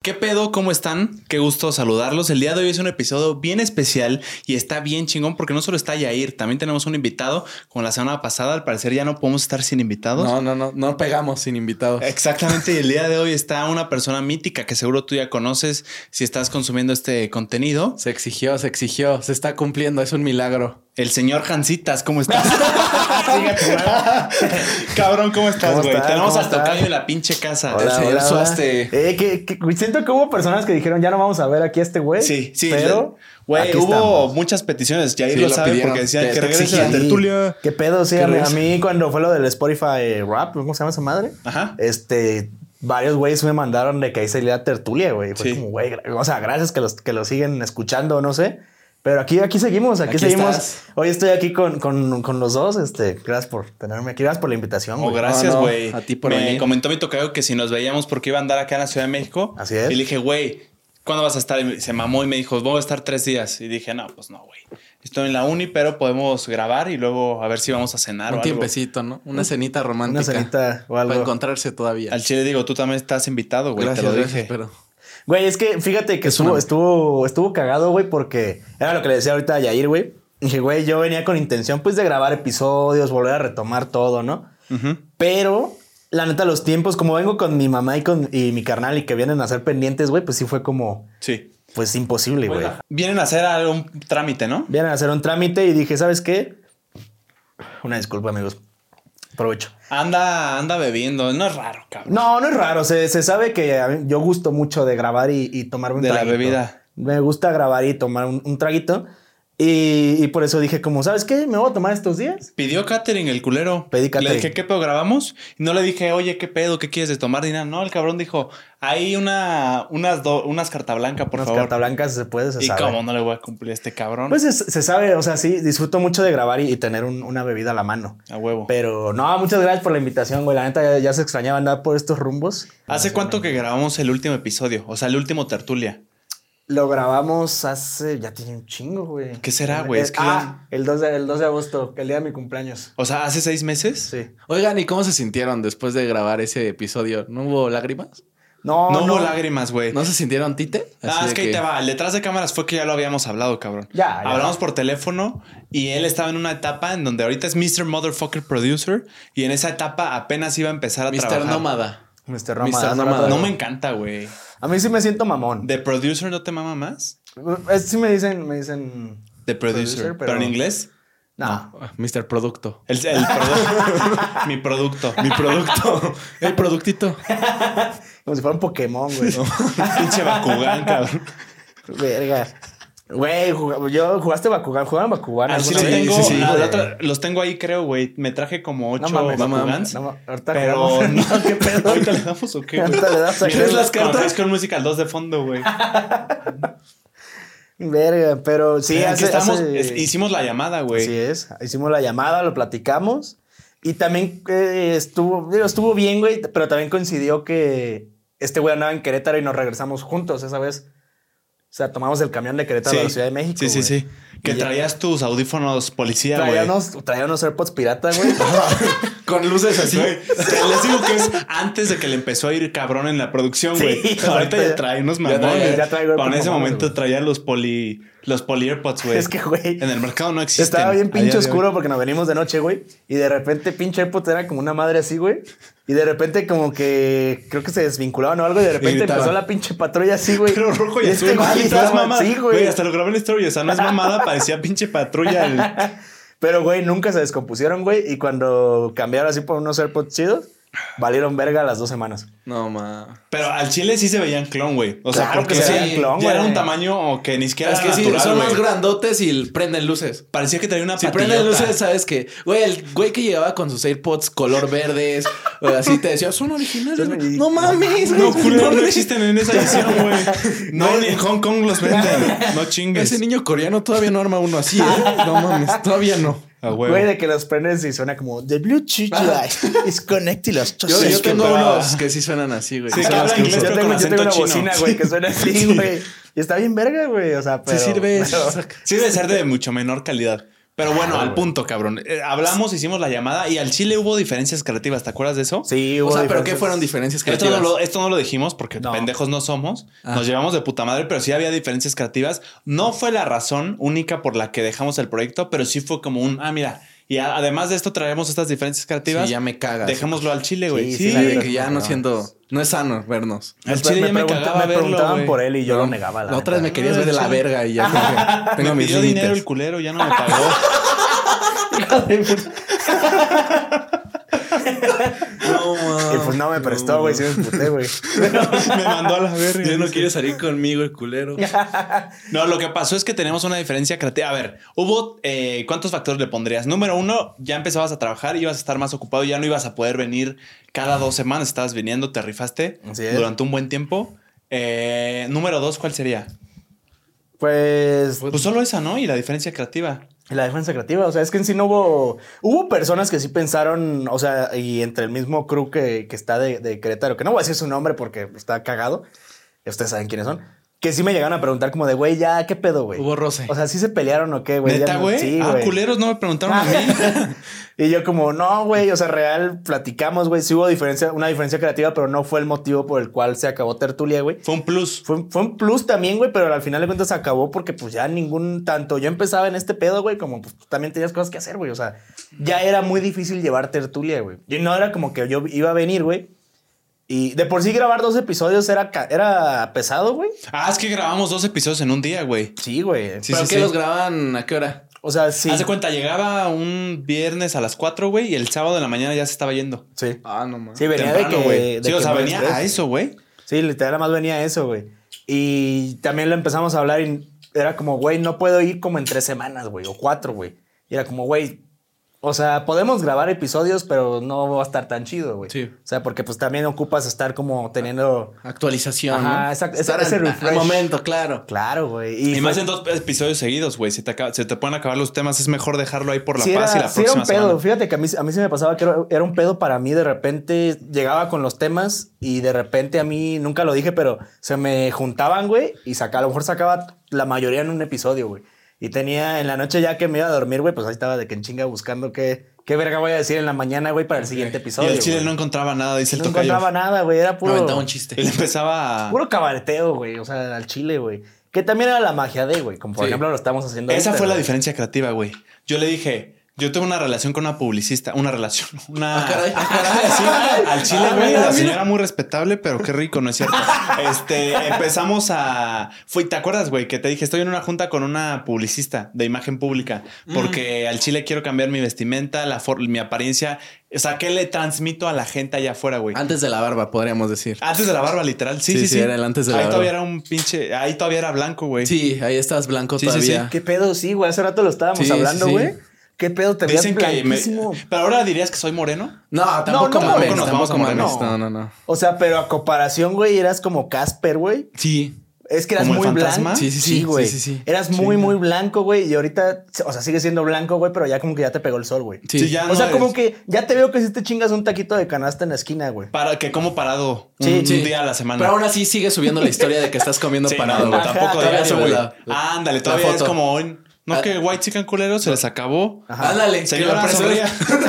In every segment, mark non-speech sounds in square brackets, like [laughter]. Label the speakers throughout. Speaker 1: ¿Qué pedo? ¿Cómo están? Qué gusto saludarlos. El día de hoy es un episodio bien especial y está bien chingón porque no solo está Yair, también tenemos un invitado. Como la semana pasada, al parecer ya no podemos estar sin invitados. Eh.
Speaker 2: No, no, no, no pegamos sin invitados.
Speaker 1: Exactamente, y el día de hoy está una persona mítica que seguro tú ya conoces si estás consumiendo este contenido.
Speaker 2: Se exigió, se exigió, se está cumpliendo, es un milagro.
Speaker 1: El señor Jancitas, ¿cómo
Speaker 3: [laughs]
Speaker 1: estás? Chinga tu madre. Cabrón, ¿cómo estás,
Speaker 3: ¿Cómo
Speaker 1: güey?
Speaker 3: estás?
Speaker 1: Tenemos
Speaker 3: ¿Cómo
Speaker 1: al
Speaker 3: estás?
Speaker 1: tocayo de la pinche casa.
Speaker 3: Hola,
Speaker 2: El señor
Speaker 3: hola, hola.
Speaker 2: Suaste.
Speaker 3: Eh, que, que- siento que hubo personas que dijeron, ya no vamos a ver aquí a este güey.
Speaker 1: Sí, sí.
Speaker 3: Pero,
Speaker 1: Güey,
Speaker 3: aquí
Speaker 1: hubo
Speaker 3: estamos.
Speaker 1: muchas peticiones. Yair
Speaker 2: Sí,
Speaker 1: lo
Speaker 2: lo
Speaker 1: sabe
Speaker 2: pidieron.
Speaker 1: porque decían
Speaker 2: Te-
Speaker 1: que
Speaker 2: te
Speaker 1: regrese
Speaker 2: exigían.
Speaker 1: la tertulia.
Speaker 3: ¿Qué pedo? Sí,
Speaker 2: Qué
Speaker 3: a mí,
Speaker 2: risa.
Speaker 3: a mí cuando fue lo del Spotify eh, Rap, ¿cómo se llama esa madre?
Speaker 1: Ajá.
Speaker 2: Eh,
Speaker 3: Este, varios güeyes me mandaron de que ahí salía tertulia, güey. Fue
Speaker 1: Sí.
Speaker 3: como, güey, gra- o sea, gracias que los, que los siguen escuchando, no sé. Pero aquí, aquí seguimos, aquí,
Speaker 2: Aquí
Speaker 3: seguimos.
Speaker 2: estás.
Speaker 3: Hoy estoy aquí con, con, con los dos. Este, gracias por tenerme aquí, gracias por la invitación.
Speaker 1: Oh,
Speaker 3: güey.
Speaker 1: gracias,
Speaker 2: No, no,
Speaker 1: güey.
Speaker 2: a ti por
Speaker 1: Me
Speaker 2: venir.
Speaker 1: comentó mi tocayo que si nos veíamos porque iba a andar acá en la Ciudad de México.
Speaker 3: Así es.
Speaker 1: Y le dije, güey, ¿cuándo vas a estar? Y me- se mamó y me dijo, voy a estar tres días. Y dije, no, pues no, güey. Estoy en la uni, pero podemos grabar y luego a ver si vamos a cenar o
Speaker 2: Un
Speaker 1: algo.
Speaker 2: tiempecito, ¿no? Una cenita romántica.
Speaker 3: Una cenita o algo.
Speaker 2: Para encontrarse todavía.
Speaker 1: Al chile digo, tú también estás invitado, güey. Te
Speaker 2: Gracias,
Speaker 1: lo dije.
Speaker 2: gracias, pero-
Speaker 3: Güey, es que fíjate que
Speaker 2: Es una-
Speaker 3: estuvo, estuvo, estuvo cagado, güey, porque era lo que le decía ahorita a Yair, güey. Dije, güey, yo venía con intención, pues, de grabar episodios, volver a retomar todo, ¿no?
Speaker 1: Ujú.
Speaker 3: Pero, la neta, los tiempos, como vengo con mi mamá y con y mi carnal y que vienen a ser pendientes, güey, pues sí fue como,
Speaker 1: Sí.
Speaker 3: pues imposible, güey.
Speaker 1: Vienen a hacer algún trámite, ¿no?
Speaker 3: Vienen a hacer un trámite y dije, ¿sabes qué? Una disculpa, amigos. Aprovecho.
Speaker 1: Anda, anda bebiendo. No es raro, cabrón.
Speaker 3: No, no es raro. Se, se sabe que a mí- yo gusto mucho de grabar y, y tomarme un
Speaker 1: De la
Speaker 3: traguito.
Speaker 1: bebida.
Speaker 3: Me gusta grabar y tomar un, un traguito. Y, y por eso dije, como, ¿sabes qué? Me voy a tomar estos días.
Speaker 1: Pidió catering el culero.
Speaker 3: Pedí catering.
Speaker 1: Le dije, ¿qué pedo grabamos? Y no le dije, oye, ¿qué pedo? ¿Qué quieres de tomar? Ni nada. No, el cabrón dijo, hay una, unas, do- unas carta blanca, por
Speaker 3: Unas
Speaker 1: favor.
Speaker 3: carta blancas se puede, se
Speaker 1: y
Speaker 3: sabe.
Speaker 1: cómo no le voy a cumplir a este cabrón.
Speaker 3: Pues se, se sabe, o sea, sí, disfruto mucho de grabar y, y tener un- una bebida a la mano.
Speaker 1: a huevo.
Speaker 3: Pero no, muchas gracias por la invitación, güey. La neta ya, ya se extrañaba andar por estos rumbos.
Speaker 1: ¿Hace cuánto que grabamos el último episodio? O sea, el último tertulia.
Speaker 3: Lo grabamos hace, ya tiene un chingo, güey.
Speaker 1: ¿Qué será, güey? Es
Speaker 3: Eh,
Speaker 1: que
Speaker 3: ah, el 2, de, el 2 de agosto, el día de mi cumpleaños.
Speaker 1: O sea, ¿hace seis meses?
Speaker 3: Sí.
Speaker 2: Oigan, ¿y cómo se sintieron después de grabar ese episodio? ¿No hubo lágrimas?
Speaker 3: No,
Speaker 1: no,
Speaker 3: no,
Speaker 1: hubo lágrimas, güey.
Speaker 2: ¿No se sintieron tite?
Speaker 1: Eh. Ah,
Speaker 2: Así
Speaker 1: es
Speaker 2: de
Speaker 1: que ahí te va. El detrás de cámaras fue que ya lo habíamos hablado, cabrón.
Speaker 3: Ya, ya.
Speaker 1: Hablamos por teléfono y él estaba en una etapa en donde ahorita es Mr. Motherfucker Producer y en esa etapa apenas iba a empezar a
Speaker 2: Mr.
Speaker 1: trabajar.
Speaker 2: Nómada.
Speaker 3: Mr.
Speaker 2: Mr.
Speaker 3: Nómada.
Speaker 2: Nómada.
Speaker 1: No me encanta, güey.
Speaker 3: A mí sí me siento mamón.
Speaker 1: ¿De producer no te mama más?
Speaker 3: Es- sí me dicen, me dicen.
Speaker 1: De producer.
Speaker 3: Producer,
Speaker 1: pero...
Speaker 3: pero-
Speaker 1: en inglés?
Speaker 3: No.
Speaker 2: Mr. Ah, Producto. [laughs]
Speaker 1: El, el produ- [laughs] mi producto. Mi producto.
Speaker 2: El productito.
Speaker 3: Como si fuera un Pokémon,
Speaker 1: [laughs]
Speaker 3: güey.
Speaker 1: [laughs] Pinche Bakugan, cabrón.
Speaker 3: Verga. Güey, jugaba- yo jugaste Bakugan, jugaban Bakugan.
Speaker 1: Así
Speaker 3: alguna
Speaker 1: Ah, lo
Speaker 2: sí,
Speaker 3: vez?
Speaker 1: tengo.
Speaker 2: sí, sí.
Speaker 1: la- la
Speaker 3: Güey.
Speaker 1: otra- los tengo ahí, creo, güey. Me traje como ocho
Speaker 3: No mames, no
Speaker 1: Bakugans.
Speaker 3: No, ma- ahorita
Speaker 1: Pero
Speaker 3: jugamos.
Speaker 1: [laughs] no,
Speaker 3: [laughs] qué pedo.
Speaker 1: ¿Ahorita le damos o qué, güey?
Speaker 3: Ahorita le das a
Speaker 1: Mientras
Speaker 3: qué,
Speaker 1: las
Speaker 3: güey.
Speaker 1: cartas con musical 2 de fondo, güey.
Speaker 3: [laughs] Verga, pero sí,
Speaker 1: Aquí
Speaker 3: hace-
Speaker 1: estamos,
Speaker 3: hace-
Speaker 1: es- hicimos la llamada,
Speaker 3: Así
Speaker 1: güey.
Speaker 3: es. Hicimos la llamada, lo platicamos. Y también eh, estuvo, digo, estuvo bien, güey, pero también coincidió que este güey andaba en Querétaro y nos regresamos juntos esa vez. O sea, tomamos el camión de Querétaro a la Ciudad de México.
Speaker 1: Sí, sí,
Speaker 3: güey.
Speaker 1: sí. Que
Speaker 3: Y ya-
Speaker 1: traías tus audífonos policía, güey.
Speaker 3: Traía unos, traía unos AirPods pirata,
Speaker 1: [laughs]
Speaker 3: güey.
Speaker 2: Con luces así.
Speaker 1: Güey, Les digo que es antes de que le empezó a ir cabrón en la producción,
Speaker 3: Sí,
Speaker 1: güey. Ahorita
Speaker 3: [laughs] ahorita
Speaker 1: ya
Speaker 3: ya-
Speaker 1: trae unos
Speaker 2: ya
Speaker 1: mamones.
Speaker 2: trae-
Speaker 3: ya traigo
Speaker 1: Pero en
Speaker 3: unos
Speaker 1: ese
Speaker 3: mamones,
Speaker 1: momento
Speaker 3: güey.
Speaker 1: traía los poli, los poli AirPods, güey.
Speaker 3: es que, güey.
Speaker 1: En el mercado no existen.
Speaker 3: Estaba bien
Speaker 1: a día
Speaker 3: pinche
Speaker 1: de hoy.
Speaker 3: oscuro porque nos venimos de noche, güey. Y de repente pinche AirPods era como una madre así, güey. Y de repente como que creo que se desvinculaban o algo y de repente
Speaker 2: gritaban.
Speaker 3: empezó la pinche patrulla así,
Speaker 1: [laughs]
Speaker 3: güey.
Speaker 1: Pero rojo y,
Speaker 3: este
Speaker 1: azul. [laughs]
Speaker 3: güey
Speaker 1: Ah,
Speaker 3: estaba-
Speaker 1: estás mamada.
Speaker 3: Sí, güey.
Speaker 1: Güey, hasta lo grabé en story. O sea,
Speaker 3: [laughs]
Speaker 1: no es mamada, parecía pinche patrulla. el- [laughs]
Speaker 3: Pero, güey, nunca se descompusieron, güey. Y cuando cambiaron así por unos AirPods chidos, valieron verga las dos semanas.
Speaker 2: No, ma.
Speaker 1: Pero al chile sí se veían clon, güey. O sea,
Speaker 3: Claro
Speaker 1: porque
Speaker 3: que se
Speaker 1: sí,
Speaker 3: veían clon,
Speaker 1: ya era
Speaker 3: güey.
Speaker 1: un tamaño o que ni siquiera
Speaker 2: Es
Speaker 1: era
Speaker 2: que sí,
Speaker 1: natural,
Speaker 2: son
Speaker 1: güey.
Speaker 2: más grandotes y prenden luces.
Speaker 1: Parecía que traía una
Speaker 2: Si
Speaker 1: patillota.
Speaker 2: prenden luces, sabes que, güey, el güey que llegaba con sus AirPods color verdes, güey, así te decía, son originales.
Speaker 3: Son
Speaker 2: güey". No mames,
Speaker 1: No,
Speaker 2: güey.
Speaker 1: culo, no existen en esa edición, güey. No, ni en Hong Kong los venden. No chingues.
Speaker 2: Ese niño coreano todavía no arma uno así, ¿eh? No mames, todavía no.
Speaker 1: A huevo.
Speaker 3: Güey, de que los prendes y suena como The Bluetooth light is connected los
Speaker 2: Yo,
Speaker 1: Sí,
Speaker 2: yo
Speaker 1: es que
Speaker 2: tengo
Speaker 1: para-
Speaker 2: unos que sí suenan así, güey.
Speaker 1: Sí,
Speaker 2: que son
Speaker 1: que
Speaker 2: los
Speaker 1: hablan
Speaker 2: que
Speaker 1: inglés,
Speaker 2: uso.
Speaker 3: Yo
Speaker 1: pero
Speaker 3: tengo,
Speaker 1: con
Speaker 3: yo tengo una
Speaker 1: acento chino.
Speaker 3: bocina, güey, que suena así, güey. Y está bien verga, güey. O sea, pero.
Speaker 2: Sí sirve.
Speaker 3: pero-
Speaker 1: Sí debe ser de mucho menor calidad. Pero bueno,
Speaker 2: Ah,
Speaker 1: al
Speaker 2: güey.
Speaker 1: punto, cabrón. Eh, hablamos, hicimos la llamada y al Chile hubo diferencias creativas. ¿Te acuerdas de eso?
Speaker 3: Sí,
Speaker 2: O
Speaker 3: hubo
Speaker 2: sea, pero ¿qué
Speaker 3: diferencias.
Speaker 2: fueron diferencias
Speaker 1: Esto no,
Speaker 2: creativas?
Speaker 1: lo, esto no lo dijimos porque
Speaker 3: No.
Speaker 1: pendejos no somos.
Speaker 2: Ah.
Speaker 1: Nos llevamos de puta madre, pero sí había diferencias creativas. No fue la razón única por la que dejamos el proyecto, pero sí fue como un, ah, mira, y a- además de esto traemos estas diferencias creativas.
Speaker 2: Sí, ya me cagas.
Speaker 1: Dejémoslo al chile, güey.
Speaker 3: Sí,
Speaker 1: Sí,
Speaker 3: sí,
Speaker 2: La de
Speaker 1: güey.
Speaker 2: que ya no siento... No es sano vernos.
Speaker 1: al
Speaker 3: Me-
Speaker 1: chile
Speaker 3: me,
Speaker 1: ya me,
Speaker 3: pregunta-
Speaker 1: cagaba
Speaker 3: me
Speaker 1: verlo,
Speaker 3: preguntaban
Speaker 1: güey.
Speaker 3: por él y yo
Speaker 2: No,
Speaker 3: lo negaba.
Speaker 2: La,
Speaker 3: La,
Speaker 2: otra vez me
Speaker 3: neta.
Speaker 2: querías ver de la verga
Speaker 1: [laughs]
Speaker 2: y ya como que tengo
Speaker 1: Ah, me
Speaker 2: mis
Speaker 1: pidió
Speaker 2: límites.
Speaker 1: dinero el culero, ya no me pagó. [laughs]
Speaker 2: No, ma.
Speaker 3: [laughs] Y pues no me prestó, güey. Sí me emputé, güey.
Speaker 1: me mandó a la verga.
Speaker 2: Ya no quiere salir conmigo el culero.
Speaker 1: No, lo que pasó es que tenemos una diferencia creativa. A ver, hubo eh, cuántos factores le pondrías. Número uno, ya empezabas a trabajar, ibas a estar más ocupado, ya no ibas a poder venir cada dos semanas. Estabas viniendo, te rifaste
Speaker 3: Así es.
Speaker 1: durante un buen tiempo. Eh, número dos, ¿cuál sería?
Speaker 3: Pues
Speaker 1: Pues solo esa, ¿no? Y la diferencia creativa.
Speaker 3: la defensa creativa, o sea, es que en sí no hubo... Hubo personas que sí pensaron, o sea, y entre el mismo crew que, que está de, de Querétaro, que no voy a decir su nombre porque está cagado, ustedes saben quiénes son, que sí me llegaron a preguntar como de, güey, ya, ¿qué pedo, güey?
Speaker 2: Hubo roce.
Speaker 3: O sea, ¿sí se pelearon o qué, güey? Ya
Speaker 1: ¿Neta,
Speaker 3: no-
Speaker 1: güey?
Speaker 3: Sí,
Speaker 1: ah,
Speaker 3: güey. [laughs] Ah.
Speaker 1: culeros, no me preguntaron a mí.
Speaker 3: y yo como, no, güey, o sea, real, platicamos, güey, sí hubo diferencia, una diferencia creativa, pero no fue el motivo por el cual se acabó Tertulia, güey.
Speaker 1: Fue un plus.
Speaker 3: Fue, un- fue un plus también, güey, pero al final de cuentas se acabó porque pues ya ningún tanto. Yo empezaba en este pedo, güey, como pues tú también tenías cosas que hacer, güey. O sea, ya era muy difícil llevar tertulia, güey. Y no era como que yo iba a venir, güey. Y de por sí grabar dos episodios era, ca- era pesado, güey.
Speaker 1: Ah, es que grabamos dos episodios en un día, güey.
Speaker 3: Sí, güey.
Speaker 1: Sí,
Speaker 2: ¿Pero
Speaker 1: sí,
Speaker 2: qué
Speaker 1: sí.
Speaker 2: los graban? ¿A qué hora?
Speaker 3: O sea, sí.
Speaker 1: Haz de cuenta, llegaba un viernes a las 4, güey, y el sábado de la mañana ya se estaba yendo.
Speaker 3: Sí.
Speaker 2: Ah, no mames.
Speaker 3: Sí, venía
Speaker 1: Temprano,
Speaker 3: de que.
Speaker 1: güey.
Speaker 3: de
Speaker 1: Sí, o
Speaker 3: que
Speaker 1: sea,
Speaker 3: nueve
Speaker 1: venía
Speaker 3: tres.
Speaker 1: a eso, güey.
Speaker 3: Sí, literal, nada más venía eso, güey. Y también lo empezamos a hablar y era como, güey, no puedo ir como en tres semanas, güey, o cuatro, güey. Y era como, güey, o sea, podemos grabar episodios, pero no va a estar tan chido, güey.
Speaker 2: Sí.
Speaker 3: O sea, porque pues también ocupas estar como teniendo...
Speaker 2: Actualización.
Speaker 3: Ajá,
Speaker 2: ¿no?
Speaker 3: exacto.
Speaker 2: Estar
Speaker 3: Ese
Speaker 2: al-
Speaker 3: refresh.
Speaker 2: al momento, claro.
Speaker 3: Claro, güey.
Speaker 1: Y,
Speaker 3: fue-
Speaker 1: más en dos episodios seguidos, güey. Se te, acaba- se te pueden acabar los temas. Es mejor dejarlo ahí por la
Speaker 3: sí
Speaker 1: paz
Speaker 3: era,
Speaker 1: y la
Speaker 3: sí era
Speaker 1: próxima
Speaker 3: un pedo.
Speaker 1: semana.
Speaker 3: Fíjate que a mí, a mí se me pasaba que era, era un pedo para mí. De repente llegaba con los temas y de repente a mí, nunca lo dije, pero se me juntaban, güey, y saca, a lo mejor sacaba la mayoría en un episodio, güey. Y tenía en la noche ya que me iba a dormir, güey, pues ahí estaba de que en chinga buscando qué, qué verga voy a decir en la mañana, güey, para el siguiente
Speaker 1: Y
Speaker 3: episodio.
Speaker 1: el chile
Speaker 3: güey.
Speaker 1: no encontraba nada, dice el
Speaker 3: No
Speaker 1: tocayo.
Speaker 3: encontraba nada, güey. Era puro.
Speaker 2: Aventaba
Speaker 1: [laughs]
Speaker 2: un chiste.
Speaker 1: Él empezaba a...
Speaker 3: Puro cabareteo, güey. O sea, al chile, güey. Que también era la magia de, güey. Como por
Speaker 2: Sí.
Speaker 3: ejemplo lo estamos haciendo.
Speaker 1: Esa
Speaker 3: ahorita,
Speaker 1: fue la
Speaker 3: güey.
Speaker 1: diferencia creativa, güey. Yo le dije... Yo tuve una relación con una publicista, una relación, [laughs] una...
Speaker 2: caray, ah,
Speaker 1: Sí,
Speaker 2: [laughs]
Speaker 1: al chile,
Speaker 2: Ah,
Speaker 1: güey,
Speaker 2: mira,
Speaker 1: la
Speaker 2: mira.
Speaker 1: señora muy respetable, pero qué rico, ¿no es
Speaker 2: [laughs]
Speaker 1: cierto? Este, empezamos a... Fue, ¿Te acuerdas, güey, que te dije, estoy en una junta con una publicista de imagen pública, porque
Speaker 2: Mm.
Speaker 1: al chile quiero cambiar mi vestimenta, la for- mi apariencia, o sea, ¿qué le transmito a la gente allá afuera, güey?
Speaker 2: Antes de la barba, podríamos decir.
Speaker 1: Antes de la barba, literal. Sí, sí,
Speaker 2: Sí,
Speaker 1: sí.
Speaker 2: sí, era el antes de la
Speaker 1: ahí
Speaker 2: barba.
Speaker 1: todavía era un pinche. Ahí todavía era blanco, güey.
Speaker 2: Sí, ahí estás blanco
Speaker 1: Sí, sí,
Speaker 2: todavía.
Speaker 1: sí.
Speaker 3: ¿Qué pedo? Sí, güey. Hace rato lo estábamos
Speaker 2: Sí, sí,
Speaker 3: hablando,
Speaker 2: sí.
Speaker 3: güey. ¿Qué pedo? Te veías
Speaker 1: Dicen que. me-
Speaker 3: blanquísimo.
Speaker 1: Pero ahora dirías que soy moreno.
Speaker 2: No,
Speaker 3: no
Speaker 2: tampoco
Speaker 3: mames,
Speaker 1: nos
Speaker 2: mames,
Speaker 1: vamos a
Speaker 2: tampoco
Speaker 1: morir,
Speaker 2: mames.
Speaker 3: no.
Speaker 2: No, no, no.
Speaker 3: O sea, pero a comparación, güey, eras como Casper, güey.
Speaker 2: Sí.
Speaker 3: Es que eras
Speaker 1: ¿Como el
Speaker 3: muy
Speaker 1: fantasma?
Speaker 3: blanco.
Speaker 2: Sí, sí, sí,
Speaker 3: güey.
Speaker 2: sí, sí, sí.
Speaker 3: Eras muy, muy blanco, güey. Y ahorita, o sea, sigue siendo blanco, güey, pero ya como que ya te pegó el sol, güey.
Speaker 2: Sí.
Speaker 1: ya
Speaker 3: o sea,
Speaker 1: no
Speaker 3: como
Speaker 1: es-
Speaker 3: que ya te veo que si te chingas un taquito de canasta en la esquina, güey.
Speaker 1: Para que como parado un,
Speaker 3: Sí,
Speaker 1: un
Speaker 2: Sí.
Speaker 1: día a la semana.
Speaker 2: Pero aún así sigue subiendo la historia de que estás comiendo
Speaker 1: Sí,
Speaker 2: parado.
Speaker 1: no,
Speaker 2: [laughs] güey.
Speaker 3: Ajá,
Speaker 1: tampoco
Speaker 3: todavía
Speaker 1: diario,
Speaker 2: sube
Speaker 1: güey.
Speaker 2: la- la-
Speaker 1: Ándale,
Speaker 2: la
Speaker 1: todavía es
Speaker 2: foto.
Speaker 1: como hoy. No,
Speaker 2: Ah.
Speaker 1: que White Chicken culero se les acabó.
Speaker 3: Ajá.
Speaker 2: Ándale,
Speaker 1: Señora,
Speaker 2: que la
Speaker 1: sonría.
Speaker 2: [laughs] persona-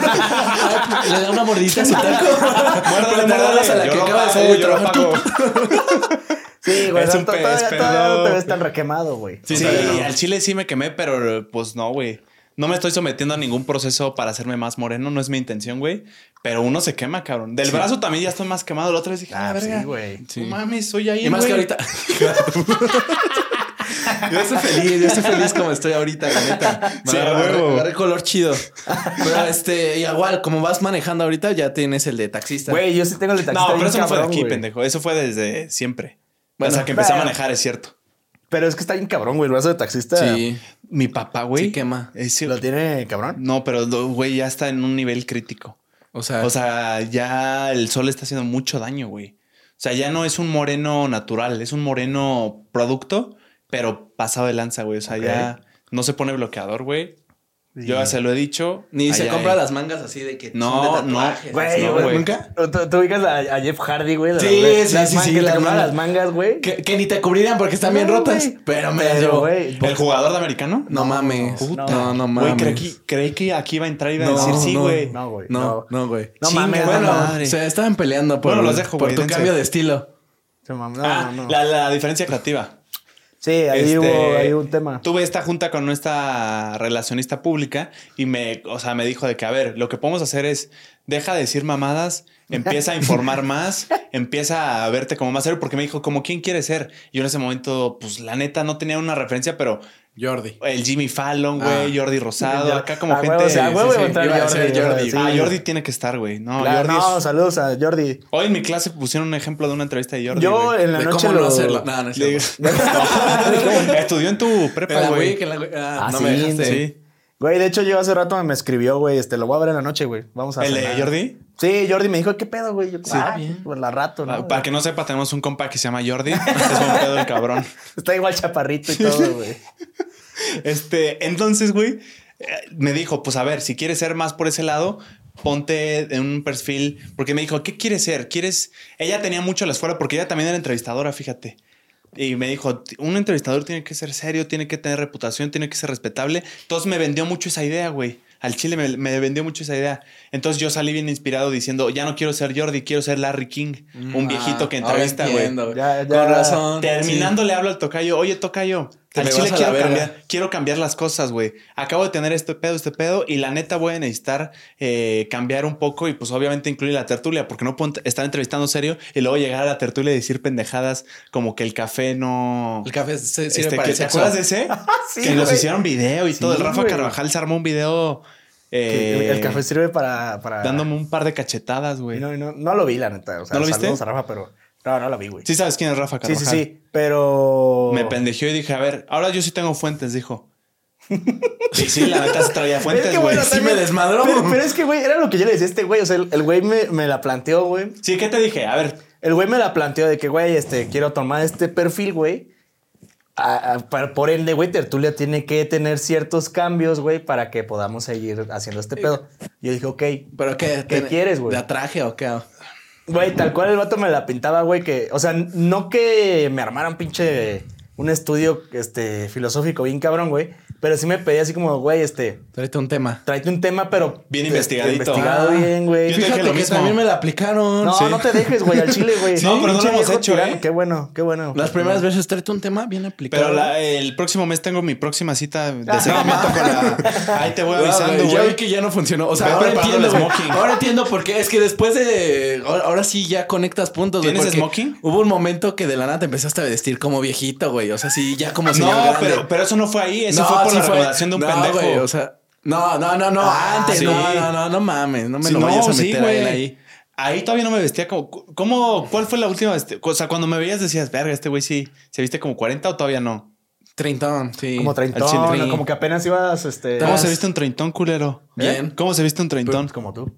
Speaker 2: [laughs] Le da una mordidita a su taco.
Speaker 1: Muérdale,
Speaker 2: Pero
Speaker 1: muérdale.
Speaker 2: muérdalas a la
Speaker 1: Yo
Speaker 2: que
Speaker 1: lo
Speaker 2: acaba de
Speaker 1: pago,
Speaker 2: salir de
Speaker 1: yo lo pago.
Speaker 2: trabajar. [laughs]
Speaker 3: Sí, güey.
Speaker 1: Es
Speaker 3: o sea,
Speaker 1: un
Speaker 3: to-
Speaker 1: pez,
Speaker 3: todavía, todavía no te
Speaker 1: perdón.
Speaker 3: ves tan requemado, güey.
Speaker 1: Sí,
Speaker 3: O
Speaker 1: sí,
Speaker 3: sea, no.
Speaker 1: al chile sí me quemé, pero pues no, güey. No me estoy sometiendo a ningún proceso para hacerme más moreno, no es mi intención, güey. Pero uno se quema, cabrón. Del brazo también ya estoy más quemado. La otra vez dije, ah,
Speaker 3: Ah,
Speaker 2: pues
Speaker 3: sí,
Speaker 1: verga.
Speaker 3: güey.
Speaker 1: No mames, soy ahí.
Speaker 2: Y más que
Speaker 1: güey.
Speaker 2: ahorita. [laughs] yo estoy feliz, yo estoy feliz como estoy ahorita, la neta.
Speaker 1: Sí, a
Speaker 2: Agarré-
Speaker 1: huevo.
Speaker 2: agarré color chido. Pero este, igual, como vas manejando ahorita, ya tienes el de taxista.
Speaker 3: Güey, yo sí tengo el taquito
Speaker 1: No, pero
Speaker 3: bien
Speaker 1: eso no fue de
Speaker 3: cabrón,
Speaker 1: aquí,
Speaker 3: güey.
Speaker 1: pendejo. Eso fue desde siempre.
Speaker 2: Bueno,
Speaker 1: o sea, que empecé a
Speaker 3: bueno.
Speaker 1: manejar, es cierto.
Speaker 3: Pero es que está bien cabrón, güey. El brazo de taxista
Speaker 2: Sí.
Speaker 1: Mi papá, güey.
Speaker 2: Sí quema.
Speaker 1: ese-
Speaker 3: lo tiene cabrón.
Speaker 1: no, pero lo- güey ya está en un nivel crítico.
Speaker 2: O sea,
Speaker 1: O sea, ya el sol está haciendo mucho daño, güey. O sea, ya no es un moreno natural, es un moreno producto, pero pasado de lanza, güey. O sea,
Speaker 3: Ok.
Speaker 1: ya no se pone bloqueador, güey. Yo ya se lo he dicho.
Speaker 2: Ni se
Speaker 1: Ay, ay,
Speaker 2: compra
Speaker 1: ay.
Speaker 2: las mangas así de que
Speaker 1: No,
Speaker 2: son de
Speaker 1: no.
Speaker 2: tatuajes.
Speaker 3: Güey,
Speaker 1: No,
Speaker 3: güey.
Speaker 1: güey. ¿Nunca?
Speaker 3: ¿Tú, tú ubicas a, a Jeff Hardy, güey? de
Speaker 2: Sí,
Speaker 3: las- de
Speaker 2: sí,
Speaker 3: las
Speaker 2: sí,
Speaker 3: man-
Speaker 2: sí,
Speaker 3: Que
Speaker 2: la
Speaker 3: te compra
Speaker 2: manga.
Speaker 3: las mangas, güey.
Speaker 2: Que, que ni te cubrirían porque están bien
Speaker 3: No,
Speaker 2: rotas.
Speaker 3: güey.
Speaker 2: Pero me las
Speaker 3: Pero,
Speaker 2: llevo.
Speaker 3: güey,
Speaker 1: ¿El jugador de americano?
Speaker 2: No mames.
Speaker 1: Puta.
Speaker 2: No, no mames.
Speaker 1: Güey, creí que, creí que aquí iba a entrar y iba a
Speaker 2: No,
Speaker 1: decir sí,
Speaker 2: no,
Speaker 1: güey.
Speaker 3: No, güey.
Speaker 2: No, no, güey.
Speaker 3: No
Speaker 2: Chinga,
Speaker 3: mames,
Speaker 2: Bueno,
Speaker 3: no,
Speaker 1: madre.
Speaker 2: se estaban peleando por,
Speaker 1: Bueno, los dejo,
Speaker 2: por
Speaker 1: güey,
Speaker 2: tu
Speaker 1: dense.
Speaker 2: cambio de estilo.
Speaker 3: Se mam- No,
Speaker 1: Ah,
Speaker 3: no.
Speaker 1: La, la diferencia creativa.
Speaker 3: Sí, ahí,
Speaker 1: Este,
Speaker 3: hubo, ahí hubo un tema.
Speaker 1: Tuve esta junta con esta relacionista pública y me, o sea, me dijo de que, a ver, lo que podemos hacer es, deja de decir mamadas, empieza a informar más, empieza a verte como más serio, porque me dijo, como, ¿quién quiere ser? Yo en ese momento, pues la neta, no tenía una referencia, pero
Speaker 2: Jordi.
Speaker 1: el Jimmy Fallon, güey,
Speaker 2: Ah.
Speaker 1: Jordi Rosado,
Speaker 3: Ya.
Speaker 1: acá como
Speaker 3: Ah,
Speaker 1: gente...
Speaker 3: huevo, o sea,
Speaker 1: Sí,
Speaker 3: huevo
Speaker 1: sí.
Speaker 3: iba a entrar
Speaker 2: iba a
Speaker 3: Jordi,
Speaker 2: ser Jordi.
Speaker 3: sí.
Speaker 1: Ah, Jordi tiene que estar, güey. No,
Speaker 3: Claro,
Speaker 1: Jordi
Speaker 3: no,
Speaker 1: es-
Speaker 3: saludos a Jordi.
Speaker 1: Hoy en mi clase pusieron un ejemplo de una entrevista de Jordi.
Speaker 3: Yo
Speaker 1: güey.
Speaker 3: en la
Speaker 2: De
Speaker 3: noche
Speaker 2: cómo
Speaker 3: lo...
Speaker 2: no hacerlo. No,
Speaker 3: [laughs]
Speaker 2: no es
Speaker 1: Le digo- [laughs]
Speaker 2: cierto.
Speaker 1: [laughs] Estudió en tu
Speaker 2: En
Speaker 1: prepa,
Speaker 2: la
Speaker 1: güey.
Speaker 2: Wii, que en la Wii. Ah,
Speaker 3: Ah,
Speaker 2: no
Speaker 3: sí,
Speaker 2: me dejaste.
Speaker 1: Sí.
Speaker 3: Güey, de hecho yo hace rato me escribió, güey, este, lo voy a ver en la noche, güey. Vamos a
Speaker 1: ¿El de
Speaker 3: cenar.
Speaker 1: Jordi?
Speaker 3: Sí, Jordi me dijo, ¿qué pedo, güey? Yo,
Speaker 2: Sí.
Speaker 3: ah,
Speaker 2: Ah, bien.
Speaker 3: pues la rato,
Speaker 1: Pa-
Speaker 3: ¿no?
Speaker 1: Ah, Para que no sepa, tenemos un compa que se llama Jordi. [laughs] Es un pedo el cabrón.
Speaker 3: [laughs] Está igual chaparrito y todo, güey.
Speaker 1: Este, entonces, güey, eh, me dijo, pues a ver, si quieres ser más por ese lado, ponte en un perfil. Porque me dijo, ¿qué quieres ser? ¿Quieres...? Ella tenía mucho las fuera porque ella también era entrevistadora, fíjate. Y me dijo, un entrevistador tiene que ser serio, tiene que tener reputación, tiene que ser respetable. Entonces me vendió mucho esa idea, güey. Al chile me, me vendió mucho esa idea. Entonces yo salí bien inspirado diciendo, ya no quiero ser Jordi, quiero ser Larry King, un viejito que
Speaker 2: Ah, ahora
Speaker 1: entrevista, güey.
Speaker 2: entiendo,
Speaker 3: Ya, ya.
Speaker 2: Con razón.
Speaker 1: Terminando le hablo al tocayo, oye tocayo,
Speaker 2: Te
Speaker 1: al
Speaker 2: me
Speaker 1: chile
Speaker 2: vas a la
Speaker 1: quiero
Speaker 2: verga".
Speaker 1: cambiar, quiero cambiar las cosas, güey. Acabo de tener este pedo, este pedo y la neta voy a necesitar eh, cambiar un poco y pues obviamente incluir la tertulia porque no puedo ent- estar entrevistando serio y luego llegar a la tertulia y decir pendejadas como que el café no...
Speaker 2: Sí. El café se sirve
Speaker 1: Este,
Speaker 2: para
Speaker 1: que-
Speaker 2: el
Speaker 1: ¿Te
Speaker 2: sexo.
Speaker 1: acuerdas de ese?
Speaker 3: [laughs] Sí,
Speaker 1: que nos
Speaker 3: güey.
Speaker 1: hicieron video y
Speaker 3: Sí,
Speaker 1: todo. El Rafa
Speaker 3: güey.
Speaker 1: Carvajal se armó un video
Speaker 3: Que el-
Speaker 1: eh,
Speaker 3: el café sirve para... para...
Speaker 1: dándome un par de cachetadas,
Speaker 3: Y
Speaker 1: güey.
Speaker 3: No, y no, no lo vi, la neta. O sea,
Speaker 1: ¿No lo viste?
Speaker 3: saludos a Rafa, pero... No, no lo vi, güey.
Speaker 1: Sí sabes quién es Rafa
Speaker 3: sí,
Speaker 1: Carvajal.
Speaker 3: sí, sí, pero...
Speaker 1: Me pendejió y dije, a ver, ahora yo sí tengo fuentes, dijo. Y [laughs] sí, la neta se traía
Speaker 3: Es
Speaker 1: fuentes,
Speaker 3: que,
Speaker 1: güey.
Speaker 3: bueno,
Speaker 2: Sí me desmadró.
Speaker 3: Pero, pero es que, güey, era lo que yo le decía a este güey. O sea, el el güey me, me la planteó, güey.
Speaker 1: sí, ¿qué te dije? A ver,
Speaker 3: El güey me la planteó de que, güey, este, quiero tomar este perfil, güey. A- a- para- por ende, güey, Tertulia tiene que tener ciertos cambios, güey, para que podamos seguir haciendo este pedo. Yo dije, ok.
Speaker 2: ¿Pero qué?
Speaker 3: ¿Qué
Speaker 2: ¿Te-
Speaker 3: quieres, güey?
Speaker 2: ¿De atraje o qué?
Speaker 3: Güey, tal cual el vato me la pintaba, güey, que, o sea, no que me armaran pinche un estudio, este, filosófico bien cabrón, güey, pero sí me pedía así como, güey, este,
Speaker 2: Tráete un tema.
Speaker 3: tráete un tema, pero...
Speaker 1: Bien
Speaker 3: este,
Speaker 1: investigadito.
Speaker 3: Investigado
Speaker 2: Ah.
Speaker 3: bien, güey.
Speaker 1: Yo te dije
Speaker 2: Fíjate
Speaker 1: lo
Speaker 2: que
Speaker 1: mismo.
Speaker 2: también me la aplicaron.
Speaker 3: No,
Speaker 2: Sí.
Speaker 3: no te dejes, güey, al chile,
Speaker 1: [laughs]
Speaker 3: güey.
Speaker 1: No, pero no lo
Speaker 3: Pinche
Speaker 1: hemos
Speaker 3: viejo
Speaker 1: hecho,
Speaker 3: tirano.
Speaker 1: ¿eh?
Speaker 3: Qué bueno, qué bueno.
Speaker 2: Las primeras veces tráete un tema bien aplicado.
Speaker 1: pero la- el próximo mes tengo mi próxima cita de seguimiento con la. Ahí te voy
Speaker 2: No,
Speaker 1: avisando,
Speaker 2: güey, ya
Speaker 1: güey.
Speaker 2: vi que ya no funcionó. O sea,
Speaker 1: Ve
Speaker 2: ahora
Speaker 1: preparando
Speaker 2: entiendo,
Speaker 1: el
Speaker 2: güey.
Speaker 1: smoking.
Speaker 2: Ahora entiendo por qué. Es que después de. Ahora, ahora sí ya conectas puntos. güey,
Speaker 1: ¿Tienes
Speaker 2: porque
Speaker 1: smoking?
Speaker 2: Hubo un momento que de la nada te empezaste a vestir como viejito, güey. O sea, sí, ya como señor
Speaker 1: No,
Speaker 2: grande.
Speaker 1: pero, pero eso no fue ahí. Eso
Speaker 2: No,
Speaker 1: fue por
Speaker 2: sí
Speaker 1: la recomendación de un
Speaker 2: no,
Speaker 1: pendejo.
Speaker 2: güey, o sea, no, no, no, no.
Speaker 3: Ah,
Speaker 2: antes,
Speaker 1: sí.
Speaker 2: no, no, no, no mames. No me
Speaker 1: Sí,
Speaker 2: lo
Speaker 1: no,
Speaker 2: vayas a
Speaker 1: sí,
Speaker 2: meter a él
Speaker 1: güey.
Speaker 2: ahí.
Speaker 1: Ahí todavía no me vestía como. ¿Cómo? ¿Cuál fue la última vez? O sea, cuando me veías decías, verga, este güey sí se viste como 40 o todavía no.
Speaker 2: Trintón, sí.
Speaker 3: Como
Speaker 1: Al chile.
Speaker 3: treintón, ¿no? como que apenas ibas, este...
Speaker 1: ¿Cómo se
Speaker 2: Estás-
Speaker 1: viste un treintón, culero? ¿Eh?
Speaker 2: Bien.
Speaker 1: ¿Cómo se viste un treintón?
Speaker 3: pues, como tú.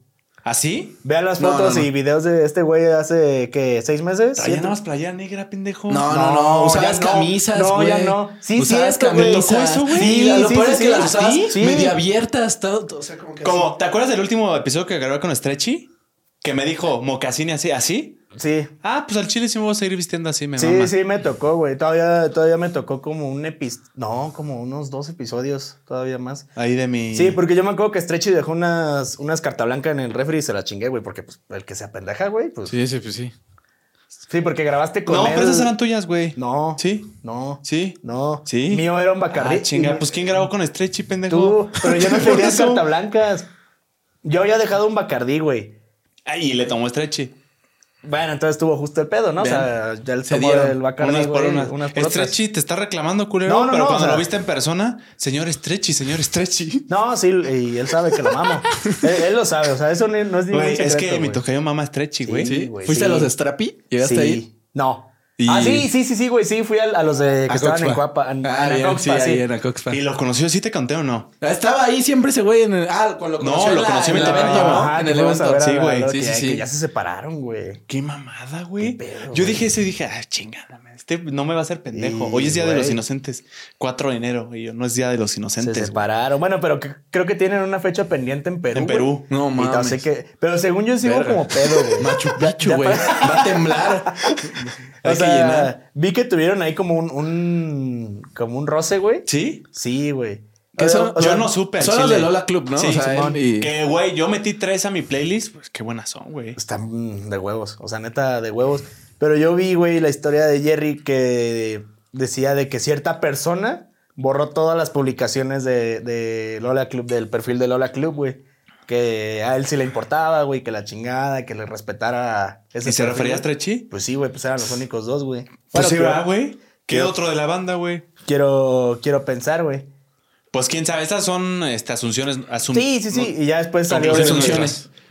Speaker 1: ¿Así?
Speaker 3: Vean las
Speaker 2: No,
Speaker 3: fotos
Speaker 2: no, no.
Speaker 3: y videos de este güey hace, ¿qué? ¿Seis meses?
Speaker 1: Traía
Speaker 3: ¿Siete?
Speaker 1: nada más playera negra, pendejo.
Speaker 2: No, no, no,
Speaker 3: No,
Speaker 2: usabas
Speaker 3: ya no.
Speaker 2: camisas,
Speaker 3: No,
Speaker 2: güey.
Speaker 3: ya no. Sí,
Speaker 2: usabas
Speaker 3: cierto, güey.
Speaker 2: camisas.
Speaker 1: ¿Tocó eso, güey?
Speaker 2: Sí,
Speaker 3: Sí,
Speaker 2: lo
Speaker 3: sí,
Speaker 2: peor
Speaker 3: sí,
Speaker 2: es que
Speaker 3: sí.
Speaker 2: las usabas
Speaker 3: ¿Sí? Sí.
Speaker 2: medio abiertas, todo, todo, o sea, como que
Speaker 1: Como, ¿te acuerdas del último episodio que grabé con Stretchy? Que me dijo mocasine así, así.
Speaker 3: Sí.
Speaker 1: Ah, pues al chile sí me voy a seguir vistiendo así, me
Speaker 3: Sí,
Speaker 1: mama.
Speaker 3: sí, me tocó, güey. Todavía, todavía me tocó como un episodio. No, como unos dos episodios, todavía más.
Speaker 1: Ahí de mi.
Speaker 3: Sí, porque yo me acuerdo que Stretchy dejó unas, unas carta blanca en el refri y se la chingué, güey, porque pues, el que se apendeja, güey, pues. Sí,
Speaker 2: Sí, sí, pues sí.
Speaker 3: porque grabaste con
Speaker 1: No,
Speaker 3: él.
Speaker 1: pero esas eran tuyas, güey.
Speaker 3: No.
Speaker 1: Sí.
Speaker 3: No.
Speaker 1: Sí.
Speaker 3: No.
Speaker 1: Sí.
Speaker 3: Mío era un
Speaker 1: Ah,
Speaker 3: Bacardi.
Speaker 1: chinga, pues quién grabó con Stretchy, pendejo.
Speaker 3: Tú, pero
Speaker 1: [laughs]
Speaker 3: yo no
Speaker 1: Por
Speaker 3: tenía
Speaker 1: eso.
Speaker 3: carta blancas. Yo había dejado un Bacardí, güey.
Speaker 1: Ay, y le tomó Stretchy.
Speaker 3: Bueno, entonces tuvo justo el pedo, ¿no?
Speaker 2: Bien.
Speaker 3: O sea, ya el
Speaker 2: Se
Speaker 3: tomó
Speaker 2: dieron
Speaker 3: el Bacardí,
Speaker 1: unas por
Speaker 3: güey,
Speaker 1: unas.
Speaker 3: unas por otras.
Speaker 1: Stretchy te está reclamando, culero.
Speaker 3: No, no,
Speaker 1: pero
Speaker 3: no,
Speaker 1: cuando
Speaker 3: o sea-
Speaker 1: lo viste en persona, señor Stretchy, señor Stretchy.
Speaker 3: No, sí, y él sabe que
Speaker 2: [laughs]
Speaker 3: lo mamo. él, él lo sabe, o sea, eso ni- no es ningún
Speaker 1: Güey, es
Speaker 3: secreto,
Speaker 1: que mi
Speaker 3: güey.
Speaker 1: tocayo mama Stretchy, güey.
Speaker 3: Sí,
Speaker 2: Sí,
Speaker 3: güey,
Speaker 2: ¿Fuiste a
Speaker 3: sí.
Speaker 2: los Strapi? ¿Llegaste
Speaker 3: Sí.
Speaker 2: ahí?
Speaker 3: No.
Speaker 2: Y-
Speaker 3: Ah, sí, sí, sí, sí, güey. Sí, fui al- a, los de que
Speaker 2: A
Speaker 3: estaban en
Speaker 2: Coxpa.
Speaker 3: Cuapa. en-
Speaker 2: Ah,
Speaker 3: en
Speaker 2: bien,
Speaker 3: Acoxpa,
Speaker 2: sí,
Speaker 3: sí.
Speaker 2: ahí en Acoxpa.
Speaker 1: ¿Y lo conoció? ¿Sí te conté o no?
Speaker 2: Estaba ahí siempre ese güey en el. Ah, cuando lo
Speaker 1: No,
Speaker 2: conocí. en
Speaker 1: lo
Speaker 2: la-
Speaker 1: conocí
Speaker 2: en el
Speaker 1: en Monterrey,
Speaker 2: evento, ¿no?
Speaker 1: ajá,
Speaker 2: En
Speaker 3: Ah, que
Speaker 2: el
Speaker 3: fuimos a
Speaker 2: evento.
Speaker 3: ver
Speaker 1: sí,
Speaker 3: a la
Speaker 1: güey.
Speaker 3: Loki,
Speaker 2: Sí, sí,
Speaker 3: ay,
Speaker 2: sí.
Speaker 3: que Ya se separaron, güey.
Speaker 1: Qué mamada, güey.
Speaker 3: Qué pedo,
Speaker 1: Yo
Speaker 3: güey.
Speaker 1: dije eso y dije, ah, chingada, man, este no me va a hacer pendejo.
Speaker 3: Sí,
Speaker 1: Hoy es Día de
Speaker 3: güey.
Speaker 1: los Inocentes, 4 de enero. Y yo, no es Día de los
Speaker 3: Se
Speaker 1: Inocentes. güey.
Speaker 3: separaron. Bueno, pero que- creo que tienen una fecha pendiente en Perú.
Speaker 1: En
Speaker 3: güey.
Speaker 1: Perú.
Speaker 2: No
Speaker 3: Y no
Speaker 2: mames.
Speaker 3: sé qué. Pero según yo sí hubo
Speaker 2: Verga.
Speaker 3: como pedo, güey.
Speaker 2: Machu
Speaker 3: Ya-
Speaker 2: Picchu,
Speaker 3: ya
Speaker 2: güey.
Speaker 3: pa-
Speaker 2: Va a temblar. [laughs]
Speaker 3: O
Speaker 2: Hay que
Speaker 3: sea,
Speaker 2: llenar.
Speaker 3: vi que tuvieron ahí como un, un como un roce, güey.
Speaker 1: ¿Sí?
Speaker 3: Sí, güey.
Speaker 2: Que
Speaker 3: O-
Speaker 2: son-
Speaker 3: o
Speaker 1: Yo
Speaker 3: sea,
Speaker 1: no supe. al
Speaker 2: Son los
Speaker 1: chile.
Speaker 2: de Lola Club, ¿no?
Speaker 1: Sí,
Speaker 2: o sea,
Speaker 3: Simón.
Speaker 2: él y-
Speaker 1: Que, güey, yo metí tres a mi playlist. Pues qué buenas son, güey.
Speaker 3: Están de huevos, o sea, neta de huevos. Pero yo vi, güey, la historia de Jerry que decía de que cierta persona borró todas las publicaciones de, de Lola Club, del perfil de Lola Club, güey. Que a él sí le importaba, güey, que la chingada, que le respetara ese
Speaker 1: ¿Y se
Speaker 3: perfil,
Speaker 1: refería a
Speaker 3: güey.
Speaker 1: Trechi?
Speaker 3: Pues sí, güey, pues eran los únicos dos, güey.
Speaker 1: Pues
Speaker 3: Bueno,
Speaker 1: sí,
Speaker 3: quiero-
Speaker 1: ¿verdad, güey? ¿Qué
Speaker 3: creo-
Speaker 1: otro de la banda, güey?
Speaker 3: quiero, quiero pensar, güey.
Speaker 1: Pues quién sabe, estas son este, asunciones. asum-
Speaker 3: Sí, sí, sí.
Speaker 1: no-
Speaker 3: y ya después salió.
Speaker 1: conclusiones
Speaker 2: Presunciones.
Speaker 1: nuestras.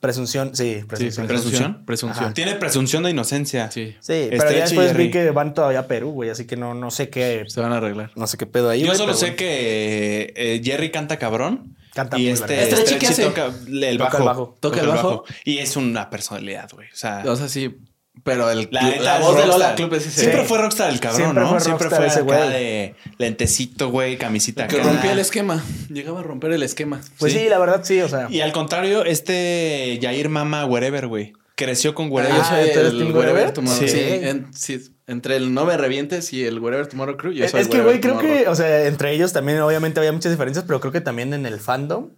Speaker 3: Presunción, sí,
Speaker 2: Sí,
Speaker 3: presunción.
Speaker 1: ¿Presunción?
Speaker 2: Presunción.
Speaker 1: Ajá. Tiene presunción de inocencia. Este,
Speaker 2: Sí.
Speaker 3: Sí,
Speaker 1: Estrecho
Speaker 3: pero ya
Speaker 1: y
Speaker 3: después
Speaker 1: Jerry.
Speaker 3: vi que van todavía a Perú, güey, así que no, no sé qué,
Speaker 2: Se van a arreglar.
Speaker 3: no sé qué pedo ahí.
Speaker 1: Yo
Speaker 3: güey,
Speaker 1: solo
Speaker 3: pero
Speaker 1: sé
Speaker 3: bueno.
Speaker 1: que eh, Jerry canta cabrón.
Speaker 3: Canta
Speaker 1: y
Speaker 3: muy
Speaker 1: este,
Speaker 3: verga.
Speaker 2: ¿Este
Speaker 1: Stretchy
Speaker 2: chico hace?
Speaker 1: toca el
Speaker 3: Toca
Speaker 1: bajo.
Speaker 3: el bajo.
Speaker 2: ¿Toca el bajo?
Speaker 1: Y es una personalidad, güey. O sea,
Speaker 2: O sea, sí. Pero el,
Speaker 1: la,
Speaker 2: la,
Speaker 1: neta es
Speaker 2: voz de
Speaker 1: rockstar.
Speaker 2: Lola Club es ese.
Speaker 1: Siempre
Speaker 3: Sí.
Speaker 1: fue rockstar el cabrón,
Speaker 3: Siempre
Speaker 1: ¿no?
Speaker 3: fue
Speaker 1: Siempre
Speaker 3: rockstar
Speaker 1: fue
Speaker 3: ese
Speaker 1: ese güey.
Speaker 3: güey.
Speaker 1: de lentecito, güey, camisita.
Speaker 2: Que
Speaker 1: acá.
Speaker 2: rompía el esquema. Llegaba a romper el esquema.
Speaker 3: Pues
Speaker 1: sí.
Speaker 3: sí. la verdad sí, o sea.
Speaker 1: Y al contrario, este Yair Mama Wherever, güey. Creció con
Speaker 2: Pero
Speaker 1: Wherever.
Speaker 2: yo soy
Speaker 3: ¿tú eres
Speaker 2: el
Speaker 3: ah, Team
Speaker 2: Wherever
Speaker 3: Wherever?
Speaker 2: Tomorrow.
Speaker 1: Sí.
Speaker 2: Sí. en- sí, Entre el No Me Revientes y el Wherever Tomorrow Crew, yo
Speaker 3: es
Speaker 2: soy
Speaker 3: es que,
Speaker 2: Wherever
Speaker 3: güey, creo
Speaker 2: Tomorrow.
Speaker 3: que, o sea, entre ellos también obviamente había muchas diferencias, pero creo que también en el fandom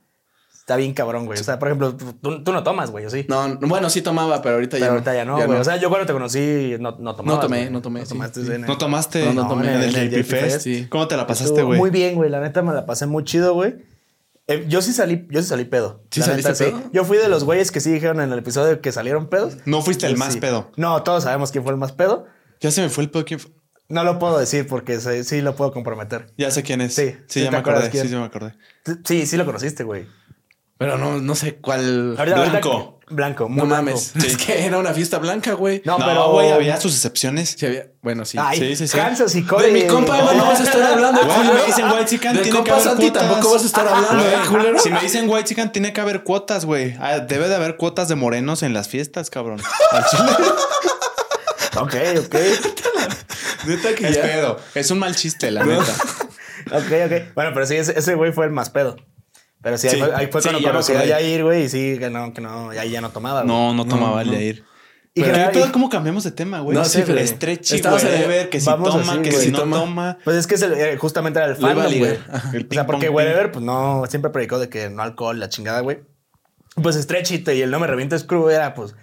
Speaker 3: está bien cabrón, güey. O sea, por ejemplo, tú, tú- tú no tomas, güey, ¿o sí?
Speaker 2: No, no, bueno, sí tomaba, pero ahorita
Speaker 3: pero
Speaker 2: ya
Speaker 3: ahorita
Speaker 2: no.
Speaker 3: ya no, güey. O sea, yo cuando te conocí no, no tomabas.
Speaker 2: tomé,
Speaker 3: güey.
Speaker 2: no tomé, sí.
Speaker 3: tomaste
Speaker 2: Sí.
Speaker 3: en el-
Speaker 1: No tomaste
Speaker 2: No, no tomé.
Speaker 1: en el
Speaker 3: En el
Speaker 1: JP
Speaker 3: JP
Speaker 1: Fest.
Speaker 3: Fest.
Speaker 2: Sí.
Speaker 1: ¿Cómo te la pasaste,
Speaker 3: Estuvo
Speaker 1: güey?
Speaker 3: Muy bien, güey. La neta me la pasé muy chido, güey. Eh, yo sí salí, yo sí salí pedo.
Speaker 2: ¿Sí
Speaker 3: La
Speaker 2: saliste
Speaker 3: neta,
Speaker 2: pedo?
Speaker 3: Yo fui de los güeyes que sí dijeron en el episodio que salieron pedos.
Speaker 1: No fuiste el
Speaker 3: Yo
Speaker 1: más
Speaker 3: sí.
Speaker 1: pedo.
Speaker 3: No, todos sabemos quién fue el más pedo.
Speaker 1: Ya se me fue el pedo. ¿Quién fue?
Speaker 3: No lo puedo decir porque sí, sí lo puedo comprometer.
Speaker 1: Ya sé quién es.
Speaker 3: Sí,
Speaker 1: Sí,
Speaker 3: sí
Speaker 1: ya
Speaker 3: te
Speaker 1: me
Speaker 3: acuerdas
Speaker 1: acordé.
Speaker 3: quién.
Speaker 1: Sí, ya me acordé.
Speaker 3: T- Sí, sí lo conociste, güey.
Speaker 2: Pero no, no sé cuál.
Speaker 3: Ahorita- ahorita-
Speaker 1: Blanco.
Speaker 3: blanco, muy
Speaker 2: no
Speaker 3: blanco.
Speaker 2: mames. Es que era una fiesta blanca, güey.
Speaker 3: No,
Speaker 1: No,
Speaker 3: pero-
Speaker 1: güey, había sus excepciones.
Speaker 2: Sí había- bueno, sí.
Speaker 3: Ay,
Speaker 1: Sí, sí, sí.
Speaker 3: Kansas y Cody.
Speaker 2: De mi compa güey, no vas a estar hablando,
Speaker 1: Güey,
Speaker 2: culero.
Speaker 1: me dicen White Chicken,
Speaker 2: De
Speaker 1: tiene que
Speaker 2: compa
Speaker 1: haber
Speaker 2: Santi
Speaker 1: cuotas.
Speaker 2: tampoco vas a estar hablando,
Speaker 1: Güey,
Speaker 2: eh, culero.
Speaker 1: Si me dicen white chican, tiene que haber cuotas, güey. Ah, Debe de haber cuotas de morenos en las fiestas, cabrón. Al chile.
Speaker 3: Ok, ok.
Speaker 2: Neta que
Speaker 1: es
Speaker 2: ya-
Speaker 1: pedo. Es un mal chiste, la neta.
Speaker 3: Ok, ok. Bueno, pero sí, ese ese güey fue el más pedo. Pero sí,
Speaker 1: Sí.
Speaker 3: ahí fue, ahí fue
Speaker 1: Sí,
Speaker 3: cuando
Speaker 1: ya me
Speaker 3: conocí a
Speaker 1: acordé.
Speaker 3: Yair, güey. Y sí, que no, que no, ahí ya no tomaba. güey.
Speaker 1: No, no tomaba el
Speaker 2: no.
Speaker 1: de ir.
Speaker 3: Y
Speaker 1: Pero
Speaker 3: general-
Speaker 1: ¿qué pedo? ¿cómo cambiamos de tema, güey?
Speaker 2: No
Speaker 1: No
Speaker 2: sé,
Speaker 1: sé,
Speaker 2: pero-
Speaker 1: estrechi,
Speaker 2: Estamos
Speaker 1: güey.
Speaker 2: en-
Speaker 1: de ver que si
Speaker 3: vamos
Speaker 1: toma,
Speaker 3: así,
Speaker 1: que
Speaker 3: güey.
Speaker 1: si no
Speaker 2: Toma.
Speaker 1: toma.
Speaker 3: Pues es que es el- eh, justamente era el
Speaker 2: iba a
Speaker 3: fandom, güey.
Speaker 2: ligar.
Speaker 1: El
Speaker 3: O sea,
Speaker 1: ping-pong,
Speaker 3: porque
Speaker 1: ping.
Speaker 3: Wherever, pues no, siempre predicó de que no alcohol, la chingada, güey. Pues estrechito y el no me revientes crew era, pues,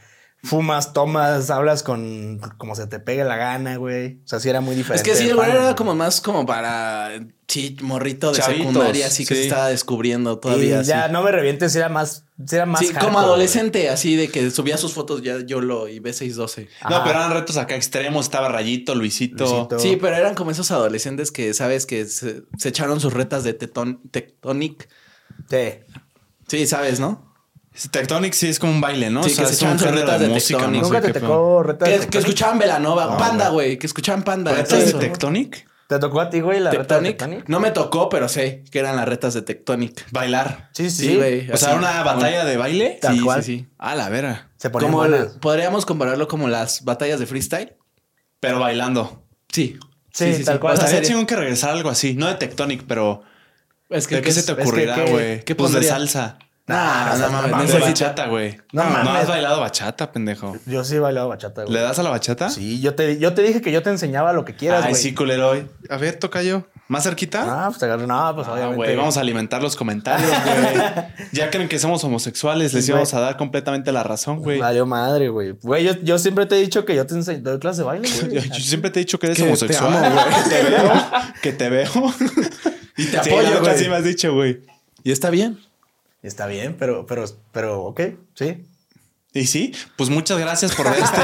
Speaker 3: fumas, tomas, hablas con como se te pegue la gana, güey. O sea, sí era muy
Speaker 2: Es
Speaker 3: diferente.
Speaker 2: que sí,
Speaker 3: del
Speaker 2: el güey
Speaker 3: fandom,
Speaker 2: era
Speaker 3: güey.
Speaker 2: como más como para. Sí, morrito de
Speaker 1: Chavitos,
Speaker 2: secundaria, así que
Speaker 1: sí.
Speaker 2: se estaba descubriendo todavía.
Speaker 3: Y
Speaker 2: así.
Speaker 3: ya no me revientes era más, sí era más
Speaker 2: Sí,
Speaker 3: hardcore,
Speaker 2: como
Speaker 3: güey.
Speaker 2: adolescente, así de que subía sus fotos ya yo lo y B612.
Speaker 1: No,
Speaker 3: Ajá.
Speaker 1: pero eran retos acá extremos. Estaba Rayito, Luisito.
Speaker 3: Luisito.
Speaker 2: Sí, pero eran como esos adolescentes que, ¿sabes? Que se, se echaron sus retas de tetón- Tectonic.
Speaker 3: Sí.
Speaker 2: Sí, ¿sabes, no?
Speaker 1: Tectonic sí es como un baile, ¿no?
Speaker 2: Sí,
Speaker 1: o sea,
Speaker 2: que se
Speaker 1: es un
Speaker 2: echan
Speaker 1: género
Speaker 2: retas
Speaker 1: de
Speaker 2: de
Speaker 1: música, no
Speaker 2: Tectonic.
Speaker 1: sé
Speaker 3: Nunca
Speaker 1: qué
Speaker 3: te
Speaker 1: pedo.
Speaker 3: tocó reta de
Speaker 2: Que, que
Speaker 3: Tectonic?
Speaker 2: escuchaban Velanova,
Speaker 3: No,
Speaker 2: Panda, güey. Que escuchaban Panda.
Speaker 1: ¿Retas de
Speaker 2: Eso.
Speaker 1: Tectonic?
Speaker 3: ¿Te tocó a ti, güey, la reta de
Speaker 2: Tectonic.
Speaker 3: Tectonic?
Speaker 2: No me tocó, pero sé que eran las retas de Tectonic.
Speaker 1: Bailar.
Speaker 3: Sí, sí,
Speaker 2: Sí, güey.
Speaker 1: O sea,
Speaker 2: así,
Speaker 1: una
Speaker 2: como-
Speaker 1: batalla de baile.
Speaker 3: Tal
Speaker 2: Sí,
Speaker 3: cual.
Speaker 2: sí, sí.
Speaker 1: A la vera.
Speaker 3: Se ponían
Speaker 2: Como el-
Speaker 3: buenas.
Speaker 2: podríamos compararlo como las batallas de freestyle.
Speaker 1: Pero bailando.
Speaker 2: Sí.
Speaker 3: Sí, tal
Speaker 1: O
Speaker 3: cual.
Speaker 2: O sea,
Speaker 1: sea, sería
Speaker 2: sería-
Speaker 1: chingón que regresar algo así. No de Tectonic, pero.
Speaker 2: es que
Speaker 1: ¿De qué se te
Speaker 3: es que-
Speaker 1: ocurrirá,
Speaker 3: ¿qué-
Speaker 1: güey?
Speaker 2: qué
Speaker 1: Pues de
Speaker 2: pondría?
Speaker 1: salsa.
Speaker 2: Nah, no, mames,
Speaker 1: De
Speaker 2: necesito-
Speaker 1: bachata, güey.
Speaker 3: No
Speaker 1: No,
Speaker 3: mames.
Speaker 1: has bailado bachata, pendejo.
Speaker 3: Yo sí bailaba bachata, güey.
Speaker 1: ¿Le das a la bachata?
Speaker 3: Sí, yo te, yo te dije que yo te enseñaba lo que quieras,
Speaker 1: Ay,
Speaker 3: güey.
Speaker 1: sí, culero. A ver, toca yo. ¿Más cerquita?
Speaker 3: Ah, pues te agarré. No, pues
Speaker 1: Ah,
Speaker 3: obviamente.
Speaker 1: güey, vamos a alimentar los comentarios,
Speaker 3: [laughs]
Speaker 1: güey. ya creen que somos homosexuales, les
Speaker 3: Sí,
Speaker 1: íbamos
Speaker 3: güey.
Speaker 1: a dar completamente la razón, güey.
Speaker 3: Valió madre, güey. Güey, yo, yo siempre te he dicho que yo te enseño doy clase de baile,
Speaker 1: [laughs] Yo,
Speaker 3: güey.
Speaker 1: yo siempre te he dicho que eres
Speaker 2: Que te
Speaker 1: homosexual.
Speaker 2: amo,
Speaker 1: [laughs] que te veo, que te veo. Y te
Speaker 2: apoyo, güey.
Speaker 1: Sí me has dicho, güey.
Speaker 2: Y está bien.
Speaker 3: Está bien, pero, pero, pero, ok, sí.
Speaker 1: Y sí, pues muchas gracias por
Speaker 2: [laughs]
Speaker 1: ver este.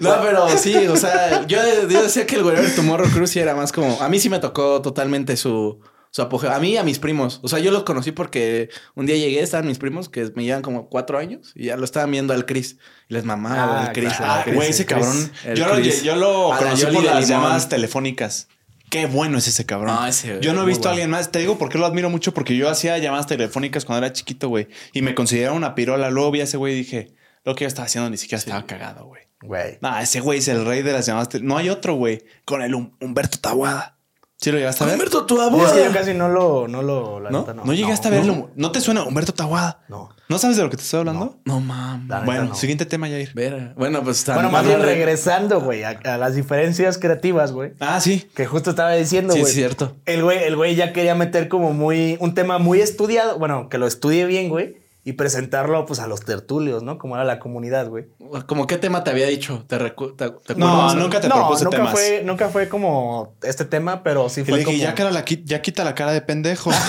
Speaker 2: No, pero sí, o sea, yo, yo decía que el Wherever Tomorrow Cruz sí era más como. A mí sí me tocó totalmente su. Su apogeo. A mí y a mis primos. O sea, yo los conocí porque un día llegué, estaban mis primos que me llevan como cuatro años y ya lo estaban viendo al Chris. Y les mamaba
Speaker 3: Ah,
Speaker 2: al Chris.
Speaker 3: claro.
Speaker 2: al
Speaker 1: Ah,
Speaker 2: Chris,
Speaker 1: güey, ese
Speaker 2: al Chris,
Speaker 1: cabrón.
Speaker 2: el
Speaker 1: Yo lo,
Speaker 2: Chris.
Speaker 1: yo lo
Speaker 2: A la
Speaker 1: conocí
Speaker 2: Yoli
Speaker 1: por
Speaker 2: de
Speaker 1: las
Speaker 2: Limón.
Speaker 1: llamadas telefónicas. Qué bueno es ese cabrón.
Speaker 2: No, ese,
Speaker 1: yo no he
Speaker 2: muy
Speaker 1: visto a
Speaker 2: bueno.
Speaker 1: alguien más. Te digo por qué lo admiro mucho, porque yo hacía llamadas telefónicas cuando era chiquito, güey. Y me consideraba una pirola. Luego vi a ese güey y dije, lo que yo estaba haciendo ni siquiera estaba cagado, güey.
Speaker 3: Güey.
Speaker 1: Nah, ese güey es el rey de las llamadas. tel- No hay otro, güey. Con el Hum- Humberto Tabuada. ¿Sí lo llegaste a ver?
Speaker 2: Humberto, tu
Speaker 3: Yo
Speaker 2: abuela.
Speaker 3: es que yo casi no lo, no lo, la
Speaker 1: ¿No?
Speaker 3: neta,
Speaker 1: ¿No, llegaste a verlo? ¿No, te suena Humberto Tabuada?
Speaker 3: No.
Speaker 1: ¿No sabes de lo que te estoy hablando?
Speaker 2: No mames.
Speaker 3: La neta,
Speaker 1: Bueno,
Speaker 3: no.
Speaker 1: siguiente tema, Jair.
Speaker 2: Vera. Bueno, pues está.
Speaker 3: Bueno, más
Speaker 2: hablar
Speaker 3: bien
Speaker 2: de-
Speaker 3: regresando, güey, a, a las diferencias creativas, güey.
Speaker 1: Ah, sí.
Speaker 3: Que justo estaba diciendo,
Speaker 2: Sí,
Speaker 3: güey.
Speaker 2: es cierto.
Speaker 3: El güey, el güey ya quería meter como muy. un tema muy estudiado. Bueno, que lo estudie bien, güey. Y presentarlo, pues, a los tertulios, ¿no? Como era la comunidad, güey.
Speaker 2: Como qué tema te había dicho, te, recu- te- te
Speaker 1: No,
Speaker 2: acuerdas?
Speaker 1: nunca te
Speaker 3: no,
Speaker 1: propuse
Speaker 3: nunca
Speaker 1: temas.
Speaker 3: Fue, nunca fue como este tema, pero sí
Speaker 1: Y le
Speaker 3: fue
Speaker 1: dije,
Speaker 3: como.
Speaker 1: ya, cara la qui- ya quita la cara de
Speaker 2: [laughs]
Speaker 1: pendejo. [laughs]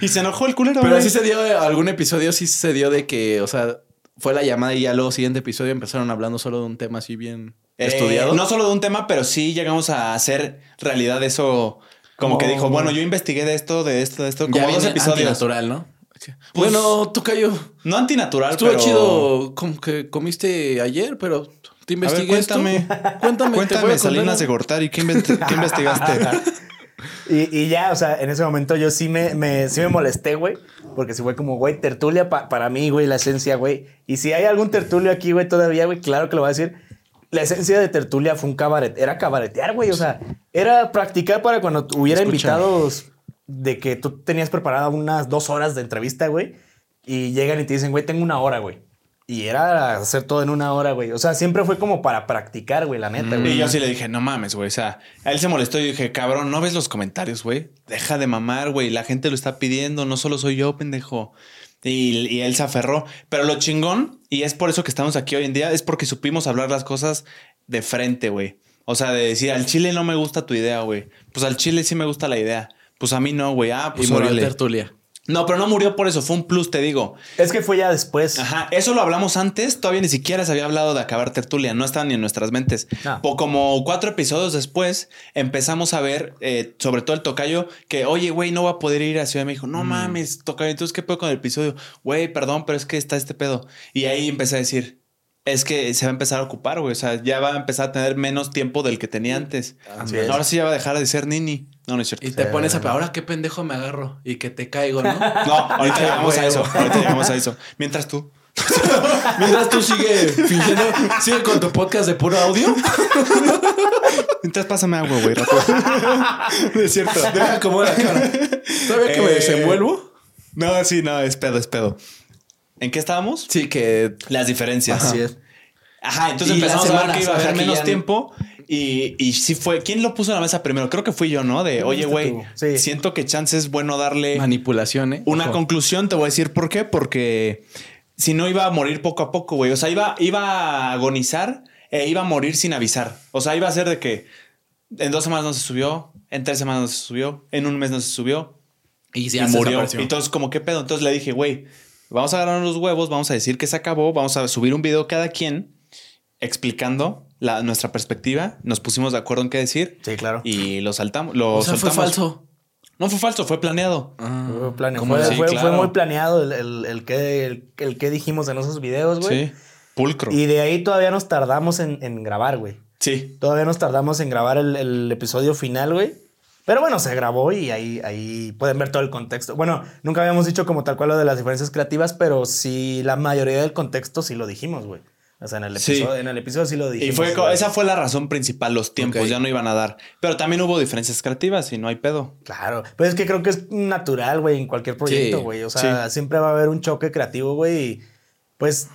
Speaker 1: y se enojó el culero,
Speaker 2: Pero
Speaker 1: güey.
Speaker 2: sí se dio, eh, algún episodio sí se dio de que, o sea, fue la llamada y ya luego siguiente episodio empezaron hablando solo de un tema así bien
Speaker 1: Eh,
Speaker 2: estudiado.
Speaker 1: No solo de un tema, pero sí llegamos a hacer realidad eso. Como que
Speaker 3: No.
Speaker 1: dijo, bueno, yo investigué de esto, de esto, de esto. Como
Speaker 2: ya
Speaker 1: dos
Speaker 2: viene
Speaker 1: episodios.
Speaker 2: antinatural, ¿no? Pues, bueno, tú cayó.
Speaker 1: No antinatural,
Speaker 2: Estuvo
Speaker 1: pero...
Speaker 2: chido como que comiste ayer, pero te investigué esto.
Speaker 1: cuéntame.
Speaker 2: [laughs] Cuéntame. te voy
Speaker 1: Cuéntame,
Speaker 2: a contar
Speaker 1: Salinas de
Speaker 2: algo.
Speaker 1: Gortari, ¿qué, invent-
Speaker 2: [laughs]
Speaker 1: qué investigaste?
Speaker 3: Y, y ya, o sea, en ese momento yo sí me, me- sí me molesté, güey. Porque sí fue como, güey, tertulia pa- para mí, güey, la esencia, güey. Y si hay algún tertulio aquí, güey, todavía, güey, claro que lo voy a decir. La esencia de tertulia fue un cabaret. Era cabaretear, güey. O sea, era practicar para cuando tu- hubiera
Speaker 2: Escúchame.
Speaker 3: invitados de que tú tenías preparada unas dos horas de entrevista, güey. Y llegan y te dicen, güey, tengo una hora, güey. Y era hacer todo en una hora, güey. O sea, siempre fue como para practicar, güey, la neta,
Speaker 2: Mm.
Speaker 3: güey.
Speaker 1: y yo sí le dije, no mames, güey. O sea, a él se molestó y dije, cabrón, ¿no ves los comentarios, güey? Deja de mamar, güey. La gente lo está pidiendo, no solo soy yo, pendejo. Y, y él se aferró. Pero lo chingón, y es por eso que estamos aquí hoy en día, es porque supimos hablar las cosas de frente, güey. O sea, de decir, al chile no me gusta tu idea, güey. Pues al chile sí me gusta la idea. Pues a mí no, güey. Ah,
Speaker 2: Y
Speaker 1: pues
Speaker 2: murió
Speaker 1: órale.
Speaker 2: tertulia.
Speaker 1: No, pero no murió por eso. Fue un plus, te digo.
Speaker 3: Es que fue ya después.
Speaker 1: Ajá, eso lo hablamos antes, todavía ni siquiera se había hablado de acabar tertulia, no estaba ni en nuestras mentes.
Speaker 2: Ah.
Speaker 3: No.
Speaker 1: Po- como cuatro episodios después empezamos a ver, eh, sobre todo el tocayo, que oye, güey, no va a poder ir a Ciudad de México.
Speaker 2: Mm.
Speaker 1: No mames, tocayo, entonces qué pedo con el episodio. Güey, perdón, pero es que está este pedo. Y ahí empecé a decir, es que se va a empezar a ocupar, güey, o sea, ya va a empezar a tener menos tiempo del que tenía antes.
Speaker 3: Así es.
Speaker 1: Ahora sí ya va a dejar de ser nini. No, no es cierto.
Speaker 2: Mm. Y te
Speaker 3: Sí,
Speaker 2: pones a...
Speaker 3: bueno.
Speaker 2: Ahora qué pendejo me agarro y que te caigo, ¿no?
Speaker 1: [laughs] No,
Speaker 2: [laughs]
Speaker 1: ahorita
Speaker 2: Ah,
Speaker 1: llegamos a
Speaker 2: huevo.
Speaker 1: eso. Ahorita llegamos a eso. Mientras tú.
Speaker 2: Mientras tú sigue fingiendo, sigue con tu podcast de puro audio.
Speaker 1: Mientras pásame agua, güey, rápido.
Speaker 2: [laughs]
Speaker 1: [laughs] No es cierto.
Speaker 2: Deja como la cara. Todavía que me
Speaker 1: Eh,
Speaker 2: desenvuelvo.
Speaker 1: No, sí, no, es pedo, es pedo. ¿En qué estábamos?
Speaker 2: Sí, que.
Speaker 1: Las diferencias.
Speaker 2: Ajá.
Speaker 1: Ajá, entonces
Speaker 2: Y las
Speaker 1: empezamos a ver
Speaker 2: semanas,
Speaker 1: que iba a
Speaker 2: o sea,
Speaker 1: haber
Speaker 2: que
Speaker 1: menos
Speaker 2: ya-
Speaker 1: tiempo. Y, y sí fue. ¿Quién lo puso en la mesa primero? Creo que fui yo, ¿no? De, oye, güey,
Speaker 3: tú. Sí.
Speaker 1: siento que chance es bueno darle
Speaker 2: Manipulación, ¿eh?
Speaker 1: una
Speaker 2: Ojo.
Speaker 1: conclusión. Te voy a decir por qué. Porque si no, iba a morir poco a poco, güey. O sea, iba, iba a agonizar e iba a morir sin avisar. O sea, iba a ser de que en dos semanas no se subió, en tres semanas no se subió, en un mes no se subió,
Speaker 2: Y
Speaker 1: y
Speaker 2: se
Speaker 1: murió.
Speaker 2: desapareció.
Speaker 1: Y entonces, como qué pedo. Entonces le dije, güey, vamos a agarrar los huevos, vamos a decir que se acabó, vamos a subir un video cada quien explicando la- nuestra perspectiva. Nos pusimos de acuerdo en qué decir
Speaker 3: Sí, claro.
Speaker 1: y lo saltamos. Lo
Speaker 2: O sea, fue
Speaker 1: soltamos. Ah.
Speaker 2: falso. Ah,
Speaker 1: No fue falso, fue planeado.
Speaker 3: Fue, plane-
Speaker 2: Como
Speaker 3: fue-
Speaker 2: la-
Speaker 1: sí,
Speaker 3: fue-
Speaker 1: claro.
Speaker 3: fue muy planeado el, el- el que, el, el que dijimos en esos videos, güey.
Speaker 1: Sí. Pulcro.
Speaker 3: Y de ahí todavía nos tardamos en, en grabar, güey.
Speaker 1: Sí.
Speaker 3: Todavía nos tardamos en grabar el, el episodio final, güey. Pero bueno, se grabó y ahí, ahí pueden ver todo el contexto. Bueno, nunca habíamos dicho como tal cual lo de las diferencias creativas, pero sí la mayoría del contexto sí lo dijimos, güey. O sea, en el
Speaker 1: Sí.
Speaker 3: episodio, en el episodio sí lo dijimos.
Speaker 1: Y fue, co-
Speaker 3: güey.
Speaker 1: esa fue la razón principal, los tiempos
Speaker 2: Ok.
Speaker 1: ya no iban a dar. Pero también hubo diferencias creativas y no hay pedo.
Speaker 3: Claro, pero es que creo que es natural, güey, en cualquier proyecto,
Speaker 2: Sí,
Speaker 3: güey. o sea,
Speaker 1: sí.
Speaker 3: siempre va a haber un choque creativo, güey. y, Pues,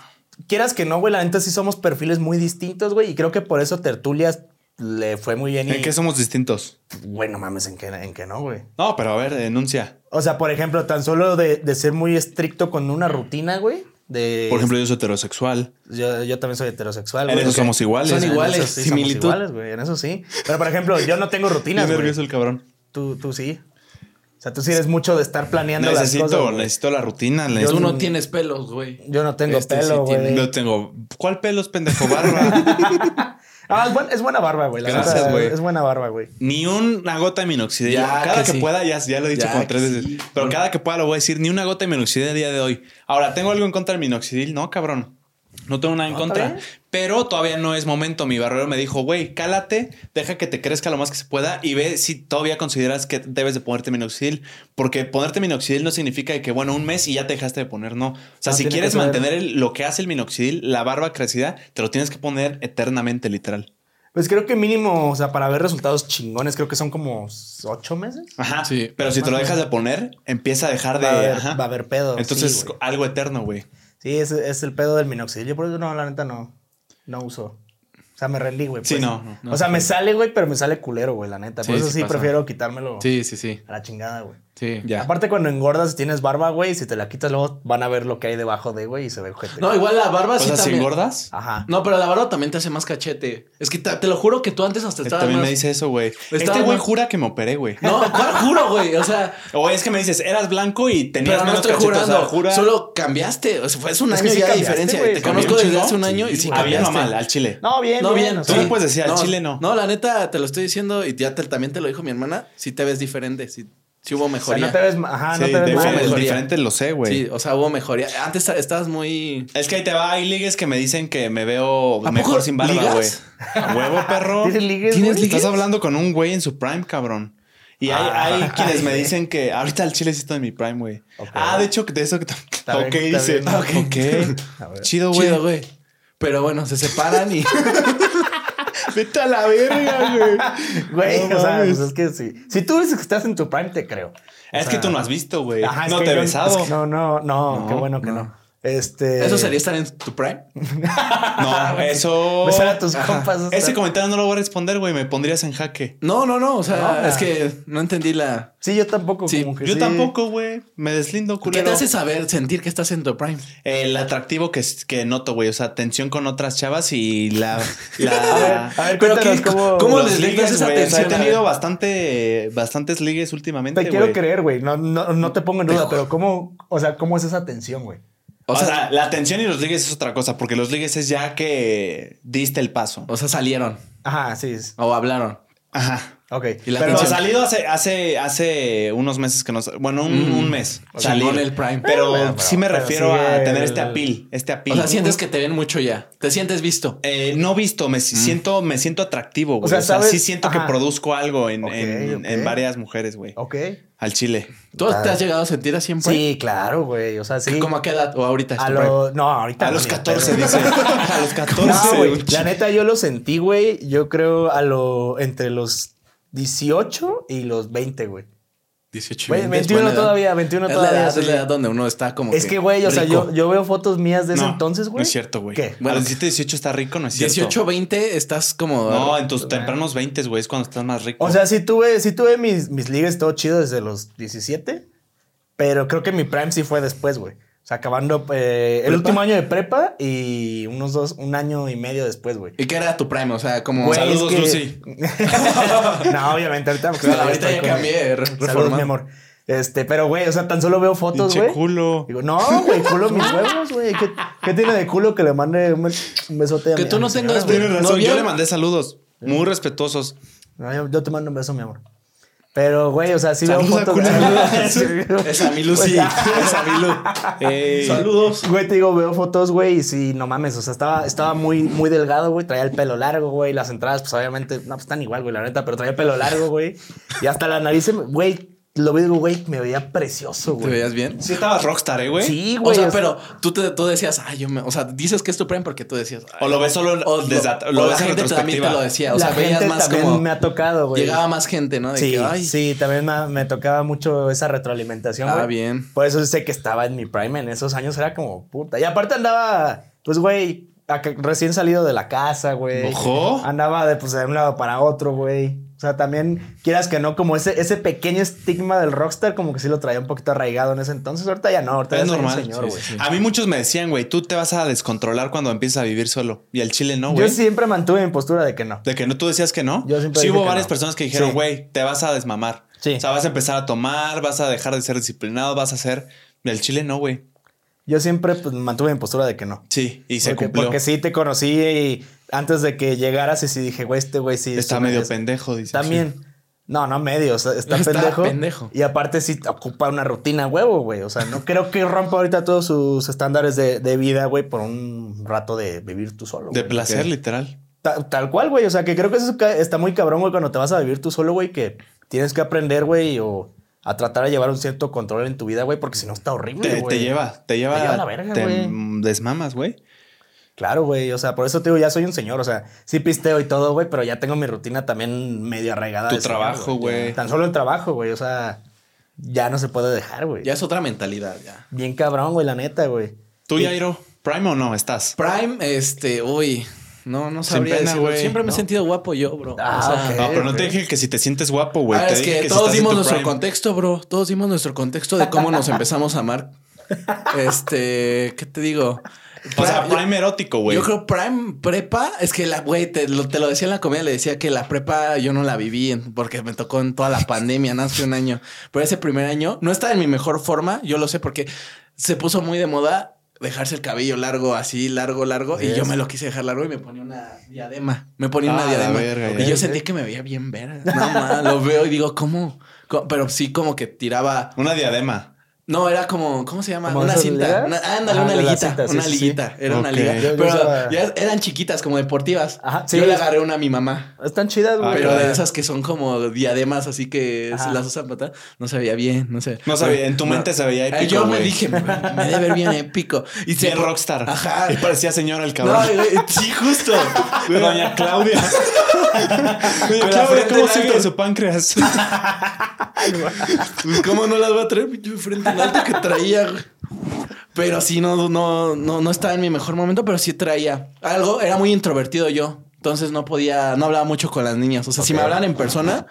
Speaker 3: quieras que no, güey, la neta sí somos perfiles muy distintos, güey. Y creo que por eso Tertulias le fue muy bien.
Speaker 1: ¿En
Speaker 3: y,
Speaker 1: qué somos distintos?
Speaker 3: Bueno, mames, en que, en que no, güey.
Speaker 1: No, pero a ver, denuncia.
Speaker 3: O sea, por ejemplo, tan solo de, de ser muy estricto con una rutina, güey. De,
Speaker 1: Por ejemplo, yo soy heterosexual.
Speaker 3: yo, yo también soy heterosexual,
Speaker 1: En
Speaker 3: güey.
Speaker 1: eso
Speaker 3: o sea,
Speaker 1: somos iguales.
Speaker 2: Son
Speaker 3: en
Speaker 2: iguales,
Speaker 3: eso sí somos
Speaker 2: similitud.
Speaker 3: iguales, güey, en eso sí. Pero, por ejemplo, yo no tengo
Speaker 1: Qué
Speaker 3: rutinas, güey.
Speaker 1: nervioso el cabrón.
Speaker 3: Tú, tú sí. O sea, tú sí eres mucho de estar planeando
Speaker 1: Necesito,
Speaker 3: las cosas. güey.
Speaker 1: necesito la rutina. necesito-
Speaker 2: Tú no tienes pelos, güey.
Speaker 3: Yo no tengo
Speaker 2: Este sí
Speaker 3: pelo, güey.
Speaker 2: tiene.
Speaker 1: No tengo. ¿Cuál pelos, pendejo barba?
Speaker 3: Ah, es, buen- es buena barba, güey. la
Speaker 1: Gracias,
Speaker 3: neta,
Speaker 1: güey.
Speaker 3: Es buena barba, güey.
Speaker 1: Ni una gota de minoxidil.
Speaker 2: Ya
Speaker 1: cada que
Speaker 2: que sí.
Speaker 1: pueda, ya, ya lo he dicho
Speaker 2: Ya
Speaker 1: como tres
Speaker 2: que
Speaker 1: veces.
Speaker 2: sí.
Speaker 1: Pero cada que pueda lo voy a decir, ni una gota de minoxidil a día de hoy. Ahora, ¿tengo algo en contra del minoxidil? No, cabrón. No tengo nada en
Speaker 3: No, está
Speaker 1: contra.
Speaker 3: bien.
Speaker 1: Pero todavía no es momento. Mi barbero me dijo, güey, cálate, deja que te crezca lo más que se pueda y ve si todavía consideras que debes de ponerte minoxidil. Porque ponerte minoxidil no significa que, bueno, un mes y ya te dejaste de poner, no. O sea,
Speaker 3: No,
Speaker 1: si
Speaker 3: tiene que
Speaker 1: quieres
Speaker 3: ser.
Speaker 1: mantener el- lo que hace el minoxidil, la barba crecida, te lo tienes que poner eternamente, literal.
Speaker 3: Pues creo que mínimo, o sea, para ver resultados chingones, creo que son como ocho meses.
Speaker 1: Ajá.
Speaker 2: Sí.
Speaker 1: pero si te lo
Speaker 3: Más o
Speaker 1: dejas de poner, empieza a dejar de.
Speaker 3: Va a haber,
Speaker 1: ajá.
Speaker 3: va a haber pedo.
Speaker 1: Entonces,
Speaker 3: sí, güey.
Speaker 1: algo eterno, güey.
Speaker 3: Sí, es, es el pedo del minoxidil. Yo por eso no, la neta no, no uso. O sea, me rendí, güey.
Speaker 1: Sí,
Speaker 3: pues.
Speaker 1: no, no,
Speaker 2: no.
Speaker 3: o sea, me sale, güey, pero me sale culero, güey, la neta. Por
Speaker 2: Sí,
Speaker 3: eso
Speaker 2: sí
Speaker 3: sí
Speaker 2: pasa.
Speaker 3: prefiero quitármelo
Speaker 2: Sí, sí, sí.
Speaker 3: a la chingada, güey.
Speaker 2: Sí.
Speaker 1: Ya.
Speaker 3: Aparte, cuando engordas y tienes barba, güey, si te la quitas, luego van a ver lo que hay debajo de, güey, y se ve el ojete.
Speaker 2: No, igual la barba
Speaker 1: O
Speaker 2: sí
Speaker 1: sea, si
Speaker 2: también. Ah,
Speaker 1: engordas.
Speaker 3: Ajá.
Speaker 2: No, pero la barba también te hace más cachete. Es que te, te lo juro que tú antes hasta
Speaker 1: Eh,
Speaker 2: estabas
Speaker 1: También
Speaker 2: más-
Speaker 1: me dice eso, güey.
Speaker 2: Estaba
Speaker 1: Este güey
Speaker 2: más-
Speaker 1: jura que me operé, güey.
Speaker 2: No, ¿cuál juro, güey?
Speaker 1: [laughs]
Speaker 2: O sea,
Speaker 1: O es que me dices, eras blanco y tenías
Speaker 2: pero no
Speaker 1: menos
Speaker 2: estoy
Speaker 1: cachetes, o sea,
Speaker 2: jurando.
Speaker 1: jura-
Speaker 2: Solo cambiaste. O sea, fue hace un
Speaker 3: Es que
Speaker 2: año
Speaker 3: sí
Speaker 2: ya de
Speaker 3: cambiaste,
Speaker 2: diferencia.
Speaker 3: güey.
Speaker 2: Te
Speaker 1: Cambió
Speaker 2: conozco
Speaker 1: un
Speaker 2: desde
Speaker 1: chingo.
Speaker 2: hace un año
Speaker 1: Sí,
Speaker 2: y
Speaker 1: sí,
Speaker 2: sí
Speaker 1: ah, bien
Speaker 2: cambiaste.
Speaker 1: o mal, al chile.
Speaker 3: No, bien,
Speaker 2: No, bien.
Speaker 3: o
Speaker 1: Tú
Speaker 3: sea,
Speaker 1: no puedes decir al chile no.
Speaker 2: No, la neta, te lo estoy diciendo y ya te- también te lo dijo mi hermana. Si te ves diferente, si hubo
Speaker 3: o sea,
Speaker 2: mejoría.
Speaker 3: no te ves, ma- ajá, no
Speaker 1: Sí,
Speaker 3: te ves
Speaker 1: de-
Speaker 3: mal.
Speaker 1: el
Speaker 2: mejoría.
Speaker 1: diferente lo sé, güey.
Speaker 2: Sí, o sea, hubo mejoría. Antes estabas muy.
Speaker 1: Es que ahí te va, hay ligues que me dicen que me veo
Speaker 2: ¿A
Speaker 1: mejor
Speaker 2: poco
Speaker 1: sin barba,
Speaker 2: ligas?
Speaker 1: güey. A huevo, [laughs] perro.
Speaker 3: ¿Tienes ligues,
Speaker 2: ¿Tienes
Speaker 3: güey?
Speaker 2: ligues?
Speaker 1: Estás hablando con un güey en su prime, cabrón. Y hay,
Speaker 3: Ah,
Speaker 1: [laughs] hay
Speaker 3: ay,
Speaker 1: quienes me
Speaker 3: güey.
Speaker 1: dicen que ahorita el chile sí está en mi prime, güey.
Speaker 3: Ok.
Speaker 1: Ah, de hecho, de eso que tam-
Speaker 3: bien,
Speaker 1: Ok,
Speaker 3: está
Speaker 1: dice.
Speaker 3: bien.
Speaker 1: Ok.
Speaker 3: [laughs] A ver.
Speaker 1: Chido, güey.
Speaker 2: Chido, güey. Pero bueno, se separan
Speaker 3: [laughs]
Speaker 2: y.
Speaker 1: Vete a la verga, güey.
Speaker 3: Güey,
Speaker 1: No
Speaker 3: o sea,
Speaker 1: mames.
Speaker 3: pues es que sí. Si tú dices que estás en tu prime, te creo.
Speaker 1: [laughs] Es
Speaker 3: O
Speaker 1: que
Speaker 3: sea,
Speaker 1: tú no has visto, güey.
Speaker 3: Ajá, es
Speaker 1: No
Speaker 3: que
Speaker 1: te he
Speaker 3: yo-
Speaker 1: besado.
Speaker 3: es que no, no, no,
Speaker 1: No,
Speaker 3: qué bueno que no.
Speaker 2: no.
Speaker 3: Este.
Speaker 2: ¿Eso sería estar en tu prime?
Speaker 1: [laughs] [laughs] No, eso.
Speaker 3: Besar a tus
Speaker 2: Ajá.
Speaker 3: compas. o sea,
Speaker 1: Ese comentario no lo voy a responder, güey. Me pondrías en jaque.
Speaker 2: No, no, no. O sea,
Speaker 3: No.
Speaker 2: es que no entendí la.
Speaker 3: Sí, yo tampoco.
Speaker 2: Sí,
Speaker 3: como que
Speaker 1: Yo
Speaker 3: sí.
Speaker 1: tampoco, güey. Me deslindo,
Speaker 2: ¿Qué
Speaker 1: culero.
Speaker 2: te hace saber, sentir que estás en tu prime?
Speaker 1: El atractivo que, que noto, güey. O sea, tensión con otras chavas y [laughs] la.
Speaker 3: A ver,
Speaker 1: la
Speaker 3: a ver,
Speaker 2: Pero
Speaker 3: cuéntanos
Speaker 2: qué-
Speaker 3: cómo.
Speaker 2: ¿cómo
Speaker 1: los
Speaker 2: les ligues
Speaker 1: ligues,
Speaker 2: esa
Speaker 1: güey. O sea, he
Speaker 2: tensión? A
Speaker 1: tenido
Speaker 2: ver.
Speaker 1: bastante, bastantes ligues últimamente.
Speaker 3: Te quiero
Speaker 1: güey.
Speaker 3: creer, güey. No, no, no te pongo en
Speaker 2: Te
Speaker 3: duda,
Speaker 2: ju-
Speaker 3: pero ¿cómo, o sea, cómo es esa tensión, güey?
Speaker 1: O sea, la atención y los ligues es otra cosa, porque los ligues es ya que diste el paso.
Speaker 2: o sea, salieron
Speaker 3: Ajá, sí. es-
Speaker 2: o hablaron.
Speaker 1: Ajá.
Speaker 3: Ok.
Speaker 2: Y la
Speaker 1: Pero
Speaker 3: pero,
Speaker 2: atención.
Speaker 1: salido hace, hace, hace unos meses que no. sa- Bueno, un,
Speaker 2: Mm.
Speaker 1: un mes.
Speaker 2: O sea,
Speaker 1: salir.
Speaker 2: con el prime.
Speaker 1: Ah, Pero
Speaker 3: Bueno, pero-
Speaker 1: sí me
Speaker 3: pero
Speaker 1: refiero
Speaker 3: sigue
Speaker 1: a tener
Speaker 3: el-
Speaker 1: este apil. Este apil.
Speaker 2: O sea, sientes que te ven mucho ya. Te sientes visto.
Speaker 1: Eh, no visto, me siento, me siento atractivo, güey. O sea,
Speaker 3: sea, ¿sabes?
Speaker 1: sí siento
Speaker 3: Ajá.
Speaker 1: que produzco algo en,
Speaker 3: Ok,
Speaker 1: en-
Speaker 3: ok.
Speaker 1: en varias mujeres, güey.
Speaker 3: ok.
Speaker 1: Al chile.
Speaker 2: ¿Tú te has llegado a sentir así en prime?
Speaker 3: Ah. Sí, claro, güey. O sea, sí.
Speaker 2: ¿Cómo a qué edad? ¿O ahorita? es
Speaker 3: a
Speaker 2: tu prime?
Speaker 3: lo, no, ahorita.
Speaker 1: A
Speaker 3: no,
Speaker 1: los
Speaker 3: ni de
Speaker 1: 14,
Speaker 3: pedo. [laughs]
Speaker 1: dice. A los 14.
Speaker 3: Ah, No, güey.
Speaker 1: un
Speaker 3: La
Speaker 1: chi-
Speaker 3: neta, yo lo sentí, güey. Yo creo a lo. Entre los 18 y los 20, güey.
Speaker 2: 18
Speaker 3: Güey,
Speaker 2: 20 es
Speaker 3: 21
Speaker 2: buena edad.
Speaker 3: todavía, 21
Speaker 2: Es la
Speaker 3: todavía,
Speaker 2: edad- Es
Speaker 3: sí.
Speaker 2: la edad donde uno está como.
Speaker 3: Es que, güey, o sea,
Speaker 2: rico.
Speaker 3: yo, yo veo fotos mías de ese
Speaker 1: No,
Speaker 3: entonces, güey.
Speaker 1: No es cierto, güey.
Speaker 3: ¿Qué?
Speaker 1: a
Speaker 2: Bueno.
Speaker 1: los 17, 18 está rico, no es cierto.
Speaker 2: 18, 20 estás como.
Speaker 1: No, en tus tempranos 20, güey, es cuando estás más rico.
Speaker 3: O sea, sí tuve, sí tuve mis, mis ligues todo chido desde los 17, pero creo que mi prime sí fue después, güey. O sea, acabando eh, el
Speaker 2: ¿Prepa?
Speaker 3: último año de prepa y unos dos, un año y medio después, güey.
Speaker 2: ¿Y qué era tu prime? O sea, como.
Speaker 3: Güey,
Speaker 2: Salud.
Speaker 1: saludos, Lucy.
Speaker 3: [laughs] no, obviamente, ahorita. porque
Speaker 2: Claro,
Speaker 3: todavía
Speaker 2: ahorita
Speaker 3: estoy
Speaker 2: ya
Speaker 3: con-
Speaker 2: cambié. re-
Speaker 3: Saludos, mi
Speaker 2: reformado.
Speaker 3: amor. Este, pero, güey, o sea, tan solo veo fotos,
Speaker 1: pinche
Speaker 3: güey.
Speaker 1: culo.
Speaker 3: Digo, no, güey, culo mis huevos, güey. ¿Qué, qué tiene de culo que le mande un, un besote a
Speaker 2: Que
Speaker 3: mi- a
Speaker 2: tú
Speaker 3: mi
Speaker 2: no
Speaker 3: señora,
Speaker 2: tengas
Speaker 3: güey?
Speaker 1: Tienes razón,
Speaker 2: ¿Novio?
Speaker 1: yo le mandé saludos muy respetuosos.
Speaker 3: No, yo, yo te mando un beso, mi amor. Pero, güey, o sea, sí veo
Speaker 1: Saluda,
Speaker 3: fotos.
Speaker 1: culera.
Speaker 3: Sí, güey.
Speaker 2: Es a mi Lucy.
Speaker 3: Pues, ah,
Speaker 2: Es a mi Lu.
Speaker 1: Ey.
Speaker 2: Saludos.
Speaker 3: Güey, te digo, veo fotos, güey, y sí, no mames, o sea, estaba, estaba muy, muy delgado, güey, traía el pelo largo, güey, las entradas, pues obviamente, no, pues están igual, güey, la neta, pero traía el pelo largo, güey, y hasta la nariz, se me- güey, lo veo, y digo, güey, me veía precioso,
Speaker 2: ¿Te
Speaker 3: güey.
Speaker 2: veías bien?
Speaker 1: Sí estabas rockstar, ¿eh, güey?
Speaker 3: Sí, güey.
Speaker 2: o sea,
Speaker 3: o sea-
Speaker 2: pero tú, te, tú decías, ay, yo me. O sea, dices que es tu prime porque tú decías. ay,
Speaker 1: O lo ves solo
Speaker 2: o
Speaker 1: desde
Speaker 2: lo-
Speaker 1: at- lo
Speaker 2: o la
Speaker 1: ves en
Speaker 2: gente también te
Speaker 1: retrospectiva.
Speaker 2: lo decía. O
Speaker 3: la
Speaker 2: sea, veías
Speaker 3: gente
Speaker 2: más
Speaker 3: también
Speaker 2: como.
Speaker 3: me ha tocado, güey.
Speaker 2: Llegaba más gente, ¿no? De
Speaker 3: Sí,
Speaker 2: que, ay,
Speaker 3: sí, también me, me tocaba mucho esa retroalimentación.
Speaker 2: Ah,
Speaker 3: güey.
Speaker 2: bien.
Speaker 3: Por eso sé que estaba en mi prime en esos años, era como puta. Y aparte andaba, pues, güey, ac- recién salido de la casa, güey.
Speaker 1: Ojo.
Speaker 3: Andaba de, pues, de un lado para otro, güey. O sea, también, quieras que no, como ese, ese pequeño estigma del rockstar, como que sí lo traía un poquito arraigado en ese entonces. Ahorita ya no, ahorita
Speaker 1: Es
Speaker 3: ya soy un
Speaker 1: normal.
Speaker 3: señor,
Speaker 1: sí,
Speaker 3: güey.
Speaker 1: sí. A mí muchos me decían, güey, tú te vas a descontrolar cuando empiezas a vivir solo. Y al chile no,
Speaker 3: Yo
Speaker 1: güey.
Speaker 3: siempre mantuve mi postura de que no.
Speaker 1: De que no, tú decías que no.
Speaker 3: Yo siempre
Speaker 1: sí
Speaker 3: dije
Speaker 1: hubo
Speaker 3: que
Speaker 1: varias
Speaker 3: no.
Speaker 1: personas que dijeron,
Speaker 3: Sí.
Speaker 1: güey, te vas a desmamar.
Speaker 3: Sí.
Speaker 1: O sea, vas a empezar a tomar, vas a dejar de ser disciplinado, vas a ser... Y al chile no, güey.
Speaker 3: Yo siempre pues, mantuve mi postura de que no.
Speaker 1: Sí, y se
Speaker 3: porque,
Speaker 1: cumplió.
Speaker 3: porque sí te conocí y antes de que llegaras y sí dije, güey, este güey sí.
Speaker 1: Está
Speaker 3: sí
Speaker 1: medio
Speaker 3: merece.
Speaker 1: pendejo, dice.
Speaker 3: También. No, no medio, o sea,
Speaker 1: [laughs]
Speaker 3: está,
Speaker 2: Está
Speaker 3: pendejo.
Speaker 2: pendejo.
Speaker 3: Y aparte sí ocupa una rutina huevo, güey. O sea, no creo que rompa ahorita todos sus estándares de, de vida, güey, por un rato de vivir tú solo.
Speaker 1: sí. De
Speaker 3: güey.
Speaker 1: placer,
Speaker 2: ok.
Speaker 1: literal.
Speaker 3: Ta- tal cual, güey. O sea, que creo que eso ca- está muy cabrón, güey, cuando te vas a vivir tú solo, güey, que tienes que aprender, güey, o a tratar de llevar un cierto control en tu vida, güey, porque si no está horrible,
Speaker 1: Te,
Speaker 3: güey.
Speaker 1: te lleva, te lleva.
Speaker 3: Te lleva a la verga,
Speaker 1: te
Speaker 3: güey.
Speaker 1: mm, desmamas, güey.
Speaker 3: Claro, güey. O sea, por eso te digo, ya soy un señor. O sea, sí pisteo y todo, güey, pero ya tengo mi rutina también medio arraigada.
Speaker 1: Tu
Speaker 3: de señor,
Speaker 1: trabajo, güey.
Speaker 3: Tan solo el trabajo, güey. O sea, ya no se puede dejar, güey.
Speaker 2: Ya es otra mentalidad, ya.
Speaker 3: Bien cabrón, güey, la neta, güey.
Speaker 1: ¿Tú,
Speaker 2: Y-
Speaker 1: Jairo, prime o no estás?
Speaker 2: Prime, este, uy. No, no
Speaker 1: Sin
Speaker 2: sabría
Speaker 1: pena,
Speaker 2: decirlo.
Speaker 1: güey,
Speaker 2: Siempre me
Speaker 1: ¿no?
Speaker 2: he sentido guapo yo, bro.
Speaker 3: Ah, ok.
Speaker 1: No, pero no
Speaker 3: ok.
Speaker 1: te dije que si te sientes guapo, güey.
Speaker 2: ah,
Speaker 1: te
Speaker 2: es
Speaker 1: dije
Speaker 2: que,
Speaker 1: si
Speaker 2: todos
Speaker 1: estás en
Speaker 2: dimos
Speaker 1: tu
Speaker 2: nuestro
Speaker 1: prime.
Speaker 2: contexto, bro. Todos dimos nuestro contexto de cómo nos empezamos a amar. Este, ¿qué te digo?
Speaker 1: O sea,
Speaker 2: Prime-
Speaker 1: prime erótico, güey.
Speaker 2: Yo creo Prime Prepa, es que la, güey, te lo, te lo decía en la comida, le decía que la prepa yo no la viví en- porque me tocó en
Speaker 1: [laughs]
Speaker 2: toda la pandemia, nada más que un año. Pero ese primer año no estaba en mi mejor forma, yo lo sé porque se puso muy de moda dejarse el cabello largo, así, largo, largo. Y yo
Speaker 3: Yes.
Speaker 2: me lo quise dejar largo y me ponía una diadema. Me ponía
Speaker 1: Ah,
Speaker 2: una
Speaker 1: la
Speaker 2: diadema.
Speaker 1: verga,
Speaker 2: y
Speaker 1: ya.
Speaker 2: yo sentí que me veía bien verga. No, ma, lo veo y digo, ¿cómo? Co- Pero sí como que tiraba...
Speaker 1: Una diadema.
Speaker 2: No, era como, ¿cómo se llama?
Speaker 3: ¿Como
Speaker 2: Una
Speaker 3: esas
Speaker 2: cinta.
Speaker 3: ligas?
Speaker 2: Una- ándale,
Speaker 3: Ajá,
Speaker 2: una
Speaker 3: de las
Speaker 2: liguita.
Speaker 3: cintas, sí,
Speaker 2: una
Speaker 3: sí, sí.
Speaker 2: liguita. Era una
Speaker 1: Ok.
Speaker 2: liga.
Speaker 1: Yo-
Speaker 3: yo
Speaker 2: Pero
Speaker 3: usaba-
Speaker 2: ya eran chiquitas, como deportivas.
Speaker 3: Ajá, sí.
Speaker 2: Yo le agarré una a mi mamá.
Speaker 3: Están chidas, güey.
Speaker 2: pero
Speaker 1: claro.
Speaker 2: de esas que son como diademas, así que
Speaker 3: Ajá.
Speaker 2: se las usan para atrás. No se veía bien, no sé.
Speaker 1: No sabía, en tu
Speaker 2: No.
Speaker 1: mente se veía
Speaker 2: Eh,
Speaker 1: épico.
Speaker 2: Yo me
Speaker 1: güey.
Speaker 2: dije, me, me debe ver bien épico. Y se
Speaker 1: Bien rockstar.
Speaker 2: Ajá.
Speaker 1: Y parecía señora el
Speaker 2: No,
Speaker 1: cabrón.
Speaker 2: güey, sí, justo.
Speaker 1: Doña Claudia. Doña
Speaker 2: la
Speaker 1: Claudia,
Speaker 2: frente
Speaker 1: ¿cómo
Speaker 2: larga.
Speaker 1: siente su páncreas?
Speaker 2: Pues, ¿Cómo no las voy a traer? Yo frente en alto que traía. güey. Pero sí, no, no, no, no estaba en mi mejor momento, pero sí traía algo. Era muy introvertido yo. Entonces no podía, no hablaba mucho con las niñas. O sea, si me hablaban en persona,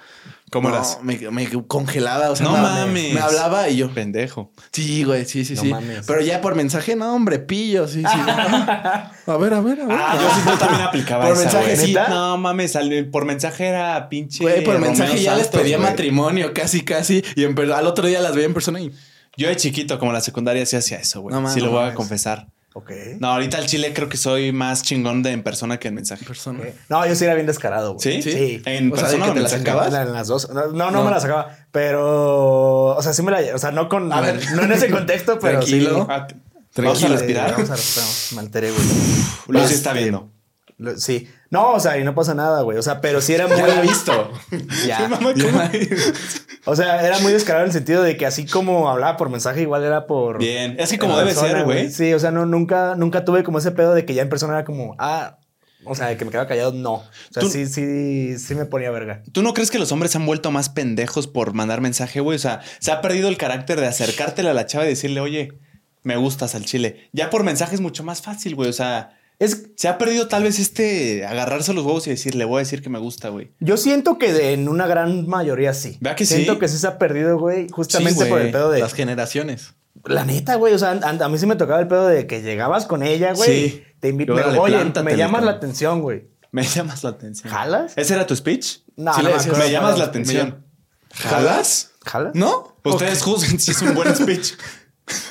Speaker 1: ¿Cómo
Speaker 2: no,
Speaker 1: eras?
Speaker 2: Me, me congelaba. O sea,
Speaker 1: No
Speaker 2: nada,
Speaker 1: mames.
Speaker 2: Me hablaba y yo.
Speaker 1: Pendejo.
Speaker 2: Sí, güey, sí, sí,
Speaker 3: No
Speaker 2: sí.
Speaker 3: mames.
Speaker 2: Pero ya por mensaje, no, hombre, pillo,
Speaker 1: [laughs]
Speaker 2: sí, sí. Ah, a ver, a ver, a ver.
Speaker 1: Ah, yo sí, yo también aplicaba
Speaker 2: Por
Speaker 1: esa,
Speaker 2: mensaje,
Speaker 1: güey.
Speaker 2: sí.
Speaker 1: ¿Neta? No mames, al- por mensaje era pinche.
Speaker 2: Güey, por
Speaker 1: Romeo
Speaker 2: mensaje ya les
Speaker 1: Santos,
Speaker 2: pedía
Speaker 1: güey.
Speaker 2: matrimonio, casi, casi. Y en verdad, al otro día las veía en persona y.
Speaker 1: Yo de chiquito, como la secundaria, sí hacía eso, güey.
Speaker 2: No mames,
Speaker 1: sí lo
Speaker 2: no
Speaker 1: voy a
Speaker 2: mames.
Speaker 1: confesar.
Speaker 3: Ok.
Speaker 1: No, ahorita al chile creo que soy más chingón de en persona que en mensaje.
Speaker 2: Persona.
Speaker 3: No, yo sí era bien descarado,
Speaker 1: ¿Sí?
Speaker 3: güey. Sí.
Speaker 1: ¿En
Speaker 2: O sea,
Speaker 1: persona
Speaker 2: de que
Speaker 1: o
Speaker 2: te
Speaker 1: en
Speaker 2: la
Speaker 1: mensaje?
Speaker 2: sacabas.
Speaker 3: En las dos. No, no, no
Speaker 2: No.
Speaker 3: me la sacaba. Pero, o sea, sí me la. O sea, no con.
Speaker 2: A ver.
Speaker 3: No en ese contexto, pero. sí.
Speaker 2: Tranquilo.
Speaker 1: Ah, t- Vamos a
Speaker 2: Tranquilo.
Speaker 1: respirar.
Speaker 3: Vamos a respirar. Me alteré, güey.
Speaker 1: Lucy
Speaker 3: Este,
Speaker 1: está viendo.
Speaker 3: lo- Sí. No, o sea, y no pasa nada, güey. O sea, pero sí era muy.
Speaker 1: Ya la he visto.
Speaker 3: [laughs] Ya.
Speaker 1: Mamá, [laughs]
Speaker 2: Ya.
Speaker 3: O sea, era muy descarado en el sentido de que así como hablaba por mensaje, igual era por.
Speaker 1: Bien. Es que
Speaker 3: en
Speaker 1: como debe
Speaker 3: persona,
Speaker 1: ser, güey.
Speaker 3: Sí, o sea, no, nunca, nunca tuve como ese pedo de que ya en persona era como, ah, o sea, de que me quedaba callado, no. O sea,
Speaker 1: Tú-
Speaker 3: sí, sí, sí me ponía verga.
Speaker 1: ¿Tú no crees que los hombres se han vuelto más pendejos por mandar mensaje, güey? O sea, se ha perdido el carácter de acercártela a la chava y decirle, oye, me gustas al chile. Ya por mensaje es mucho más fácil, güey. O sea,
Speaker 3: Es,
Speaker 1: se ha perdido tal vez este agarrarse los huevos y decirle, voy a decir que me gusta, güey.
Speaker 3: yo siento que de- en una gran mayoría sí.
Speaker 1: ¿Verdad que sí?
Speaker 3: siento que sí se ha perdido, güey, justamente por
Speaker 1: güey,
Speaker 3: el pedo de.
Speaker 2: Las generaciones.
Speaker 3: La neta, güey, o sea, an- an- a mí sí me tocaba el pedo de que llegabas con ella, güey.
Speaker 1: Sí.
Speaker 3: Te invito,
Speaker 1: Y órale,
Speaker 3: oye,
Speaker 1: plántate,
Speaker 3: me llamas la
Speaker 1: cabrón.
Speaker 3: atención, güey.
Speaker 1: Me [laughs] llamas la atención.
Speaker 3: ¿Jalas?
Speaker 2: Eh,
Speaker 1: ¿Ese era tu speech?
Speaker 3: No,
Speaker 1: Sí,
Speaker 3: no
Speaker 1: le
Speaker 3: me
Speaker 1: decías,
Speaker 3: acuerdo.
Speaker 1: me llamas la
Speaker 3: Me
Speaker 1: atención.
Speaker 2: ¿Jalas?
Speaker 3: ¿Jalas?
Speaker 2: ¿No?
Speaker 1: Ustedes juzguen si es un
Speaker 3: [laughs]
Speaker 1: buen speech.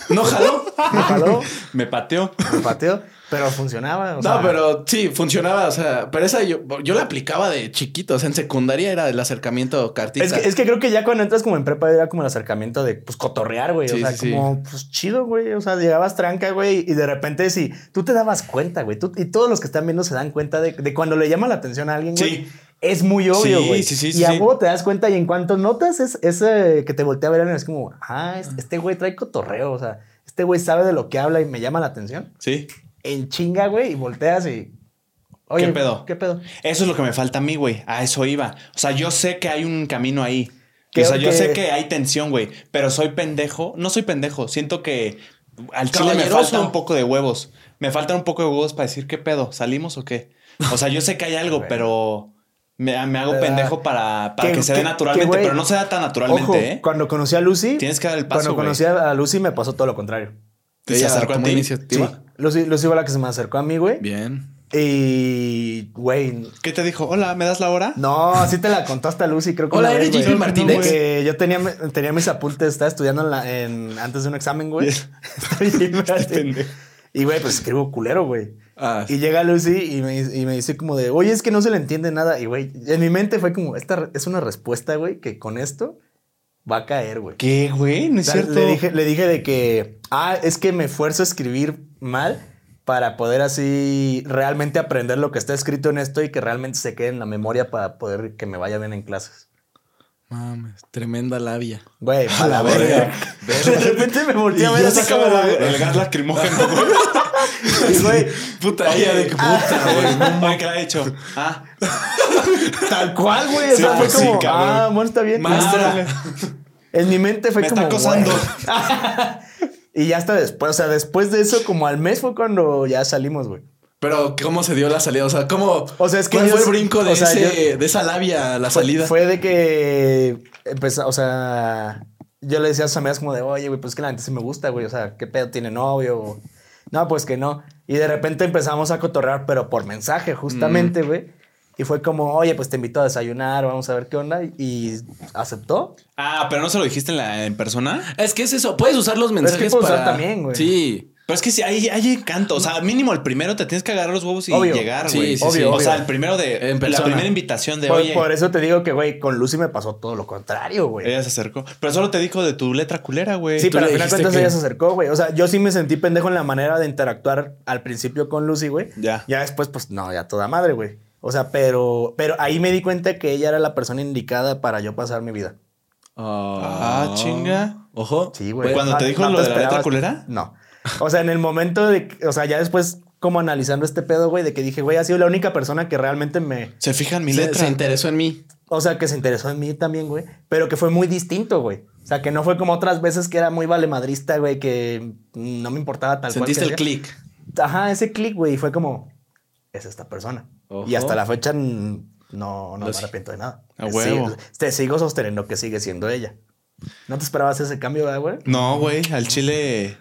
Speaker 2: ¿No jaló? [laughs]
Speaker 3: Me jaló,
Speaker 1: Me pateó.
Speaker 3: me pateó, pero funcionaba. o
Speaker 2: No,
Speaker 3: sea,
Speaker 2: pero sí, funcionaba. O sea, pero esa yo, yo la aplicaba de chiquito. O sea, en secundaria era el acercamiento cartita.
Speaker 3: Es que, es que creo que ya cuando entras como en prepa era como el acercamiento de pues cotorrear, güey.
Speaker 2: Sí,
Speaker 3: o sea,
Speaker 2: sí, sí.
Speaker 3: como pues chido, güey. O sea, llegabas tranca, güey. Y de repente si tú te dabas cuenta, güey. tú- y todos los que están viendo se dan cuenta de, de cuando le llama la atención a alguien, güey.
Speaker 1: Sí.
Speaker 3: Es muy obvio,
Speaker 1: Sí,
Speaker 3: güey.
Speaker 1: sí, sí,
Speaker 3: y
Speaker 1: sí,
Speaker 3: a
Speaker 1: sí.
Speaker 3: vos te das cuenta y en cuanto notas es ese que te voltea a ver es como, ah, es- este güey trae cotorreo, o sea, este güey sabe de lo que habla y me llama la atención.
Speaker 1: Sí.
Speaker 3: En chinga, güey, y volteas y Oye,
Speaker 1: ¿Qué pedo?
Speaker 3: ¿Qué pedo?
Speaker 1: Eso es lo que me falta a mí, güey. A eso iba. O sea, yo sé que hay un camino ahí.
Speaker 3: Creo
Speaker 1: o sea, yo
Speaker 3: que-
Speaker 1: sé que hay tensión, güey. Pero soy pendejo. No soy pendejo. Siento que al chile me
Speaker 2: Caballeroso.
Speaker 1: falta un poco de huevos. Me faltan un poco de huevos para decir qué pedo. ¿Salimos o qué? O sea, yo sé que hay algo, pero me, me hago
Speaker 3: Ah,
Speaker 1: pendejo para, para
Speaker 3: que-
Speaker 1: que, se dé
Speaker 3: que-
Speaker 1: naturalmente.
Speaker 3: que, güey,
Speaker 1: pero no se da tan naturalmente,
Speaker 3: Ojo,
Speaker 1: ¿eh?
Speaker 3: cuando conocí a Lucy,
Speaker 1: Tienes que dar el paso,
Speaker 3: Cuando
Speaker 1: güey.
Speaker 3: conocí a a Lucy me pasó todo lo contrario.
Speaker 1: Que se
Speaker 2: Ella
Speaker 1: acercó a
Speaker 2: tomó
Speaker 1: ti.
Speaker 2: iniciativa.
Speaker 1: Sí.
Speaker 3: Lucy, Lucy fue la que se me acercó a mí, güey.
Speaker 2: Bien.
Speaker 3: Y, güey,
Speaker 1: ¿Qué te dijo? Hola, ¿me das la hora?
Speaker 3: no, así te la contó hasta Lucy, creo que
Speaker 2: Hola,
Speaker 3: una
Speaker 2: eres
Speaker 3: vez, güey.
Speaker 2: Giselle Martínez.
Speaker 3: De que yo tenía, tenía mis apuntes, estaba estudiando en la- en- antes de un examen, güey.
Speaker 1: Yes.
Speaker 3: [laughs] Estoy
Speaker 1: [laughs]
Speaker 3: bien,
Speaker 1: [laughs] Este
Speaker 3: así.
Speaker 1: pendejo.
Speaker 3: y, güey, pues escribo culero, güey.
Speaker 2: Ah,
Speaker 3: Y llega Lucy y me, y me dice como de, oye, es que no se le entiende nada. Y, güey, en mi mente fue como, esta re- es una respuesta, güey, que con esto va a caer, güey.
Speaker 1: ¿Qué, güey? No es
Speaker 3: O sea,
Speaker 1: cierto.
Speaker 3: Le dije, le dije de que, ah, es que me esfuerzo a escribir mal para poder así realmente aprender lo que está escrito en esto y que realmente se quede en la memoria para poder que me vaya bien en clases.
Speaker 2: mames, tremenda labia.
Speaker 3: Güey, a la
Speaker 1: verga.
Speaker 3: verga. [laughs] De repente me
Speaker 1: Y
Speaker 3: volteé a ver
Speaker 1: ya
Speaker 3: así
Speaker 1: sacaba
Speaker 3: como
Speaker 1: la-
Speaker 3: de-
Speaker 1: el gas lacrimógeno,
Speaker 3: [laughs] Ah,
Speaker 1: güey. [laughs]
Speaker 3: y, güey,
Speaker 2: Puta, ella de que
Speaker 1: Puta,
Speaker 2: [laughs]
Speaker 1: güey. no, Oye, ¿qué le ha hecho? Ah,
Speaker 3: tal cual, ah, güey. O
Speaker 1: Sí,
Speaker 3: sea, fue
Speaker 1: pues sí,
Speaker 3: como,
Speaker 1: cabrón.
Speaker 3: ah, bueno, está bien.
Speaker 1: maestra.
Speaker 3: En mi mente fue
Speaker 1: Me
Speaker 3: como.
Speaker 1: está acosando.
Speaker 3: güey. y ya hasta después, o sea, después de eso, como al mes fue cuando ya salimos, güey.
Speaker 2: Pero, ¿cómo se dio la salida? O sea, ¿cómo?
Speaker 3: O sea, es que
Speaker 2: ¿Cuál
Speaker 3: yo-
Speaker 2: fue el brinco de,
Speaker 3: o sea,
Speaker 2: ese- de esa labia a la
Speaker 3: Fue-
Speaker 2: salida?
Speaker 3: Fue de que empezó, o sea, yo le decía a sus amigas como de, oye, güey, pues que la gente sí me gusta, güey, o sea, ¿qué pedo tiene novio? O, no, pues que no. Y de repente empezamos a cotorrear, pero por mensaje, justamente, güey. Y fue como, oye, pues te invito a desayunar, vamos a ver qué onda. Y aceptó.
Speaker 1: Ah, pero no se lo dijiste en, la, en persona.
Speaker 2: Es que es eso, puedes usar los
Speaker 3: es
Speaker 2: mensajes
Speaker 3: que puedo
Speaker 2: para...
Speaker 3: usar también, güey.
Speaker 2: Sí.
Speaker 1: Pero es que sí, hay, hay encanto. O sea, mínimo el primero te tienes que agarrar los huevos y
Speaker 3: Obvio.
Speaker 1: llegar,
Speaker 2: Sí,
Speaker 1: güey.
Speaker 2: sí,
Speaker 1: obvio,
Speaker 2: sí.
Speaker 1: O sea,
Speaker 3: obvio.
Speaker 1: el primero de.
Speaker 2: En
Speaker 1: la
Speaker 2: persona.
Speaker 1: primera invitación de.
Speaker 3: Por,
Speaker 1: oye, Eh,
Speaker 3: por eso te digo que, güey, con Lucy me pasó todo lo contrario, güey.
Speaker 1: ella se acercó. Pero solo te dijo de tu letra culera, güey.
Speaker 3: Sí,
Speaker 2: tú le
Speaker 3: pero al final de
Speaker 2: dijiste
Speaker 3: cuentas
Speaker 2: que-
Speaker 3: ella se acercó, güey. O sea, yo sí me sentí pendejo en la manera de interactuar al principio con Lucy, güey.
Speaker 1: Ya.
Speaker 3: Ya después, pues no, ya toda madre, güey. O sea, pero, pero ahí me di cuenta que ella era la persona indicada para yo pasar mi vida.
Speaker 1: Ah, chinga.
Speaker 2: Ojo.
Speaker 3: Sí, güey.
Speaker 1: ¿Cuándo
Speaker 3: No-
Speaker 1: te dijo
Speaker 3: no
Speaker 1: lo de la letra
Speaker 3: esperabas-
Speaker 1: culera?
Speaker 3: No. O sea, en el momento de. que- O sea, ya después, como analizando este pedo, güey, de que dije, güey, ha sido la única persona que realmente me.
Speaker 1: Se fija en mi
Speaker 2: Se-
Speaker 1: letra.
Speaker 2: se interesó en mí.
Speaker 3: O sea, que se interesó en mí también, güey. Pero que fue muy distinto, güey. O sea, que no fue como otras veces que era muy valemadrista, güey, que mm, no me importaba tal cual.
Speaker 2: Sentiste
Speaker 3: que
Speaker 2: el
Speaker 3: sea.
Speaker 2: click.
Speaker 3: Ajá, ese click, güey, y fue como, es esta persona.
Speaker 2: Ojo.
Speaker 3: Y hasta la fecha mm, no, no
Speaker 2: Lo
Speaker 3: me
Speaker 2: sí.
Speaker 3: arrepiento de nada.
Speaker 1: A
Speaker 3: Sí,
Speaker 1: huevo.
Speaker 3: te sigo sosteniendo que sigue siendo ella. ¿No te esperabas ese cambio, ¿verdad, güey?
Speaker 1: No, güey, al chile.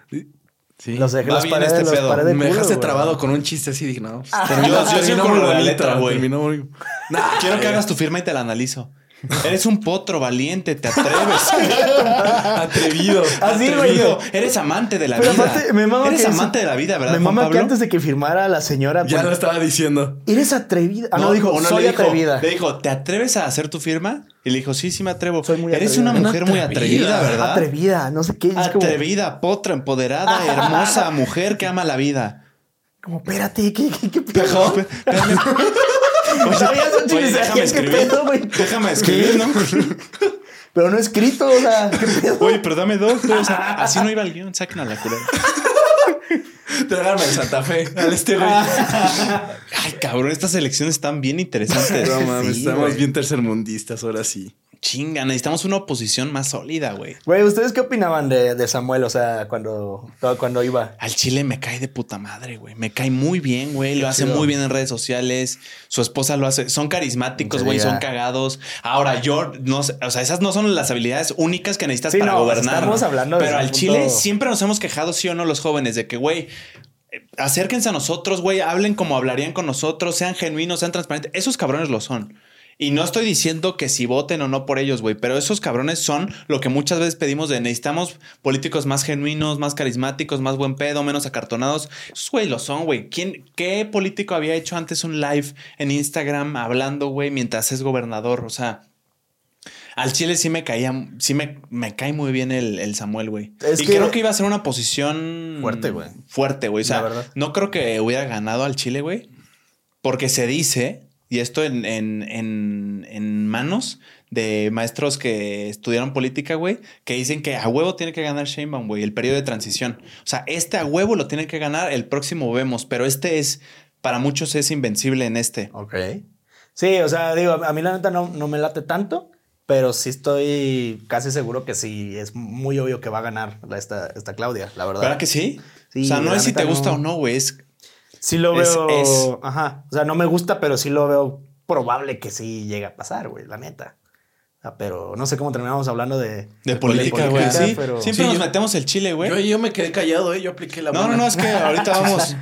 Speaker 2: Sí.
Speaker 3: Los dejé,
Speaker 1: Va
Speaker 3: los
Speaker 1: bien
Speaker 3: paré,
Speaker 1: este
Speaker 3: los
Speaker 1: pedo.
Speaker 3: paré de
Speaker 2: Me
Speaker 3: culo,
Speaker 2: dejaste
Speaker 3: güey. Ah.
Speaker 2: trabado con un chiste así, dije, no. pues,
Speaker 1: Yo- yo sí con la letra, güey.
Speaker 2: Terminó muy... Nah,
Speaker 1: Quiero que hagas tu firma y te la analizo. Eres un potro valiente, te atreves.
Speaker 2: atrevido.
Speaker 3: [laughs] Así, güey.
Speaker 1: atrevido. Eres amante de la
Speaker 3: Pero
Speaker 1: vida.
Speaker 3: aparte, me mama
Speaker 1: Eres
Speaker 3: que
Speaker 1: amante
Speaker 3: eso-
Speaker 1: de la vida, ¿verdad?
Speaker 3: Me
Speaker 1: Juan
Speaker 3: mama que
Speaker 1: Pablo?
Speaker 3: antes de que firmara la señora.
Speaker 2: Ya
Speaker 3: pues,
Speaker 2: lo estaba diciendo.
Speaker 3: Eres atrevida. Ah, no, dijo,
Speaker 1: o no
Speaker 3: soy
Speaker 1: le dijo,
Speaker 3: atrevida.
Speaker 1: Le dijo, ¿te atreves a hacer tu firma? Y le dijo, sí, sí me atrevo.
Speaker 3: Soy muy
Speaker 1: Eres
Speaker 3: atrevida.
Speaker 1: una mujer
Speaker 2: Una
Speaker 1: muy atrevida,
Speaker 2: atrevida.
Speaker 1: ¿verdad?
Speaker 3: Atrevida, no sé qué. y es como-
Speaker 1: Atrevida, potra,
Speaker 3: [laughs]
Speaker 1: empoderada, hermosa mujer que ama la vida.
Speaker 3: Como, espérate, ¿qué, qué, qué pedo?
Speaker 1: Pe- Déjame,
Speaker 3: [laughs] Sabías un
Speaker 1: Oye,
Speaker 3: chingo,
Speaker 1: déjame
Speaker 3: ¿qué
Speaker 1: escribir.
Speaker 3: pedo, güey?
Speaker 1: déjame escribir, ¿no?
Speaker 3: Pero no he escrito, o sea, ¿qué pedo?
Speaker 1: Oye, pero dame dos. güey. O sea, así no iba el guión, saquen a la
Speaker 3: [laughs]
Speaker 1: culera.
Speaker 2: Trágame el Santa Fe. Al este güey.
Speaker 1: Ay, cabrón, estas elecciones están bien interesantes.
Speaker 3: [laughs]
Speaker 2: No mames,
Speaker 3: Sí,
Speaker 2: estamos
Speaker 3: güey.
Speaker 2: bien tercermundistas ahora sí.
Speaker 1: Chinga, necesitamos una oposición más sólida, güey.
Speaker 3: Güey, ¿ustedes qué opinaban de, de Samuel? O sea, cuando, todo- cuando iba.
Speaker 1: Al Chile me cae de puta madre, güey. Me cae muy bien, güey. Lo hace
Speaker 3: chido.
Speaker 1: muy bien en redes sociales. Su esposa lo hace. Son carismáticos, güey. Son
Speaker 3: Integridad.
Speaker 1: cagados. Ahora, yo no sé. O sea, esas no son las habilidades únicas que necesitas
Speaker 3: Sí,
Speaker 1: para
Speaker 3: no,
Speaker 1: gobernar.
Speaker 3: estamos
Speaker 1: ¿no?
Speaker 3: hablando
Speaker 1: Pero
Speaker 3: desde
Speaker 1: al
Speaker 3: un
Speaker 1: Chile
Speaker 3: punto-
Speaker 1: siempre nos hemos quejado, sí o no, los jóvenes, de que, güey. eh, Acérquense a nosotros, güey, hablen como hablarían con nosotros, sean genuinos, sean transparentes. Esos cabrones lo son. Y no estoy diciendo que si voten o no por ellos, güey, pero esos cabrones son lo que muchas veces pedimos de necesitamos políticos más genuinos, más carismáticos, más buen pedo, menos acartonados. Esos, güey, lo son, güey. ¿Quién, ¿Qué político había hecho antes un live en Instagram hablando, güey, mientras es gobernador? O sea, al Chile sí me caía, sí me, me cae muy bien el, el Samuel, güey.
Speaker 3: Es
Speaker 1: y
Speaker 3: que-
Speaker 1: creo que iba a ser una posición
Speaker 3: Fuerte, güey.
Speaker 1: Fuerte, güey. O sea,
Speaker 3: La verdad.
Speaker 1: no creo que hubiera ganado al Chile, güey. Porque se dice, y esto en, en- en- en manos de maestros que estudiaron política, güey, que dicen que a huevo tiene que ganar Sheinbaum, güey, el periodo de transición. O sea, este a huevo lo tiene que ganar, el próximo vemos, pero este es, para muchos es invencible en este.
Speaker 3: Ok. Sí, o sea, digo, a mí la neta no, no me late tanto, pero sí estoy casi seguro que sí, es muy obvio que va a ganar la- esta, esta Claudia, la verdad.
Speaker 1: ¿Verdad que sí?
Speaker 3: Sí,
Speaker 1: o sea, no
Speaker 3: la
Speaker 1: es si
Speaker 3: neta
Speaker 1: te gusta
Speaker 3: no.
Speaker 1: o no, güey, es
Speaker 3: Sí lo
Speaker 1: Es-
Speaker 3: veo.
Speaker 1: es.
Speaker 3: Ajá. O sea, no me gusta, pero sí lo veo probable que sí llegue a pasar, güey, la neta. Ah, pero no sé cómo terminamos hablando de.
Speaker 1: De política, güey.
Speaker 3: política,
Speaker 1: Sí,
Speaker 3: pero-
Speaker 1: siempre
Speaker 2: Sí,
Speaker 1: nos
Speaker 2: yo-
Speaker 1: metemos el chile,
Speaker 2: Yo,
Speaker 1: güey.
Speaker 2: yo me quedé callado, ¿eh? Yo apliqué la
Speaker 1: No, no,
Speaker 2: buena.
Speaker 1: no, es que ahorita vamos.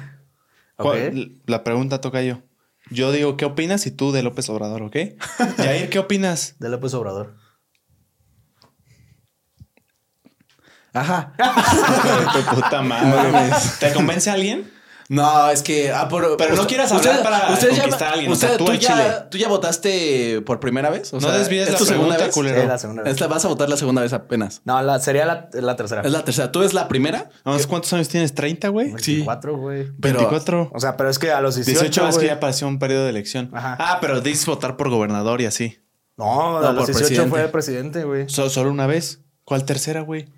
Speaker 3: Ok.
Speaker 1: ¿Cuál- La pregunta toca yo. Yo digo, ¿qué opinas? Y tú de López Obrador, ¿ok? Jair, ¿qué
Speaker 3: [laughs]
Speaker 1: opinas?
Speaker 3: De López Obrador.
Speaker 2: Ajá.
Speaker 3: [laughs]
Speaker 1: Hijo de tu puta madre. ¿Te convence alguien?
Speaker 2: No, es que. ah, por-
Speaker 1: Pero no quieras hablar para conquistar a alguien, o sea,
Speaker 2: usted-
Speaker 1: tú
Speaker 2: tú,
Speaker 1: al Chile.
Speaker 2: ya, tú ya votaste por primera vez. O
Speaker 1: No
Speaker 2: sea,
Speaker 1: desvíes
Speaker 2: ¿es
Speaker 1: la
Speaker 2: tu segunda
Speaker 1: pregunta,
Speaker 2: vez?
Speaker 1: culero.
Speaker 3: Sí, la segunda vez.
Speaker 2: Esta- vas a votar la segunda vez apenas.
Speaker 3: No, la, sería la, la tercera.
Speaker 2: Es la tercera. ¿Tú es la primera?
Speaker 1: Vamos, ¿Cuántos años tienes? ¿30, güey?
Speaker 2: sí.
Speaker 3: 24, güey.
Speaker 2: Pero,
Speaker 1: 24.
Speaker 3: O sea, pero es que a los 18,
Speaker 1: 18 es que
Speaker 3: güey.
Speaker 1: ya pasó un periodo de elección.
Speaker 3: Ajá.
Speaker 1: Ah, pero dices votar por gobernador y así.
Speaker 3: No,
Speaker 2: No,
Speaker 3: a los
Speaker 2: por
Speaker 3: 18 fue
Speaker 2: presidente.
Speaker 3: el presidente, güey.
Speaker 1: So- solo una vez. ¿Cuál tercera, güey?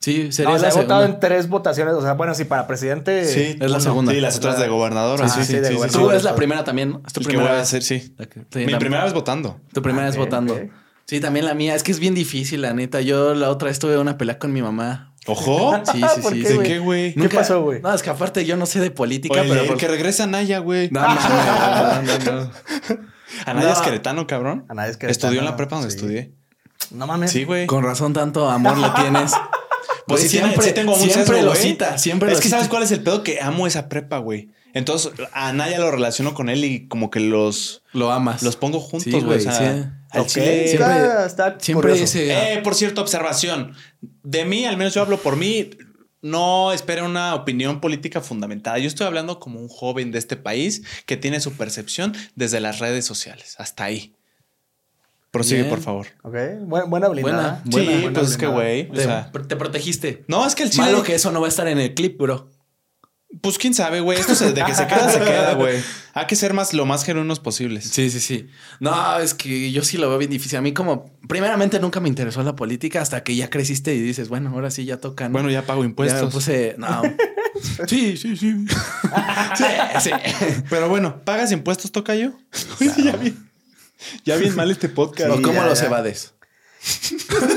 Speaker 2: Sí, sería
Speaker 3: No, o
Speaker 2: la
Speaker 3: sea, he
Speaker 2: segunda.
Speaker 3: votado en tres votaciones. O sea, bueno, sí, para presidente.
Speaker 2: es la segunda.
Speaker 1: Sí, las otras de gobernador.
Speaker 3: Ah,
Speaker 1: así,
Speaker 3: sí, de gobernador.
Speaker 2: Tú
Speaker 3: Sí,
Speaker 2: es la
Speaker 3: sí.
Speaker 2: primera también. ¿no? Es tu
Speaker 1: El que
Speaker 2: primera
Speaker 1: voy a
Speaker 2: vez.
Speaker 1: hacer, sí.
Speaker 2: La que- sí,
Speaker 1: Mi
Speaker 2: la-
Speaker 1: primera Ah, vez
Speaker 3: [laughs]
Speaker 1: votando.
Speaker 2: Tu primera vez
Speaker 3: Ok,
Speaker 2: votando.
Speaker 3: ok.
Speaker 2: Sí, también la mía. Es que es bien difícil, la neta. Yo la otra vez tuve una pelea con mi mamá.
Speaker 1: Ojo.
Speaker 2: Sí,
Speaker 1: [laughs]
Speaker 2: sí,
Speaker 3: ¿Por
Speaker 2: sí.
Speaker 3: qué,
Speaker 1: ¿De
Speaker 3: güey?
Speaker 1: qué, güey?
Speaker 3: ¿Qué pasó, güey?
Speaker 2: No, es que aparte yo no sé de política,
Speaker 1: Oye,
Speaker 2: pero.
Speaker 1: el
Speaker 2: por-
Speaker 1: que regresa a Naya, güey.
Speaker 2: [laughs] No, mames, no, no, no.
Speaker 1: Anaya es
Speaker 3: No.
Speaker 1: queretano, cabrón.
Speaker 3: Anaya es queretano,
Speaker 1: Estudió en la prepa donde
Speaker 3: sí.
Speaker 1: estudié.
Speaker 3: No mames.
Speaker 1: Sí, güey.
Speaker 2: Con razón tanto amor le tienes.
Speaker 1: [laughs] Pues
Speaker 2: Güey,
Speaker 1: sí, siempre, tengo un
Speaker 2: siempre
Speaker 1: sesgo,
Speaker 2: lo
Speaker 1: güey.
Speaker 2: cita, siempre
Speaker 1: Es
Speaker 2: lo
Speaker 1: que sabes
Speaker 2: cita.
Speaker 1: cuál es el pedo que amo esa prepa, güey. Entonces, a Anaya lo relaciono con él y como que los,
Speaker 2: Lo amas.
Speaker 1: los pongo juntos,
Speaker 2: Sí,
Speaker 1: güey.
Speaker 2: güey,
Speaker 1: o sea,
Speaker 2: sí.
Speaker 1: al
Speaker 3: Ok,
Speaker 1: chile.
Speaker 2: siempre-
Speaker 3: está, está
Speaker 2: Siempre
Speaker 3: curioso.
Speaker 2: ese.
Speaker 1: Eh, por cierto, observación. De mí, al menos yo hablo por mí, no esperen una opinión política fundamentada. Yo estoy hablando como un joven de este país que tiene su percepción desde las redes sociales. Hasta ahí. Prosigue,
Speaker 2: Bien.
Speaker 1: por favor.
Speaker 3: Ok, buena, buena blindada.
Speaker 2: Buena,
Speaker 1: Sí, pues es que,
Speaker 3: blindada.
Speaker 1: güey. o
Speaker 2: te,
Speaker 1: sea,
Speaker 2: te protegiste.
Speaker 1: no, es que el chile.
Speaker 2: Malo que eso no va a estar en el clip, bro.
Speaker 1: Pues quién sabe, güey. Esto se- de que se queda, se
Speaker 2: [laughs]
Speaker 1: queda, güey. Hay que ser más, lo más genuinos posibles.
Speaker 2: Sí, sí, sí. No, es que yo sí lo veo bien difícil. A mí como, primeramente nunca me interesó la política hasta que ya creciste y dices, bueno, ahora sí ya tocan.
Speaker 1: Bueno, ya pago
Speaker 2: Ya pues, me
Speaker 1: [laughs] impuestos.
Speaker 2: puse, no. sí, sí, sí. sí, ah, sí.
Speaker 1: Pero bueno, ¿pagas impuestos, toca yo? [laughs] ya, bien, ya bien mal este podcast.
Speaker 2: ¿O
Speaker 3: Sí,
Speaker 2: ¿Cómo
Speaker 3: ya,
Speaker 2: los
Speaker 3: ya.
Speaker 2: evades?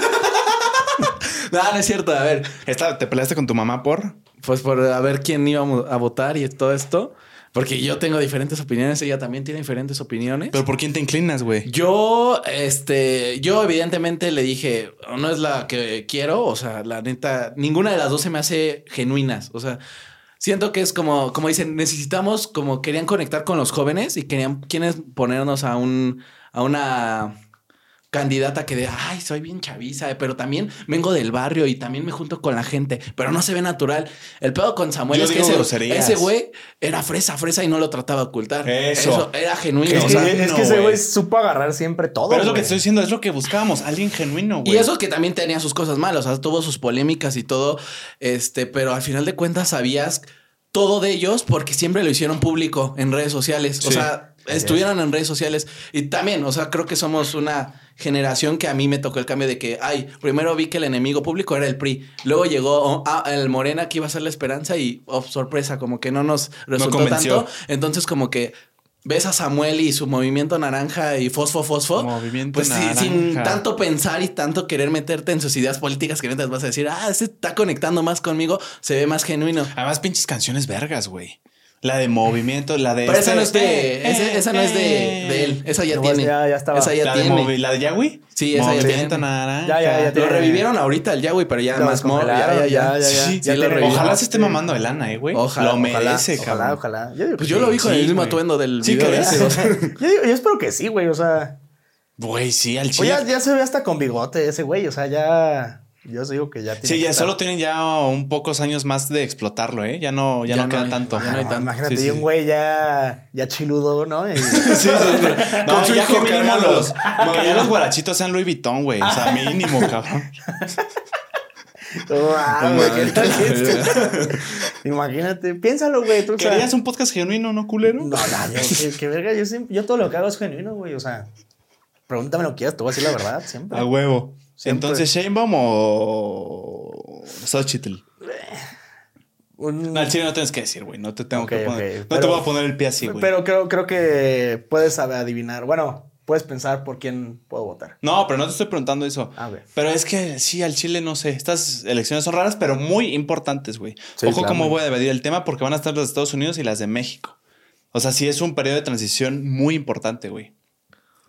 Speaker 2: [laughs] no, no es cierto. A ver,
Speaker 1: Esta, ¿Te peleaste con tu mamá por?
Speaker 2: pues por a ver quién íbamos a votar y todo esto. Porque yo tengo diferentes opiniones, ella también tiene diferentes opiniones.
Speaker 1: ¿Pero por quién te inclinas, güey?
Speaker 2: Yo, este, yo evidentemente le dije, no es la que quiero, o sea, la neta, ninguna de las dos se me hace genuinas, o sea, siento que es como, como dicen, necesitamos, como querían conectar con los jóvenes y querían, quienes ponernos a un, a una candidata que de, ay, soy bien chaviza, pero también vengo del barrio y también me junto con la gente, pero no se ve natural. El pedo con Samuel
Speaker 1: Yo
Speaker 2: es que
Speaker 1: digo
Speaker 2: ese-
Speaker 1: groserías.
Speaker 2: ese güey era fresa, fresa y no lo trataba de ocultar.
Speaker 1: Eso.
Speaker 2: era genuino.
Speaker 3: Es
Speaker 1: O
Speaker 3: que,
Speaker 1: sea,
Speaker 3: es
Speaker 1: no,
Speaker 3: que ese
Speaker 1: güey.
Speaker 3: güey supo agarrar siempre todo.
Speaker 1: Pero es lo que
Speaker 3: güey.
Speaker 1: te estoy diciendo, es lo que buscábamos. Alguien genuino, güey.
Speaker 2: Y eso que también tenía sus cosas malas, o sea, tuvo sus polémicas y todo, este, pero al final de cuentas sabías todo de ellos porque siempre lo hicieron público en redes sociales, o
Speaker 1: Sí.
Speaker 2: sea, estuvieron en redes sociales y también, o sea, creo que somos una generación que a mí me tocó el cambio de que, ay, primero vi que el enemigo público era el PRI, luego llegó oh, ah, el Morena que iba a ser la esperanza y, oh, sorpresa, como que no nos resultó
Speaker 1: convenció.
Speaker 2: tanto, entonces como que... Ves a Samuel y su movimiento naranja y fosfo, fosfo.
Speaker 1: Movimiento
Speaker 2: pues sí, sin
Speaker 1: naranja.
Speaker 2: tanto pensar y tanto querer meterte en sus ideas políticas que neta vas a decir, ah, este está conectando más conmigo, se ve más genuino.
Speaker 1: Además, pinches canciones vergas, güey. La de movimiento, la de.
Speaker 2: Pero esa no es de,
Speaker 1: Eh,
Speaker 2: ese- esa no es de,
Speaker 1: eh,
Speaker 2: de él, esa ya
Speaker 3: No,
Speaker 2: tiene.
Speaker 3: Este, ya- ya estaba.
Speaker 2: Esa ya
Speaker 1: la,
Speaker 2: tiene.
Speaker 1: De movi- ¿La de Yahweh?
Speaker 2: Sí, esa ya
Speaker 1: Movimiento
Speaker 2: tiene.
Speaker 1: naranja.
Speaker 3: Ya, ya, ya
Speaker 2: Lo
Speaker 3: tiene.
Speaker 2: revivieron ahorita el Yahweh, pero ya
Speaker 3: Lo
Speaker 2: más mor- ya, ya,
Speaker 3: descongelaron,
Speaker 2: ya.
Speaker 3: ya, ya,
Speaker 2: Sí,
Speaker 3: ya.
Speaker 2: sí,
Speaker 3: Ya
Speaker 2: lo
Speaker 3: tiene-
Speaker 2: revivieron.
Speaker 1: Ojalá se esté mamando de lana, eh, güey.
Speaker 2: Ojalá,
Speaker 1: Lo merece,
Speaker 3: Ojalá,
Speaker 1: cabrón.
Speaker 3: ojalá. Yo digo
Speaker 2: Pues
Speaker 3: que
Speaker 2: yo lo
Speaker 3: sí.
Speaker 2: vi con el
Speaker 1: Sí,
Speaker 2: mismo
Speaker 1: güey.
Speaker 2: atuendo del
Speaker 1: Sí,
Speaker 2: video de
Speaker 1: ¿crees?
Speaker 2: ese.
Speaker 3: [laughs] yo, digo- yo espero que sí, güey. O sea,
Speaker 1: [laughs] Güey, sí, al
Speaker 3: o
Speaker 1: chile.
Speaker 3: ya, ya se ve hasta con bigote ese güey. O sea, ya. Yo digo que ya tiene.
Speaker 1: Sí,
Speaker 3: que
Speaker 1: ya
Speaker 3: estar.
Speaker 1: solo tienen ya un pocos años más de explotarlo, ¿eh? Ya no, ya
Speaker 2: Ya
Speaker 1: no,
Speaker 2: no
Speaker 1: queda
Speaker 2: hay-
Speaker 1: tanto.
Speaker 2: ya no hay
Speaker 3: No,
Speaker 2: tanto.
Speaker 3: Ah, imagínate,
Speaker 1: Sí,
Speaker 3: y
Speaker 1: sí.
Speaker 3: un güey ya, ya chiludo, ¿no? Y-
Speaker 1: Sí, sí,
Speaker 3: [laughs]
Speaker 1: sí. No,
Speaker 2: Con su
Speaker 1: ya
Speaker 2: hijo
Speaker 1: que mínimo
Speaker 2: cargando.
Speaker 1: los, que ya los guarachitos sean Louis Vuitton, güey. O
Speaker 3: Ah,
Speaker 1: sea, mínimo, cabrón.
Speaker 3: [laughs] Wow,
Speaker 2: No
Speaker 3: ah, güey,
Speaker 2: mames.
Speaker 3: ¿qué tal
Speaker 1: [laughs]
Speaker 3: esto? Imagínate, piénsalo, güey. Tú, o sea-
Speaker 1: ¿Querías un podcast genuino, no culero?
Speaker 3: No, no, yo, que, que verga, yo, siempre- yo todo lo que hago es genuino, güey. O sea, pregúntame lo que quieras, te voy a decir la verdad siempre.
Speaker 1: A huevo.
Speaker 3: Siempre.
Speaker 1: Entonces, Sheinbaum o Xochitl.
Speaker 3: Un-
Speaker 1: No, al chile no tienes que decir, güey. No te tengo
Speaker 3: Ok,
Speaker 1: que poner.
Speaker 3: ok,
Speaker 1: No te
Speaker 3: pero-
Speaker 1: voy a poner el pie así, güey.
Speaker 3: pero creo, creo que puedes saber adivinar. Bueno, puedes pensar por quién puedo votar.
Speaker 1: No, pero no te estoy preguntando eso.
Speaker 3: Ah, güey.
Speaker 1: Pero es que sí, al Chile no sé. Estas elecciones son raras, pero muy importantes, güey.
Speaker 3: Sí,
Speaker 1: Ojo
Speaker 3: claro.
Speaker 1: cómo voy a dividir el tema porque van a estar las de Estados Unidos y las de México. O sea, sí es un periodo de transición muy importante, güey.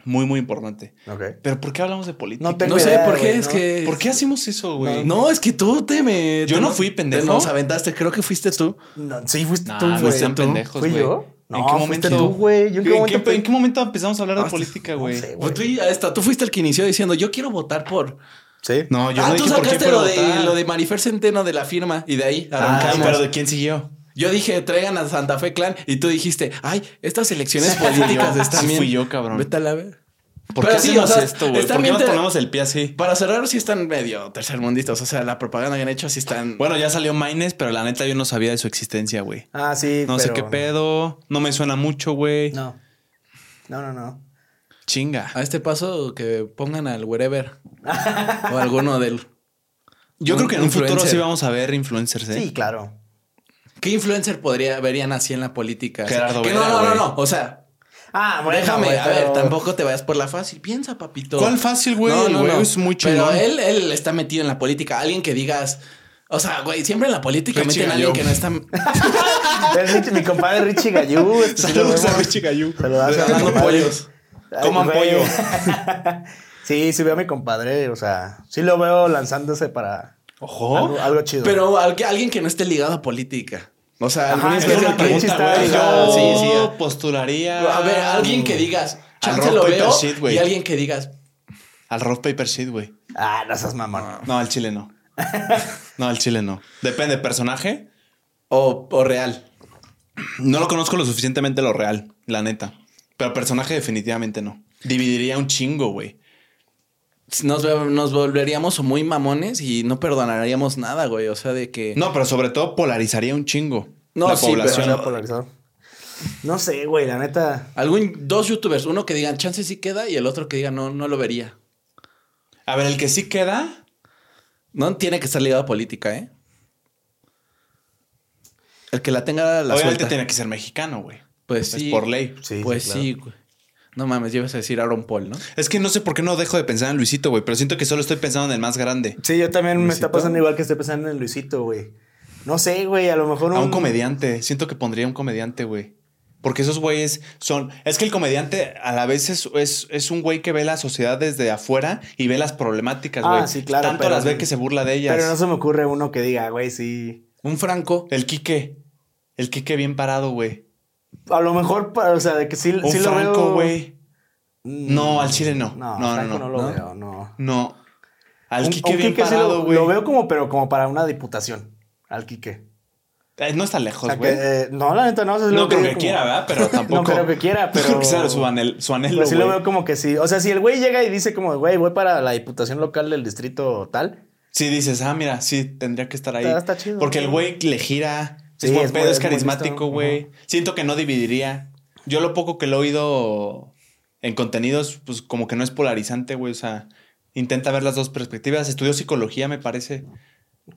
Speaker 1: Muy, muy importante.
Speaker 3: Ok.
Speaker 1: Pero ¿por qué hablamos de política?
Speaker 3: No tengo
Speaker 2: No sé
Speaker 3: idea,
Speaker 2: por qué,
Speaker 3: güey,
Speaker 2: es
Speaker 3: ¿no?
Speaker 2: que.
Speaker 1: ¿Por qué hacemos eso, güey?
Speaker 2: No, es que tú te me.
Speaker 1: Yo
Speaker 2: te
Speaker 1: no
Speaker 2: nos-
Speaker 1: fui,
Speaker 2: te
Speaker 1: pendejo.
Speaker 2: Nos aventaste, creo que fuiste tú.
Speaker 3: No, sí, fuiste
Speaker 1: No,
Speaker 3: tú,
Speaker 1: no
Speaker 3: güey.
Speaker 1: sean
Speaker 2: tú.
Speaker 1: pendejos,
Speaker 3: ¿Fui
Speaker 1: güey.
Speaker 3: yo?
Speaker 1: ¿En
Speaker 3: No,
Speaker 1: qué momento?
Speaker 3: fuiste tú, güey. Yo en qué
Speaker 1: ¿En,
Speaker 3: momento
Speaker 1: qué,
Speaker 3: fui-
Speaker 1: en qué momento empezamos a hablar de
Speaker 2: Ah,
Speaker 1: política,
Speaker 3: no
Speaker 1: güey?
Speaker 3: sé,
Speaker 2: Pues tú, hasta, tú fuiste el que inició diciendo, yo quiero votar por.
Speaker 3: Sí.
Speaker 1: No, yo
Speaker 2: ah,
Speaker 1: no
Speaker 2: tú
Speaker 1: dije por qué
Speaker 2: sacaste
Speaker 1: fue
Speaker 2: lo
Speaker 1: votar.
Speaker 2: de, lo de Marifer Centeno de la firma y de ahí
Speaker 1: Ah,
Speaker 2: arrancamos.
Speaker 1: pero ¿de quién siguió?
Speaker 2: Yo dije, traigan a Santa Fe Clan y tú dijiste, ay, estas elecciones políticas
Speaker 1: yo,
Speaker 2: están
Speaker 1: sí
Speaker 2: bien.
Speaker 1: fui yo, cabrón.
Speaker 2: Vete a la ver.
Speaker 1: ¿Por
Speaker 2: Pero
Speaker 1: qué
Speaker 2: sí,
Speaker 1: hacemos
Speaker 2: o sea,
Speaker 1: esto, güey?
Speaker 2: está
Speaker 1: ¿Por qué
Speaker 2: bien
Speaker 1: nos
Speaker 2: te-
Speaker 1: ponemos el pie así?
Speaker 2: Para cerrar, sí están medio tercermundistas. O sea, la propaganda que han hecho sí están.
Speaker 1: Bueno, ya salió Maines, pero la neta yo no sabía de su existencia, güey.
Speaker 3: Ah, sí.
Speaker 1: No sé
Speaker 3: pero-
Speaker 1: qué pedo. No me suena mucho, güey.
Speaker 3: No. No, no, no.
Speaker 1: Chinga.
Speaker 2: a este paso que pongan al wherever o alguno del.
Speaker 1: Yo
Speaker 2: un
Speaker 1: creo que en un futuro
Speaker 2: influencer.
Speaker 1: sí vamos a ver influencers, ¿eh?
Speaker 3: Sí, claro.
Speaker 2: ¿Qué influencer podría verían así en la política? Así
Speaker 1: Gerardo
Speaker 2: que
Speaker 1: Vera,
Speaker 2: no, no, no,
Speaker 1: güey.
Speaker 2: no. O sea,
Speaker 3: Ah, bueno,
Speaker 2: déjame,
Speaker 3: güey,
Speaker 2: a
Speaker 3: pero-
Speaker 2: ver, tampoco te vayas por la fácil. Piensa, papito.
Speaker 1: ¿Cuál fácil, güey? El güey es muy
Speaker 2: Pero
Speaker 1: chingón.
Speaker 2: él, él está metido en la política. Alguien que digas. O sea, güey, siempre en la política
Speaker 1: Richie
Speaker 2: meten a alguien
Speaker 1: Gallo.
Speaker 2: que no está.
Speaker 3: [laughs]
Speaker 1: [laughs]
Speaker 2: [laughs]
Speaker 3: Es Richie- mi compadre Richie Gallú. este sí lo
Speaker 1: Saludos a
Speaker 3: vemos.
Speaker 1: Richie Gallú.
Speaker 3: Saludazo a mi
Speaker 2: Hablando
Speaker 3: compadre.
Speaker 2: pollos.
Speaker 3: Ay,
Speaker 1: Coman
Speaker 3: güey.
Speaker 1: pollo.
Speaker 3: [laughs] sí, sí veo a mi compadre, o sea, sí lo veo lanzándose para
Speaker 1: Ojo.
Speaker 3: algo, algo chido.
Speaker 2: Pero al- alguien que no esté ligado a política. O sea,
Speaker 3: Ajá,
Speaker 2: algún
Speaker 1: Ah, Es
Speaker 3: Pero
Speaker 1: una
Speaker 3: el pinche
Speaker 1: pregunta,
Speaker 3: está
Speaker 1: güey.
Speaker 3: ligado.
Speaker 1: Yo
Speaker 2: Sí, sí.
Speaker 1: postularía.
Speaker 2: A ver, alguien que digas.
Speaker 1: Al
Speaker 2: Chance
Speaker 1: Rock
Speaker 2: lo
Speaker 1: Paper
Speaker 2: veo.
Speaker 1: Shit, güey.
Speaker 2: y alguien que digas.
Speaker 1: Al Rock Paper Sheet, güey.
Speaker 3: Ah, no seas mamón.
Speaker 1: No, al chile no. No, al chile no. Depende, personaje.
Speaker 2: O, o real.
Speaker 1: No lo conozco lo suficientemente lo real, la neta. Pero personaje definitivamente no. Dividiría un chingo, güey.
Speaker 2: Nos, ve- nos volveríamos o muy mamones y no perdonaríamos nada, güey. O sea, de que.
Speaker 1: No, pero sobre todo polarizaría un chingo.
Speaker 2: No,
Speaker 1: la
Speaker 2: sí,
Speaker 1: población.
Speaker 2: pero-
Speaker 3: Demasiado polarizado. No sé, güey, la neta.
Speaker 2: Algún, dos youtubers, uno que digan chance sí queda y el otro que diga no, no lo vería.
Speaker 1: A ver, el que sí queda.
Speaker 2: No tiene que estar ligado a política, ¿eh? El que la tenga la
Speaker 1: obviamente
Speaker 2: suelta.
Speaker 1: tiene que ser mexicano, güey.
Speaker 2: Pues
Speaker 1: Es
Speaker 2: sí.
Speaker 1: por ley.
Speaker 3: Sí,
Speaker 2: pues
Speaker 3: sí,
Speaker 2: sí,
Speaker 3: claro.
Speaker 2: güey. No mames, llevas a decir Aaron Paul, ¿no?
Speaker 1: Es que no sé por qué no dejo de pensar en Luisito, güey. Pero siento que solo estoy pensando en el más grande.
Speaker 3: Sí, yo también me
Speaker 2: Luisito.
Speaker 3: está pasando igual que estoy pensando en Luisito, güey. No sé, güey, a lo mejor un...
Speaker 1: A un comediante. Siento que pondría un comediante, güey. Porque esos güeyes son. Es que el comediante a la vez es, es, es un güey que ve la sociedad desde afuera y ve las problemáticas,
Speaker 3: Ah,
Speaker 1: güey.
Speaker 3: sí, claro,
Speaker 1: Tanto
Speaker 3: pero-
Speaker 1: las ve que se burla de ellas.
Speaker 3: Pero no se me ocurre uno que diga, güey, sí.
Speaker 2: Un Franco.
Speaker 1: El Quique. El Quique bien parado, güey.
Speaker 3: A lo mejor, pa- o sea, de que sí,
Speaker 1: Un
Speaker 3: sí lo
Speaker 1: Franco,
Speaker 3: veo.
Speaker 1: güey.
Speaker 3: Mm,
Speaker 1: No, al chile no.
Speaker 3: No,
Speaker 1: No, no,
Speaker 3: Franco no,
Speaker 1: no,
Speaker 3: lo
Speaker 2: no.
Speaker 3: veo, no.
Speaker 1: No. Al
Speaker 3: Un-
Speaker 1: Quique
Speaker 3: un
Speaker 1: bien
Speaker 3: Quique sí
Speaker 1: parado,
Speaker 3: lo-
Speaker 1: güey.
Speaker 3: Lo veo como, pero como para una diputación. Al Quique.
Speaker 1: Eh, No está
Speaker 3: O
Speaker 1: lejos,
Speaker 3: sea, que,
Speaker 1: güey.
Speaker 3: eh, no, la neta, no. o sea, sí
Speaker 1: no
Speaker 3: lo
Speaker 1: creo
Speaker 3: veo
Speaker 1: que
Speaker 3: como-
Speaker 1: quiera, ¿verdad? Pero tampoco.
Speaker 3: [laughs] No creo que quiera,
Speaker 1: No creo
Speaker 3: pero.
Speaker 1: que sea su, anhel- su anhelo,
Speaker 3: Pero pues, sí lo
Speaker 1: güey.
Speaker 3: veo como que sí. O sea, si el güey llega y dice como, güey, voy para la diputación local del distrito tal.
Speaker 1: Sí dices, ah, mira, sí, tendría que estar ahí.
Speaker 3: Está- está chido.
Speaker 1: Porque el güey le gira.
Speaker 3: Sí,
Speaker 1: es buen
Speaker 3: es
Speaker 1: pedo,
Speaker 3: muy-
Speaker 1: es
Speaker 3: es muy
Speaker 1: carismático,
Speaker 3: listo.
Speaker 1: güey. Siento que no dividiría. Yo lo poco que lo he oído en contenidos, pues como que no es polarizante, güey. O sea, intenta ver las dos perspectivas. Estudió psicología, me parece.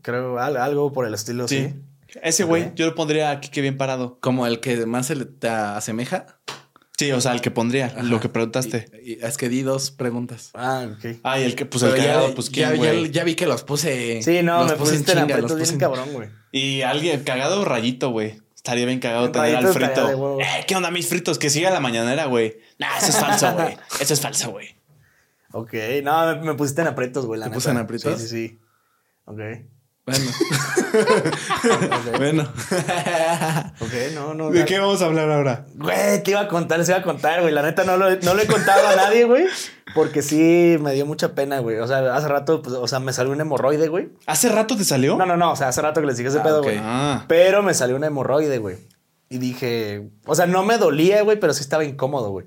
Speaker 3: Creo al- algo por el estilo,
Speaker 1: Sí.
Speaker 3: ¿Ah, sí.
Speaker 1: Ese güey,
Speaker 3: Ok.
Speaker 1: yo lo pondría aquí que bien parado.
Speaker 2: Como el que más se le te asemeja.
Speaker 1: Sí, o sea, el que pondría, lo que preguntaste.
Speaker 2: Y- y es que di dos preguntas.
Speaker 3: Ah, ok.
Speaker 1: Ay, el que, pues el
Speaker 2: Pero
Speaker 1: cagado,
Speaker 2: ya,
Speaker 1: pues
Speaker 2: ya,
Speaker 1: quién,
Speaker 2: ya-
Speaker 1: güey.
Speaker 2: ya vi que los puse.
Speaker 3: Sí, no,
Speaker 2: los
Speaker 3: me
Speaker 2: puse en
Speaker 3: pusiste en
Speaker 2: chinga, los
Speaker 3: aprietos bien
Speaker 2: puse en-
Speaker 3: cabrón, güey.
Speaker 1: Y alguien cagado o rayito, güey. Estaría bien cagado tener al
Speaker 3: Rayito estaría de
Speaker 1: frito.
Speaker 3: huevo.
Speaker 1: Eh, ¿Qué onda, mis fritos? Que siga la mañanera, güey. Nah, eso es falso,
Speaker 3: [laughs]
Speaker 1: güey. Eso es falso, güey.
Speaker 3: Ok, no, me, me pusiste en aprietos, güey. la
Speaker 2: ¿Te
Speaker 3: neta.
Speaker 2: puse en aprietos?
Speaker 3: Sí, sí, sí.
Speaker 2: [laughs]
Speaker 3: Ok.
Speaker 2: Bueno,
Speaker 3: Ok,
Speaker 2: bueno.
Speaker 3: ok, no, no.
Speaker 1: ¿De
Speaker 3: na-
Speaker 1: qué vamos a hablar ahora?
Speaker 3: Güey, te iba a contar, les iba a contar, güey. La neta no lo, no lo he contado a nadie, güey. Porque sí me dio mucha pena, güey. O sea, hace rato, pues, o sea, me salió un hemorroide, güey.
Speaker 1: ¿Hace rato te salió?
Speaker 3: No, no, no. O sea, hace rato que les dije ese
Speaker 2: Ah,
Speaker 3: pedo,
Speaker 2: ok.
Speaker 3: güey.
Speaker 1: Ah.
Speaker 3: Pero me salió una hemorroide, güey. Y dije, o sea, no me dolía, güey, pero sí estaba incómodo, güey.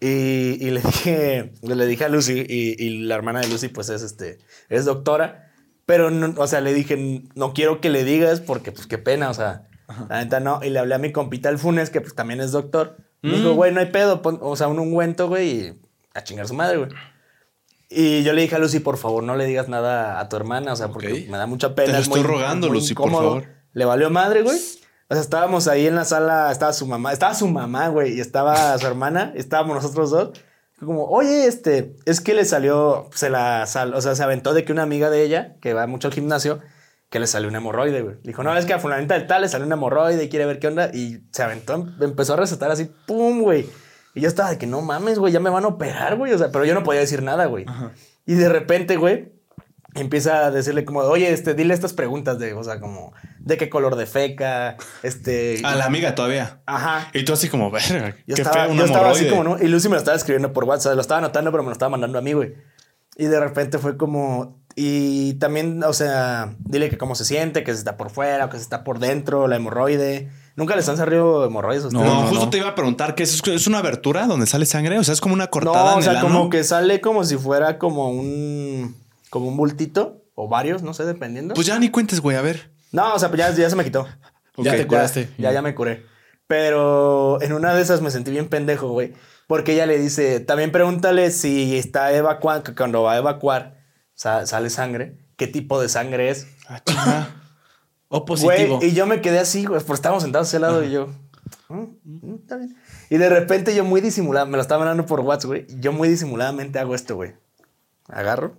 Speaker 3: Y, y le [laughs] dije, le dije a Lucy, y, y la hermana de Lucy, pues es este, es doctora. Pero, no- o sea, le dije, no quiero que le digas porque, pues, qué pena, o sea, la neta no. Y le hablé a mi compita el Funes, que pues también es doctor. Me
Speaker 2: Mm.
Speaker 3: dijo, güey, no hay pedo, pon- o sea, un ungüento, güey, y a chingar su madre, güey. Y yo le dije a Lucy, por favor, no le digas nada a tu hermana, o sea, porque
Speaker 2: Ok.
Speaker 3: me da mucha
Speaker 1: Te
Speaker 3: pena.
Speaker 1: lo
Speaker 3: es muy-
Speaker 1: estoy rogando,
Speaker 3: es muy
Speaker 1: Lucy, por
Speaker 3: incómodo.
Speaker 1: favor.
Speaker 3: Le valió madre, güey. O sea, estábamos ahí en la sala, estaba su mamá, estaba su mamá, güey, y estaba su hermana, y estábamos nosotros dos. Fue Como, oye, este, es que le salió, se la, sal, o sea, se aventó de que una amiga de ella, que va mucho al gimnasio, que le salió un hemorroide, güey. Dijo, no, es que a fulanita del tal le salió un hemorroide y quiere ver qué onda. Y se aventó, em- empezó a recetar así, pum, güey. Y yo estaba de que, no mames, güey, ya me van a operar, güey. O sea, pero yo no podía decir nada, güey. Y de repente, güey, empieza a decirle como, oye, este, dile estas preguntas de, o sea, como, ¿de qué color de feca? Este...
Speaker 1: [laughs] A la amiga todavía.
Speaker 3: Ajá.
Speaker 1: Y tú así como, verga,
Speaker 3: Yo
Speaker 1: qué
Speaker 3: estaba,
Speaker 1: feo, un
Speaker 3: yo estaba así
Speaker 1: hemorroide.
Speaker 3: como, ¿no? Y Lucy me lo estaba escribiendo por WhatsApp, lo estaba anotando, pero me lo estaba mandando a mí, güey. Y de repente fue como, Y también, o sea, dile que cómo se siente, que se está por fuera, o que se está por dentro, la hemorroide. Nunca les han salido hemorroides a
Speaker 1: No,
Speaker 3: ustedes.
Speaker 1: justo te iba a preguntar que es, es una abertura donde sale sangre, o sea, es como una cortada
Speaker 3: No, o
Speaker 1: en el
Speaker 3: sea,
Speaker 1: ano.
Speaker 3: como que sale como si fuera como un como un bultito o varios, no sé, dependiendo.
Speaker 1: Pues ya ni cuentes, güey, a ver.
Speaker 3: no, o sea, pues ya, ya se me quitó.
Speaker 2: Ya
Speaker 1: Ok.
Speaker 2: te curaste.
Speaker 3: Ya, ya me curé. Pero en una de esas me sentí bien pendejo, güey. Porque ella le dice, también pregúntale si está evacuando, cuando va a evacuar, sa- sale sangre. ¿Qué tipo de sangre es?
Speaker 1: Ah, chinga. [laughs]
Speaker 2: O
Speaker 3: [laughs] Güey,
Speaker 2: positivo.
Speaker 3: y yo me quedé así, güey, porque estábamos sentados a ese lado y yo. "Mm, mm, está bien". Y de repente yo muy disimulada, me lo estaba mandando por WhatsApp, güey. y Yo muy disimuladamente hago esto, güey. Agarro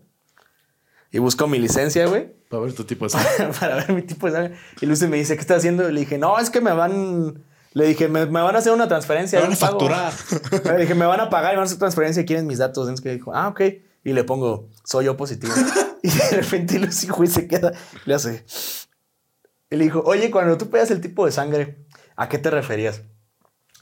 Speaker 3: y busco mi licencia, güey,
Speaker 2: Para ver tu tipo
Speaker 3: Ah,
Speaker 2: de
Speaker 3: [laughs] para ver mi tipo de sangre. Y Lucy me dice, ¿qué estás haciendo? Y le dije, no, es que me van. Le dije, me, me van a hacer una transferencia.
Speaker 1: Te van
Speaker 3: de
Speaker 1: a
Speaker 3: un pago".
Speaker 1: facturar.
Speaker 3: [laughs] Le dije, me van a pagar y me van a hacer transferencia y quieren mis datos. Entonces que dijo, ah, ok. Y le pongo, soy yo
Speaker 1: [laughs]
Speaker 3: positivo. y de repente Lucy, güey, se queda. Le hace. Y le dijo, oye, cuando tú pegas el tipo de sangre, ¿a qué te referías?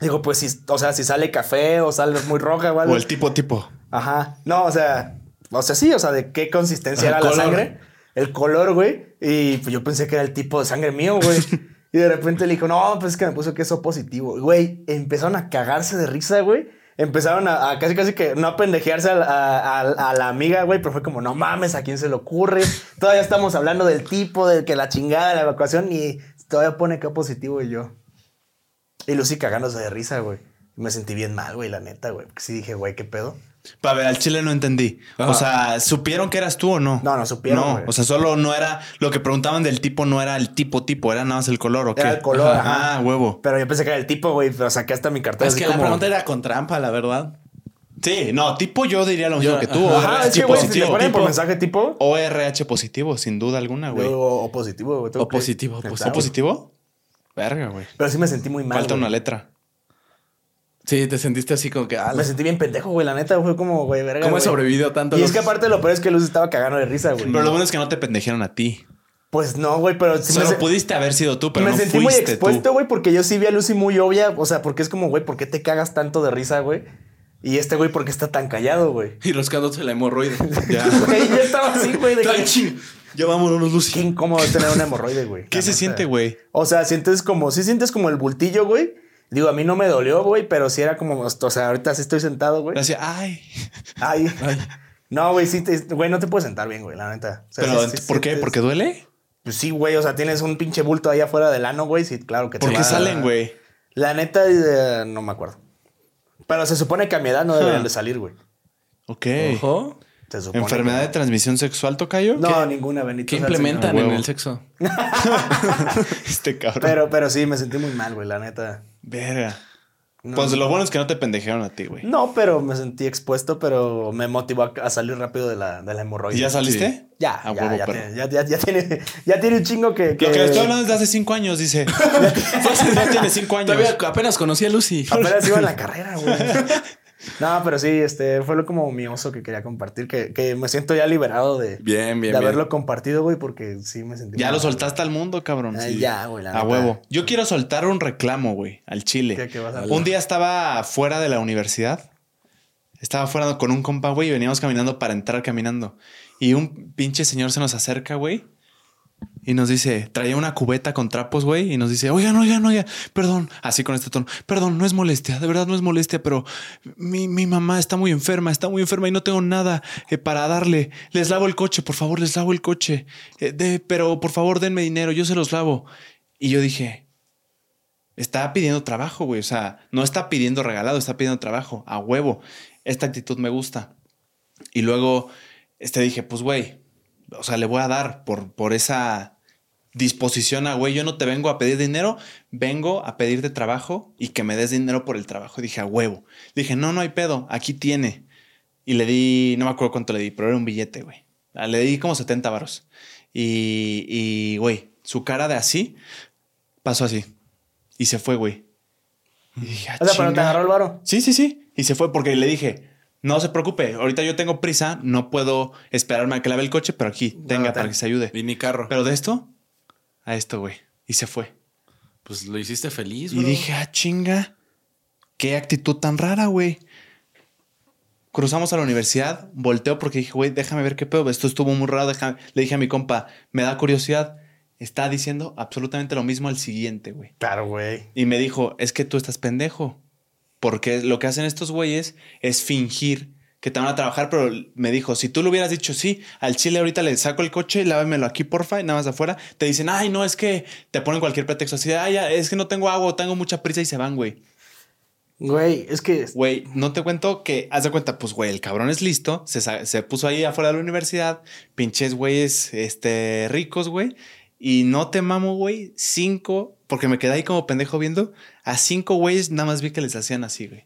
Speaker 3: Digo, pues, si, o sea, si sale café o sale muy roja o algo.
Speaker 1: O el tipo tipo.
Speaker 3: Ajá. No, o sea, o sea, sí, o sea, de qué consistencia
Speaker 2: El
Speaker 3: era
Speaker 2: color.
Speaker 3: la sangre, el color, güey. Y pues yo pensé que era el tipo de sangre mío, güey. y de repente le dijo, no, pues es que me puso queso positivo. Güey, empezaron a cagarse de risa, güey. Empezaron a, a casi, casi que no a pendejearse a, la- a- a- a la amiga, güey, pero fue como, no mames, ¿a quién se le ocurre? Todavía estamos hablando del tipo, del que la chingada, la evacuación, y todavía pone que positivo y yo. Y Lucy cagándose de risa, güey. Me sentí bien mal, güey, la neta, güey. porque Sí dije, güey, ¿qué pedo?
Speaker 1: A ver, al chile no entendí.
Speaker 2: Ajá.
Speaker 1: O sea, ¿supieron que eras tú o no?
Speaker 3: Ah. No, no supieron,
Speaker 1: No,
Speaker 3: güey.
Speaker 1: o sea, solo no era. Lo que preguntaban del tipo no era el tipo tipo, era nada más el color, ¿o qué?
Speaker 3: Era el color,
Speaker 1: Ah,
Speaker 3: ajá.
Speaker 1: huevo.
Speaker 3: Pero yo pensé que era el tipo, güey. Pero saqué hasta mi cartera.
Speaker 2: Es
Speaker 3: así
Speaker 2: que la
Speaker 3: como-
Speaker 2: pregunta era con trampa, la verdad.
Speaker 1: Sí, no, tipo yo diría lo
Speaker 2: Yo-
Speaker 1: mismo que tú.
Speaker 2: ajá.
Speaker 1: ORH
Speaker 3: Ajá, es que, güey, si le
Speaker 1: positivo.
Speaker 3: ponen por
Speaker 2: tipo-
Speaker 3: mensaje tipo.
Speaker 1: O RH positivo, sin duda alguna, Oh, güey.
Speaker 3: yo, O, o positivo, güey. tengo
Speaker 2: O
Speaker 3: que-
Speaker 2: positivo,
Speaker 3: Neta,
Speaker 2: positivo.
Speaker 1: ¿O
Speaker 3: güey.
Speaker 1: positivo? Verga, güey.
Speaker 3: Pero sí me sentí muy mal.
Speaker 1: Falta
Speaker 3: güey.
Speaker 1: una letra.
Speaker 2: Sí, te sentiste así como que. ah,
Speaker 3: Me sentí bien pendejo, güey. La neta, fue como, güey, verga.
Speaker 2: ¿Cómo he
Speaker 3: güey.
Speaker 2: sobrevivido tanto?
Speaker 3: Y
Speaker 2: los-
Speaker 3: es que aparte lo peor es que Luz estaba cagando de risa, güey.
Speaker 1: Pero lo bueno es que no te pendejeron a ti.
Speaker 3: Pues no, güey, pero sí
Speaker 1: Solo
Speaker 3: me, se-
Speaker 1: pudiste haber sido tú, pero
Speaker 3: me
Speaker 1: no
Speaker 3: sentí muy
Speaker 1: fuiste
Speaker 3: expuesto,
Speaker 1: tú.
Speaker 3: güey, porque yo sí vi a Lucy muy obvia. O sea, porque es como, güey, ¿por qué te cagas tanto de risa, güey? Y este güey, ¿por qué está tan
Speaker 2: [laughs]
Speaker 3: callado, güey?
Speaker 2: Y rascándose la
Speaker 3: [laughs]
Speaker 2: hemorroide.
Speaker 1: Ya.
Speaker 3: Güey, yo estaba así, güey, de
Speaker 2: Está
Speaker 3: que...
Speaker 2: chido. Ya vámonos,
Speaker 3: Qué
Speaker 2: Lucy.
Speaker 3: incómodo es tener una hemorroide, güey.
Speaker 1: ¿Qué
Speaker 3: La
Speaker 1: se
Speaker 3: neta.
Speaker 1: siente, güey?
Speaker 3: O sea, sientes como, sí sientes como el bultillo, güey. Digo, a mí no me dolió, güey, pero sí era como, o sea, ahorita sí estoy sentado, güey.
Speaker 1: Gracias. Ay.
Speaker 3: Ay.
Speaker 2: Ay.
Speaker 3: No, güey, sí, te- güey, no te puedes sentar bien, güey, la neta. O sea,
Speaker 1: Pero,
Speaker 3: sí- sí
Speaker 1: ¿por qué?
Speaker 3: sientes-
Speaker 1: ¿Porque duele?
Speaker 3: Pues sí, güey, o sea, tienes un pinche bulto ahí afuera del ano, güey, sí, claro que te
Speaker 1: ¿Por qué
Speaker 3: va-
Speaker 1: salen, güey?
Speaker 3: La neta, eh, no me acuerdo. Pero se supone que a mi edad no deberían
Speaker 1: Huh.
Speaker 3: de salir, güey.
Speaker 1: Ok.
Speaker 2: Ojo.
Speaker 3: Se supone.
Speaker 1: ¿Enfermedad de transmisión sexual, Tocayo?
Speaker 3: No, ninguna, bendito.
Speaker 2: ¿Qué
Speaker 3: sea el Señor.
Speaker 2: implementan
Speaker 1: a huevo.
Speaker 2: en el sexo?
Speaker 1: [laughs] Este cabrón.
Speaker 3: Pero, pero sí, me sentí muy mal, güey, la neta.
Speaker 1: Verga.
Speaker 3: No. Mm,
Speaker 1: Pues lo bueno es que no te pendejearon a ti, güey.
Speaker 3: No, pero me sentí expuesto, pero me motivó a, a salir rápido de la, de la hemorroide.
Speaker 1: ¿Y ya saliste?
Speaker 2: Sí.
Speaker 3: Ya,
Speaker 1: A
Speaker 3: ya,
Speaker 1: huevo,
Speaker 3: ya,
Speaker 1: perro.
Speaker 3: tiene, ya, ya- ya tiene, ya tiene un chingo que...
Speaker 1: Lo que le estoy hablando
Speaker 3: que
Speaker 1: es de hace cinco años,
Speaker 3: [laughs]
Speaker 1: dice. [laughs] ya tiene cinco años.
Speaker 2: Todavía apenas conocí a Lucy.
Speaker 3: Apenas iba en la carrera, güey.
Speaker 1: [laughs]
Speaker 3: No, pero sí, este fue lo como mi oso que quería compartir, que, que me siento ya liberado de,
Speaker 2: Bien, bien,
Speaker 3: de
Speaker 2: bien.
Speaker 3: haberlo compartido, güey, porque sí me sentí...
Speaker 1: Ya
Speaker 3: mal.
Speaker 1: lo soltaste al mundo, cabrón.
Speaker 3: Ay, ya, güey, la
Speaker 1: A
Speaker 3: neta.
Speaker 1: huevo. Yo quiero soltar un reclamo, güey, al Chile.
Speaker 3: ¿Qué- qué vas a
Speaker 1: un día estaba fuera de la universidad. Estaba fuera con un compa, güey, y veníamos caminando para entrar caminando. Y un pinche señor se nos acerca, güey. Y nos dice, traía una cubeta con trapos, güey, y nos dice, oigan, oigan, oigan, perdón, así con este tono, perdón, no es molestia, de verdad no es molestia, pero mi, mi mamá está muy enferma, está muy enferma y no tengo nada eh, para darle. Les lavo el coche, por favor, les lavo el coche, Eh, de- pero por favor denme dinero, yo se los lavo. Y yo dije, está pidiendo trabajo, güey, o sea, no está pidiendo regalado, está pidiendo trabajo, a huevo. Esta actitud me gusta. Y luego este, dije, pues, güey, o sea, le voy a dar por, por esa disposición a, güey, yo no te vengo a pedir dinero, vengo a pedirte trabajo y que me des dinero por el trabajo. Y dije, a huevo. Le dije, no, no hay pedo, aquí tiene. Y le di, no me acuerdo cuánto le di, pero era un billete, güey. Ah, Le di como 70 varos. Y, y, güey, su cara de así pasó así. Y se fue, güey. Y dije, "Ah,
Speaker 3: O sea, pero te
Speaker 1: chinga".
Speaker 3: agarró el varo.
Speaker 1: Sí, sí, sí. Y se fue porque le dije, no se preocupe, ahorita yo tengo prisa, no puedo esperarme a que lave el coche, pero aquí, tenga
Speaker 3: ten.
Speaker 1: para que se ayude.
Speaker 2: Y ni carro.
Speaker 1: Pero de esto a esto, güey. Y se fue.
Speaker 2: Pues lo hiciste feliz,
Speaker 1: Y
Speaker 2: bro.
Speaker 1: dije, ah, chinga, qué actitud tan rara, güey. Cruzamos a la universidad, volteo porque dije, güey, déjame ver qué pedo. Esto estuvo muy raro. déjame- Le dije a mi compa, me da curiosidad. Está diciendo absolutamente lo mismo al siguiente, güey.
Speaker 3: Claro, güey.
Speaker 1: Y me dijo, es que tú estás pendejo. Porque lo que hacen estos güeyes es fingir que te van a trabajar, pero me dijo, si tú le hubieras dicho sí, al chile ahorita le saco el coche y lávemelo aquí, porfa, y nada más afuera, te dicen, ay, no, es que te ponen cualquier pretexto así, de, ay, ya, es que no tengo agua, o tengo mucha prisa y se van, güey.
Speaker 3: Güey, es que.
Speaker 1: Güey, no te cuento que, haz de cuenta, pues, güey, el cabrón es listo, se, sa- se puso ahí afuera de la universidad, pinches güeyes, este, ricos, güey, y no te mamo, güey, cinco, porque me quedé ahí como pendejo viendo, a cinco güeyes nada más vi que les hacían así, güey.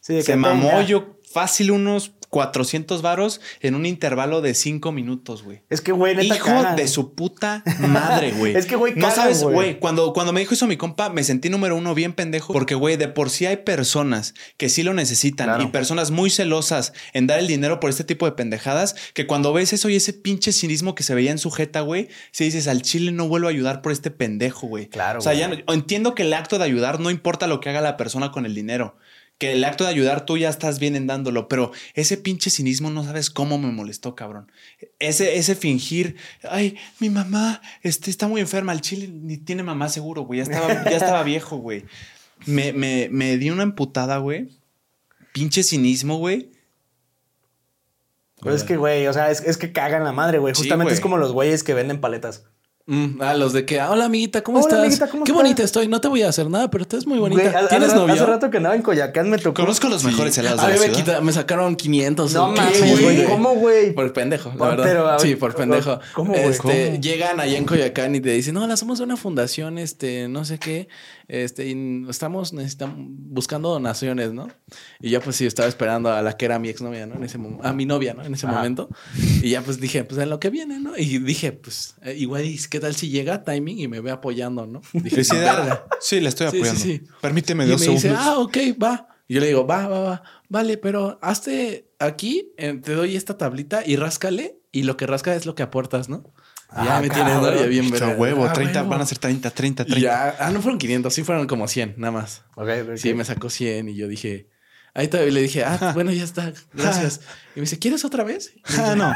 Speaker 3: sí, de que
Speaker 1: Se mamó
Speaker 3: tenga.
Speaker 1: yo fácil unos 400 varos en un intervalo de cinco minutos, güey.
Speaker 3: Es que, güey, neta.
Speaker 1: Hijo
Speaker 3: cagan.
Speaker 1: de su puta madre, güey.
Speaker 3: Es que, güey,
Speaker 1: No
Speaker 3: cagan,
Speaker 1: sabes,
Speaker 3: güey.
Speaker 1: güey. Cuando, cuando me dijo eso mi compa, me sentí número uno bien pendejo. Porque, güey, de por sí hay personas que sí lo necesitan
Speaker 3: Claro.
Speaker 1: y personas muy celosas en dar el dinero por este tipo de pendejadas. Que cuando ves eso y ese pinche cinismo que se veía en su jeta, güey, si dices al chile no vuelvo a ayudar por este pendejo, güey.
Speaker 3: Claro,
Speaker 1: O sea,
Speaker 3: güey.
Speaker 1: ya
Speaker 2: Ah,
Speaker 1: no- entiendo que el acto de ayudar no importa lo que haga la persona con el dinero. Que el acto de ayudar tú ya estás bien en dándolo, pero ese pinche cinismo no sabes cómo me molestó, cabrón. Ese, ese fingir, ay, mi mamá este, está muy enferma, el chile ni tiene mamá seguro, güey. Ya
Speaker 2: [laughs]
Speaker 1: estaba, ya estaba viejo, güey. Me, me, me di una emputada, güey. Pinche cinismo, güey.
Speaker 3: Pero es que, güey, o sea, es, es que cagan la madre, güey.
Speaker 1: Sí,
Speaker 3: Justamente
Speaker 1: güey.
Speaker 3: es como los güeyes que venden paletas.
Speaker 2: Mm, ah, los de que, ah, hola amiguita, ¿cómo
Speaker 3: Hola,
Speaker 2: estás?
Speaker 3: amiguita, ¿cómo
Speaker 2: Qué
Speaker 3: estás?
Speaker 2: bonita estoy, no te voy a hacer nada, pero estás muy bonita.
Speaker 3: Güey, ha-
Speaker 2: ¿Tienes
Speaker 3: hace,
Speaker 2: novio?
Speaker 3: hace rato que andaba en Coyacán me tocó.
Speaker 1: Conozco los mejores helados
Speaker 2: A
Speaker 1: de ¿eh?
Speaker 2: mí
Speaker 1: la
Speaker 2: me,
Speaker 1: ciudad.
Speaker 2: quita- me sacaron 500.
Speaker 3: No
Speaker 2: ¿Qué,
Speaker 3: mames, güey. ¿Cómo, güey?
Speaker 2: Por pendejo, la
Speaker 3: Por-
Speaker 2: verdad.
Speaker 3: pero, a ver, ah,
Speaker 2: sí, por pendejo.
Speaker 3: ¿cómo, güey?
Speaker 2: Este,
Speaker 3: ¿Cómo?
Speaker 2: Llegan allá en Coyacán y te dicen, no, la somos de una fundación, este, no sé qué, este, y estamos necesitamos, buscando donaciones, ¿no? Y ya pues sí, estaba esperando a la que era mi exnovia, ¿no? En ese mo- a mi novia, ¿no? En ese
Speaker 3: Ajá.
Speaker 2: momento. Y ya pues dije, pues en lo que viene, ¿no? Y dije, pues eh, igual, ¿y ¿qué tal si llega timing y me ve apoyando, ¿no? Dije,
Speaker 1: Sí, sí,
Speaker 2: "Verga".
Speaker 1: sí, le estoy
Speaker 2: Sí, sí,
Speaker 1: apoyando.
Speaker 2: sí.
Speaker 1: Permíteme
Speaker 2: Y me
Speaker 1: dos segundos.
Speaker 2: dice, ah, ok, va. Y yo le digo, va, va, va. Vale, pero hazte aquí, eh, te doy esta tablita y ráscale. Y lo que rasca es lo que aportas, ¿no? Y ya
Speaker 3: Ah,
Speaker 2: me tienes
Speaker 3: cabrón.
Speaker 2: novia bien
Speaker 1: Está
Speaker 2: verga.
Speaker 1: huevo,
Speaker 2: Ah,
Speaker 1: 30,
Speaker 2: huevo.
Speaker 1: van a ser 30, 30,
Speaker 2: Y
Speaker 1: 30.
Speaker 2: Ya, ah, no fueron 500, sí fueron como 100, nada más.
Speaker 3: Ok, ok.
Speaker 2: Sí, me sacó 100 y yo dije, ahí todavía le dije, ah,
Speaker 1: [laughs]
Speaker 2: bueno, ya está, gracias. Y me dice, ¿quieres otra vez?
Speaker 1: Ah,
Speaker 3: [laughs]
Speaker 1: no.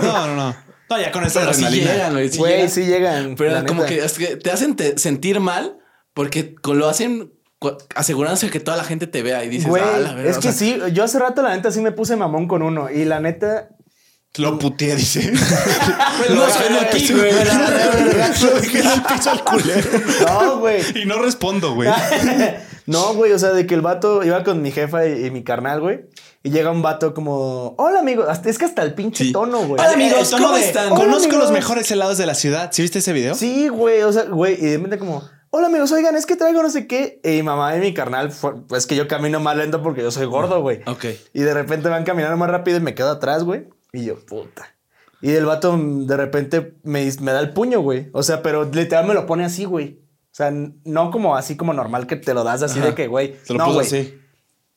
Speaker 1: No, no, no. No, ya con esa
Speaker 2: Pero sí
Speaker 1: adrenalina.
Speaker 2: llegan, güey, sí
Speaker 3: Güey,
Speaker 2: llegan.
Speaker 3: sí llegan.
Speaker 2: Pero
Speaker 3: la
Speaker 2: como
Speaker 3: neta.
Speaker 2: que, es que te hacen te- sentir mal porque co- lo hacen cu- asegurándose que toda la gente te vea y dices,
Speaker 3: Güey,
Speaker 2: "Ah, la verga",
Speaker 3: es
Speaker 2: o sea,
Speaker 3: que sí, yo hace rato la neta sí me puse mamón con uno y la neta...
Speaker 1: Lo puteé, dice.
Speaker 2: [laughs] No soy de aquí,
Speaker 1: [laughs]
Speaker 2: güey.
Speaker 1: Lo dejé en el piso al culero.
Speaker 3: No, güey. [laughs]
Speaker 1: Y no respondo, güey.
Speaker 3: Ah, No, güey, o sea, de que el vato iba con mi jefa y, y mi carnal, güey. Y llega un vato como, hola amigo, Hasta- es que hasta el pinche
Speaker 2: Sí.
Speaker 3: tono, güey.
Speaker 2: Hola, amigos,
Speaker 1: El tono
Speaker 2: ¿cómo
Speaker 1: de,
Speaker 2: están?
Speaker 3: Hola,
Speaker 1: Conozco
Speaker 3: amigos.
Speaker 1: los mejores helados de la ciudad. ¿Sí viste ese video?
Speaker 3: Sí, güey, o sea, güey, y de repente como, hola amigos, oigan, es que traigo no sé qué. Y mi mamá y mi carnal, fue- pues que yo camino más lento porque yo soy gordo, güey.
Speaker 2: Ok.
Speaker 3: Y de repente van caminando más rápido y me quedo atrás, güey. Y yo, puta. Y el vato mm, de repente me, dis- me da el puño, güey. O sea, pero literal me lo pone así, güey. O sea, n- no como así como normal que te lo das así
Speaker 2: Ajá.
Speaker 3: de que, güey.
Speaker 1: Se lo
Speaker 3: no,
Speaker 1: puso
Speaker 3: güey.
Speaker 1: así.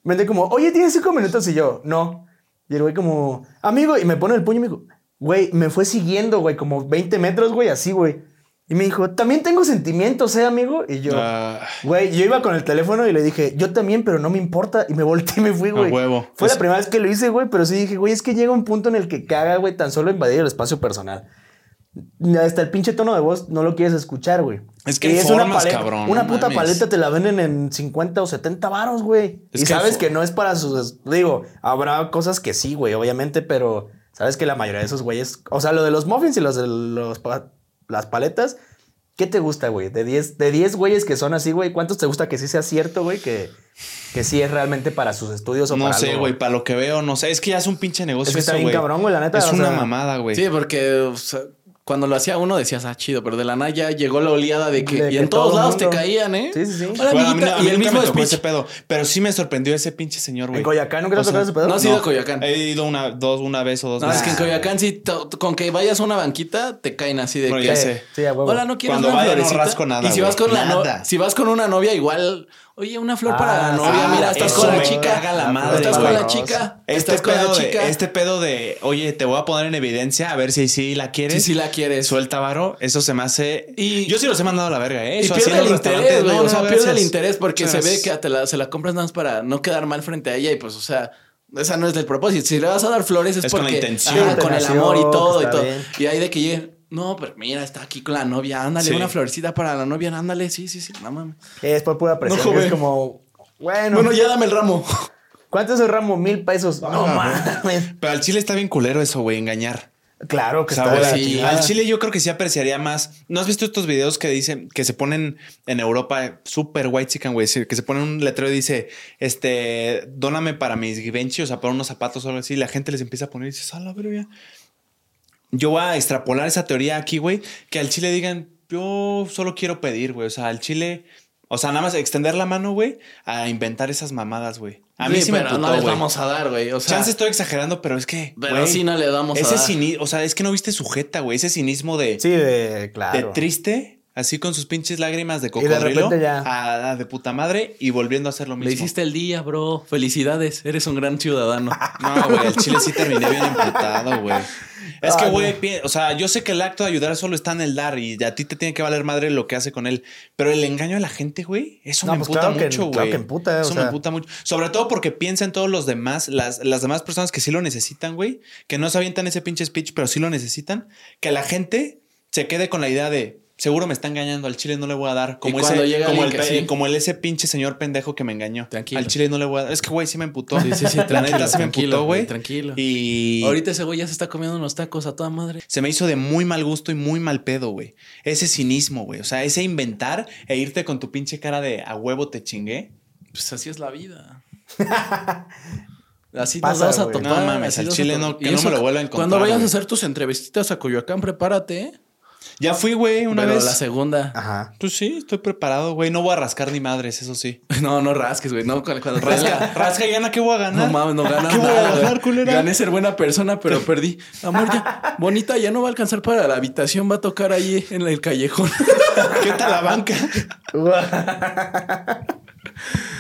Speaker 3: Me dice como, oye, tienes cinco minutos y yo, no. Y el güey como, amigo, y me pone el puño y me dijo, güey, me fue siguiendo, güey, como 20 metros, güey, así, güey. Y me dijo, también tengo sentimientos, ¿eh, amigo? Y yo,
Speaker 1: Ah,
Speaker 3: güey, yo iba con el teléfono y le dije, yo también, pero no me importa. Y me volteé y me fui, güey.
Speaker 1: huevo.
Speaker 3: Fue
Speaker 1: Es-
Speaker 3: la primera vez que lo hice, güey, pero sí dije, güey, es que llega un punto en el que caga, güey, tan solo invadir el espacio personal. Hasta el pinche tono de voz no lo quieres escuchar, güey.
Speaker 1: Es que
Speaker 3: Y
Speaker 1: hay formas,
Speaker 3: paleta-
Speaker 1: cabrón,
Speaker 3: Una
Speaker 1: no
Speaker 3: puta
Speaker 1: mames.
Speaker 3: paleta te la venden en 50 o 70 varos, güey.
Speaker 1: Es
Speaker 3: Y
Speaker 1: que hay
Speaker 3: sabes
Speaker 1: fo-
Speaker 3: que no es para sus. Digo, habrá cosas que sí, güey, obviamente, pero sabes que la mayoría de esos güeyes. O sea, lo de los muffins y los de los pa- las paletas. ¿Qué te gusta, güey? De 10 de 10 güeyes que son así, güey, ¿cuántos te gusta que sí sea cierto, güey? Que, que sí es realmente para sus estudios o
Speaker 1: no
Speaker 3: para
Speaker 1: sé,
Speaker 3: algo,
Speaker 1: güey. Para lo que veo, no sé. Es que ya es un pinche negocio.
Speaker 3: Es que está
Speaker 1: eso,
Speaker 3: bien
Speaker 1: güey.
Speaker 3: cabrón, güey, la neta,
Speaker 1: Es
Speaker 3: o
Speaker 1: una
Speaker 3: sea-
Speaker 1: mamada, güey.
Speaker 2: Sí, porque o sea, cuando lo hacía uno decías, ah, chido, pero de la nada ya llegó la oleada de que.
Speaker 3: De
Speaker 2: y
Speaker 3: que
Speaker 2: en todos
Speaker 3: todo
Speaker 2: lados
Speaker 3: mundo.
Speaker 2: te caían, ¿eh?
Speaker 3: Sí, sí, sí.
Speaker 1: Bueno,
Speaker 2: Hola,
Speaker 1: a mí,
Speaker 2: amiguita.
Speaker 1: a mí
Speaker 2: y el
Speaker 1: nunca
Speaker 2: mismo
Speaker 1: me tocó ese
Speaker 2: speech.
Speaker 1: pedo. Pero sí me sorprendió ese pinche señor,
Speaker 3: En
Speaker 1: güey.
Speaker 3: Coyacán, ¿nunca
Speaker 1: O
Speaker 3: te
Speaker 1: sea,
Speaker 3: tocó ese pedo?
Speaker 2: no ha sido Coyoacán.
Speaker 1: He ido una, dos, una vez o dos
Speaker 2: No, es
Speaker 1: veces.
Speaker 3: Ah.
Speaker 2: que en Coyoacán sí, to- con que vayas a una banquita, te caen así de
Speaker 1: Bueno,
Speaker 2: que.
Speaker 1: ya
Speaker 3: Sí,
Speaker 1: sé.
Speaker 3: sí, a huevo.
Speaker 2: Hola, no quieres
Speaker 1: Cuando
Speaker 2: una
Speaker 1: vaya, no
Speaker 2: florecita?
Speaker 1: rasco nada,
Speaker 2: Y si vas
Speaker 1: güey.
Speaker 2: con la no-
Speaker 1: Nada.
Speaker 2: si vas con una novia igual, oye, una flor
Speaker 3: Ah,
Speaker 2: para la
Speaker 3: sí.
Speaker 2: novia, mira,
Speaker 3: Ah,
Speaker 2: estás
Speaker 3: eso
Speaker 2: con la
Speaker 3: me
Speaker 2: chica,
Speaker 1: caga la madre,
Speaker 2: estás con
Speaker 1: güey.
Speaker 2: la chica,
Speaker 1: Este
Speaker 2: estás con la
Speaker 1: pedo,
Speaker 2: chica.
Speaker 1: de, este pedo de, oye, te voy a poner en evidencia a ver si sí la quieres.
Speaker 2: Si sí la quieres.
Speaker 1: Suelta varo, eso se me hace.
Speaker 2: Y-
Speaker 1: yo sí los he mandado a la verga, ¿eh?
Speaker 2: Y
Speaker 1: Eso
Speaker 2: pierde
Speaker 1: haciendo
Speaker 2: el
Speaker 1: restaurantes,
Speaker 2: interés, güey.
Speaker 1: no,
Speaker 2: o sea,
Speaker 1: no,
Speaker 2: pierde el
Speaker 1: gracias.
Speaker 2: interés porque
Speaker 1: Muchas
Speaker 2: se ve
Speaker 1: gracias.
Speaker 2: que te la, se la compras nada más para no quedar mal frente a ella y pues, o sea, Esa no es el propósito. Si le vas a dar flores es,
Speaker 1: Es con la
Speaker 2: porque
Speaker 1: intención.
Speaker 2: ajá, con el amor y todo y
Speaker 3: pues, Está
Speaker 2: todo.
Speaker 3: bien.
Speaker 2: Y ahí de que llegue, no, pero mira, está aquí con la novia, ándale,
Speaker 1: Sí.
Speaker 2: una florecita para la novia, ándale, sí, sí, sí, no mames.
Speaker 3: Es por pura presión.
Speaker 2: No,
Speaker 3: es
Speaker 2: joven.
Speaker 3: como, bueno,
Speaker 2: Bueno, ya dame el ramo.
Speaker 3: ¿cuánto es el ramo? Mil pesos. No
Speaker 1: Ah,
Speaker 3: mames.
Speaker 1: Pero al chile está bien culero eso, güey, engañar.
Speaker 3: Claro que
Speaker 1: O sea,
Speaker 3: está de
Speaker 1: güey,
Speaker 3: la
Speaker 2: sí.
Speaker 3: chingada.
Speaker 1: al chile yo creo que sí apreciaría más. ¿No has visto estos videos que dicen que se ponen en Europa eh, super white chicken, güey? Sí, Que se ponen un letrero y dice, este, dóname para mis givenchy, o sea, para unos zapatos o algo así. Y la gente les empieza a poner y dices, a la verga. Yo voy a extrapolar esa teoría aquí, güey, que al chile digan, yo solo quiero pedir, güey. O sea, al chile, o sea, nada más extender la mano, güey, a inventar esas mamadas, güey. A
Speaker 2: [laughs]
Speaker 1: mí sí, me
Speaker 2: pero
Speaker 1: emputó,
Speaker 2: no les
Speaker 1: güey.
Speaker 2: vamos a dar, güey. O sea,
Speaker 1: Chance estoy exagerando, pero es que.
Speaker 2: pero
Speaker 1: güey,
Speaker 2: sí no le damos a
Speaker 1: ese
Speaker 2: dar.
Speaker 1: cinismo, o sea, es que no viste sujeta, güey. Ese cinismo de,
Speaker 3: Sí, de,
Speaker 1: de
Speaker 3: claro.
Speaker 1: triste, así con sus pinches lágrimas de
Speaker 3: de
Speaker 1: cocodrilo,
Speaker 3: repente ya.
Speaker 1: a, a de puta madre y volviendo a hacer lo mismo.
Speaker 2: Le hiciste el día, bro. Felicidades, eres un gran
Speaker 1: [laughs]
Speaker 2: ciudadano.
Speaker 1: No, güey, el chile sí terminé bien emputado, güey. Es que,
Speaker 3: Ay,
Speaker 1: güey, pi- o sea, yo sé que el acto de ayudar solo está en el dar y a ti te tiene que valer madre lo que hace con él. Pero el engaño a la gente, güey, eso
Speaker 3: No,
Speaker 1: me
Speaker 3: pues
Speaker 1: emputa
Speaker 3: claro que-
Speaker 1: mucho, güey.
Speaker 3: claro que emputa, eh, o
Speaker 1: Eso
Speaker 3: sea.
Speaker 1: me emputa mucho. Sobre todo porque piensa en todos los demás, las, las demás personas que sí lo necesitan, güey, que no se avientan ese pinche speech, pero sí lo necesitan. Que la gente se quede con la idea de. Seguro me está engañando, al chile no le voy a dar. Como,
Speaker 2: cuando
Speaker 1: ese,
Speaker 2: llega
Speaker 1: como, el,
Speaker 2: alguien que
Speaker 1: pe-
Speaker 2: sí.
Speaker 1: como el ese pinche señor pendejo que me engañó.
Speaker 2: Tranquilo.
Speaker 1: Al chile no le voy a dar. Es que, güey, sí me emputó.
Speaker 2: Sí, sí,
Speaker 1: [laughs]
Speaker 2: sí,
Speaker 1: La
Speaker 2: tranquilo,
Speaker 1: neta se me
Speaker 2: tranquilo,
Speaker 1: emputó, güey.
Speaker 2: tranquilo.
Speaker 1: Y
Speaker 2: Ahorita ese güey ya se está comiendo unos tacos a toda madre.
Speaker 1: se me hizo de muy mal gusto y muy mal pedo, güey. Ese cinismo, güey. O sea, ese inventar e irte con tu pinche cara de a huevo te chingué.
Speaker 2: Pues así es la
Speaker 3: [laughs]
Speaker 2: vida. Así
Speaker 3: Pasa,
Speaker 2: nos vas a
Speaker 3: güey.
Speaker 2: topar.
Speaker 1: No mames,
Speaker 2: así
Speaker 1: al
Speaker 2: nos
Speaker 1: chile
Speaker 2: vas a
Speaker 1: no-
Speaker 2: to-
Speaker 1: que
Speaker 2: Y
Speaker 1: no
Speaker 2: eso
Speaker 1: me lo
Speaker 2: cu-
Speaker 1: vuelva a encontrar,
Speaker 2: Cuando vayas
Speaker 1: güey.
Speaker 2: a hacer tus entrevistitas a Coyoacán, prepárate. ¿eh?
Speaker 1: Ya fui, güey, una
Speaker 2: Pero
Speaker 1: vez.
Speaker 2: la segunda.
Speaker 1: [laughs]
Speaker 3: Ajá.
Speaker 1: Pues sí, estoy preparado, güey. No voy a rascar ni madres, eso sí.
Speaker 2: [laughs] No, no rasques, güey. No, cuando, cuando traes
Speaker 1: Rasca,
Speaker 2: la-
Speaker 1: rasca y gana, ¿qué voy a ganar?
Speaker 2: No mames, no ganas
Speaker 1: ¿Qué voy
Speaker 2: nada,
Speaker 1: a
Speaker 2: güey.
Speaker 1: ganar, culera?
Speaker 2: Gané ser buena persona, pero perdí. Amor,
Speaker 1: [laughs]
Speaker 2: ya, bonita, ya no va a alcanzar para la habitación. Va a tocar ahí en el callejón. [laughs]
Speaker 1: ¿Qué tal la banca?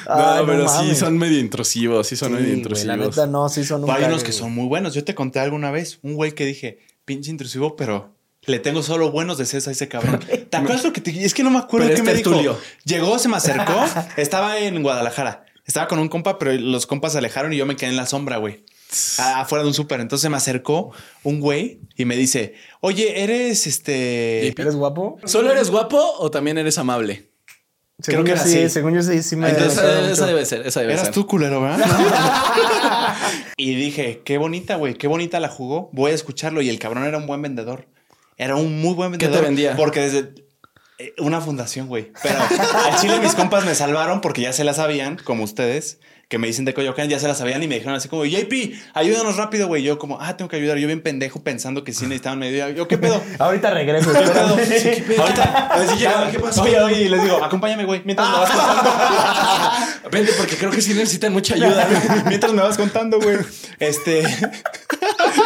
Speaker 3: Ay,
Speaker 2: no, pero sí
Speaker 3: mames.
Speaker 2: son medio intrusivos. Sí
Speaker 3: Sí,
Speaker 2: son medio
Speaker 3: güey,
Speaker 2: intrusivos.
Speaker 3: la neta no, sí son un
Speaker 1: Hay unos
Speaker 3: cague,
Speaker 1: que son
Speaker 3: güey.
Speaker 1: muy buenos. Yo te conté alguna vez, un güey que dije, pinche intrusivo, pero le tengo solo buenos deseos a ese cabrón. ¿Te acuerdas lo que te Es que no me acuerdo
Speaker 2: Pero
Speaker 1: qué me
Speaker 2: es
Speaker 1: dijo.
Speaker 2: tertulio.
Speaker 1: Llegó, se me acercó,
Speaker 2: [laughs]
Speaker 1: estaba en Guadalajara. Estaba con un compa, pero los compas se alejaron y yo me quedé en la sombra, güey. a- Afuera de un súper. Entonces me acercó un güey y me dice, oye, eres este...
Speaker 2: JP.
Speaker 3: ¿Eres guapo?
Speaker 2: ¿Solo eres guapo o también eres amable?
Speaker 3: Según
Speaker 1: que
Speaker 3: yo
Speaker 1: era
Speaker 3: sí,
Speaker 1: así.
Speaker 3: Según yo sí, sí me.
Speaker 2: Entonces, esa,
Speaker 3: me acuerdo mucho.
Speaker 2: debe ser, esa debe
Speaker 1: Eras
Speaker 2: ser.
Speaker 1: tú, culero, [laughs] ¿verdad? y dije, qué bonita, güey, qué bonita la jugó. Voy a escucharlo. Y el cabrón era un buen vendedor. Era un muy buen
Speaker 2: ¿Qué te
Speaker 1: vendedor.
Speaker 2: vendía?
Speaker 1: Porque desde. eh, Una fundación, güey. Pero al chile mis compas me salvaron porque ya se la sabían, como ustedes, que me dicen de Coyoacán, ya se la sabían y me dijeron así como, JP, ayúdanos rápido, güey. Yo como, ah, tengo que ayudar. Yo bien pendejo pensando que sí necesitaban mi ayuda. Yo, ¿qué pedo?
Speaker 3: Ahorita [laughs] regreso.
Speaker 1: ¿Qué pedo?
Speaker 3: espérame.
Speaker 1: Sí, ¿qué pedo? Ahorita, así llegaron, ¿qué pasó? Ah. Oye, oye, y les digo, acompáñame, güey, mientras me vas pasando.
Speaker 2: Vente, porque creo que sí necesitan mucha ayuda.
Speaker 1: [laughs] Mientras me vas contando, güey. Este.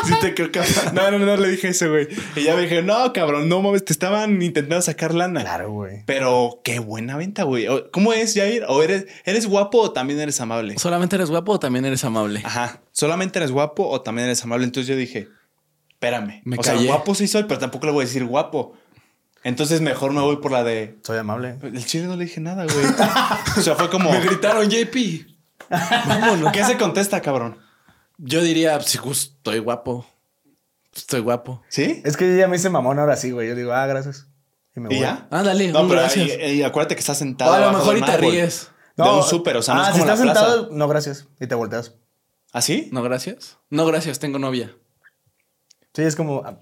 Speaker 1: sí te creo que- No, no, no le dije eso, güey. Y ya me dije, no, cabrón, no mames, te estaban intentando sacar lana.
Speaker 3: Claro, güey.
Speaker 1: Pero qué buena venta, güey. O- ¿Cómo es, Jair? ¿O eres, eres guapo o también eres amable?
Speaker 2: ¿Solamente eres guapo o también eres amable?
Speaker 1: Ajá. ¿Solamente eres guapo o también eres amable? Entonces yo dije, espérame.
Speaker 2: Me
Speaker 1: o sea,
Speaker 2: callé.
Speaker 1: guapo sí soy, pero tampoco le voy a decir guapo. Entonces mejor me voy por la de.
Speaker 3: Soy amable.
Speaker 1: El chile no le dije nada, güey. o sea, fue como.
Speaker 2: Me gritaron, JP. Vámonos.
Speaker 1: ¿Qué se contesta, cabrón?
Speaker 2: Yo diría, pues, pues, estoy guapo. Estoy guapo.
Speaker 1: ¿Sí?
Speaker 3: Es que ya me hice mamón ahora sí, güey. Yo digo, ah, gracias. Y me
Speaker 1: ¿Y
Speaker 3: voy.
Speaker 1: ya?
Speaker 2: Ándale,
Speaker 1: No,
Speaker 2: un
Speaker 1: pero
Speaker 2: gracias.
Speaker 1: ahí- ahí acuérdate que estás sentado.
Speaker 2: O a lo
Speaker 1: abajo
Speaker 2: mejor
Speaker 1: del
Speaker 2: y te
Speaker 1: árbol.
Speaker 2: ríes.
Speaker 1: De un súper, o sea, no
Speaker 3: ah,
Speaker 1: es
Speaker 3: si
Speaker 1: como
Speaker 3: estás
Speaker 1: la plaza.
Speaker 3: sentado, no, gracias. Y te volteas.
Speaker 1: ¿Así?
Speaker 2: ¿No gracias? No gracias, tengo novia.
Speaker 3: Sí, es como, ah,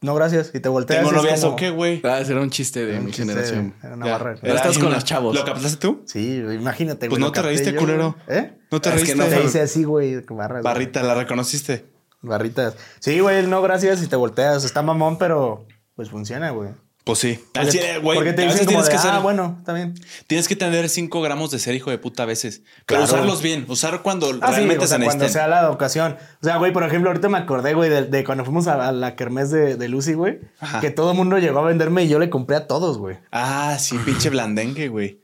Speaker 3: no, gracias. Y te volteas.
Speaker 1: ¿Tengo
Speaker 3: y es
Speaker 1: novias
Speaker 3: como-
Speaker 1: o qué, güey?
Speaker 2: Ah, ese era un chiste de
Speaker 3: Un
Speaker 2: mi
Speaker 3: chiste,
Speaker 2: generación.
Speaker 3: Era una
Speaker 1: Ya.
Speaker 3: barra.
Speaker 1: Era
Speaker 2: Estás
Speaker 1: ahí
Speaker 2: con
Speaker 1: una-
Speaker 2: los chavos.
Speaker 1: ¿Lo captaste tú?
Speaker 3: Sí, güey, imagínate,
Speaker 1: Pues
Speaker 3: güey.
Speaker 1: no
Speaker 3: lo
Speaker 1: te
Speaker 3: capté
Speaker 1: reíste,
Speaker 3: yo,
Speaker 1: culero.
Speaker 3: güey. ¿Eh?
Speaker 1: ¿No te
Speaker 2: Es que
Speaker 1: reíste?
Speaker 2: no
Speaker 3: Te hice así, güey. Barras. güey.
Speaker 1: Barrita, la reconociste.
Speaker 3: Barritas. Sí, güey, el no, gracias. Y te volteas. Está mamón, pero pues funciona, güey.
Speaker 1: Pues sí. Al chile, güey.
Speaker 3: Porque te
Speaker 1: a
Speaker 3: dicen
Speaker 1: veces
Speaker 3: como
Speaker 1: tienes
Speaker 3: de,
Speaker 1: que
Speaker 3: ah,
Speaker 1: ser-
Speaker 3: bueno, también.
Speaker 1: Tienes que tener 5 gramos de ser hijo de puta a veces. Pero
Speaker 3: Claro.
Speaker 1: usarlos bien. Usar cuando
Speaker 3: Ah, sí,
Speaker 1: realmente
Speaker 3: o sea,
Speaker 1: se
Speaker 3: cuando
Speaker 1: necesiten.
Speaker 3: sea la ocasión. O sea, güey, por ejemplo, ahorita me acordé, güey, de, de cuando fuimos a, a la kermés de, de Lucy, güey.
Speaker 1: Ajá.
Speaker 3: Que todo el mundo llegó a venderme y yo le compré a todos, güey.
Speaker 1: Ah, sí, pinche blandengue, güey.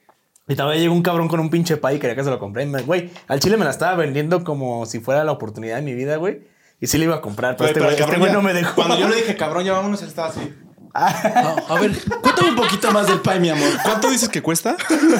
Speaker 3: Y también llegó un cabrón con un pinche pay y quería que se lo compré. Y me- Güey, al chile me la estaba vendiendo como si fuera la oportunidad de mi vida, güey. Y sí le iba a comprar, pero,
Speaker 1: Güey,
Speaker 3: este
Speaker 1: pero el
Speaker 3: güey este
Speaker 1: cabrón
Speaker 3: güey
Speaker 1: ya-
Speaker 3: no me dejó.
Speaker 1: Cuando yo le dije, cabrón, ya vámonos, él estaba así.
Speaker 2: Ah, a ver, cuéntame un poquito más del pie, mi amor.
Speaker 1: ¿Cuánto dices que cuesta?
Speaker 3: [laughs]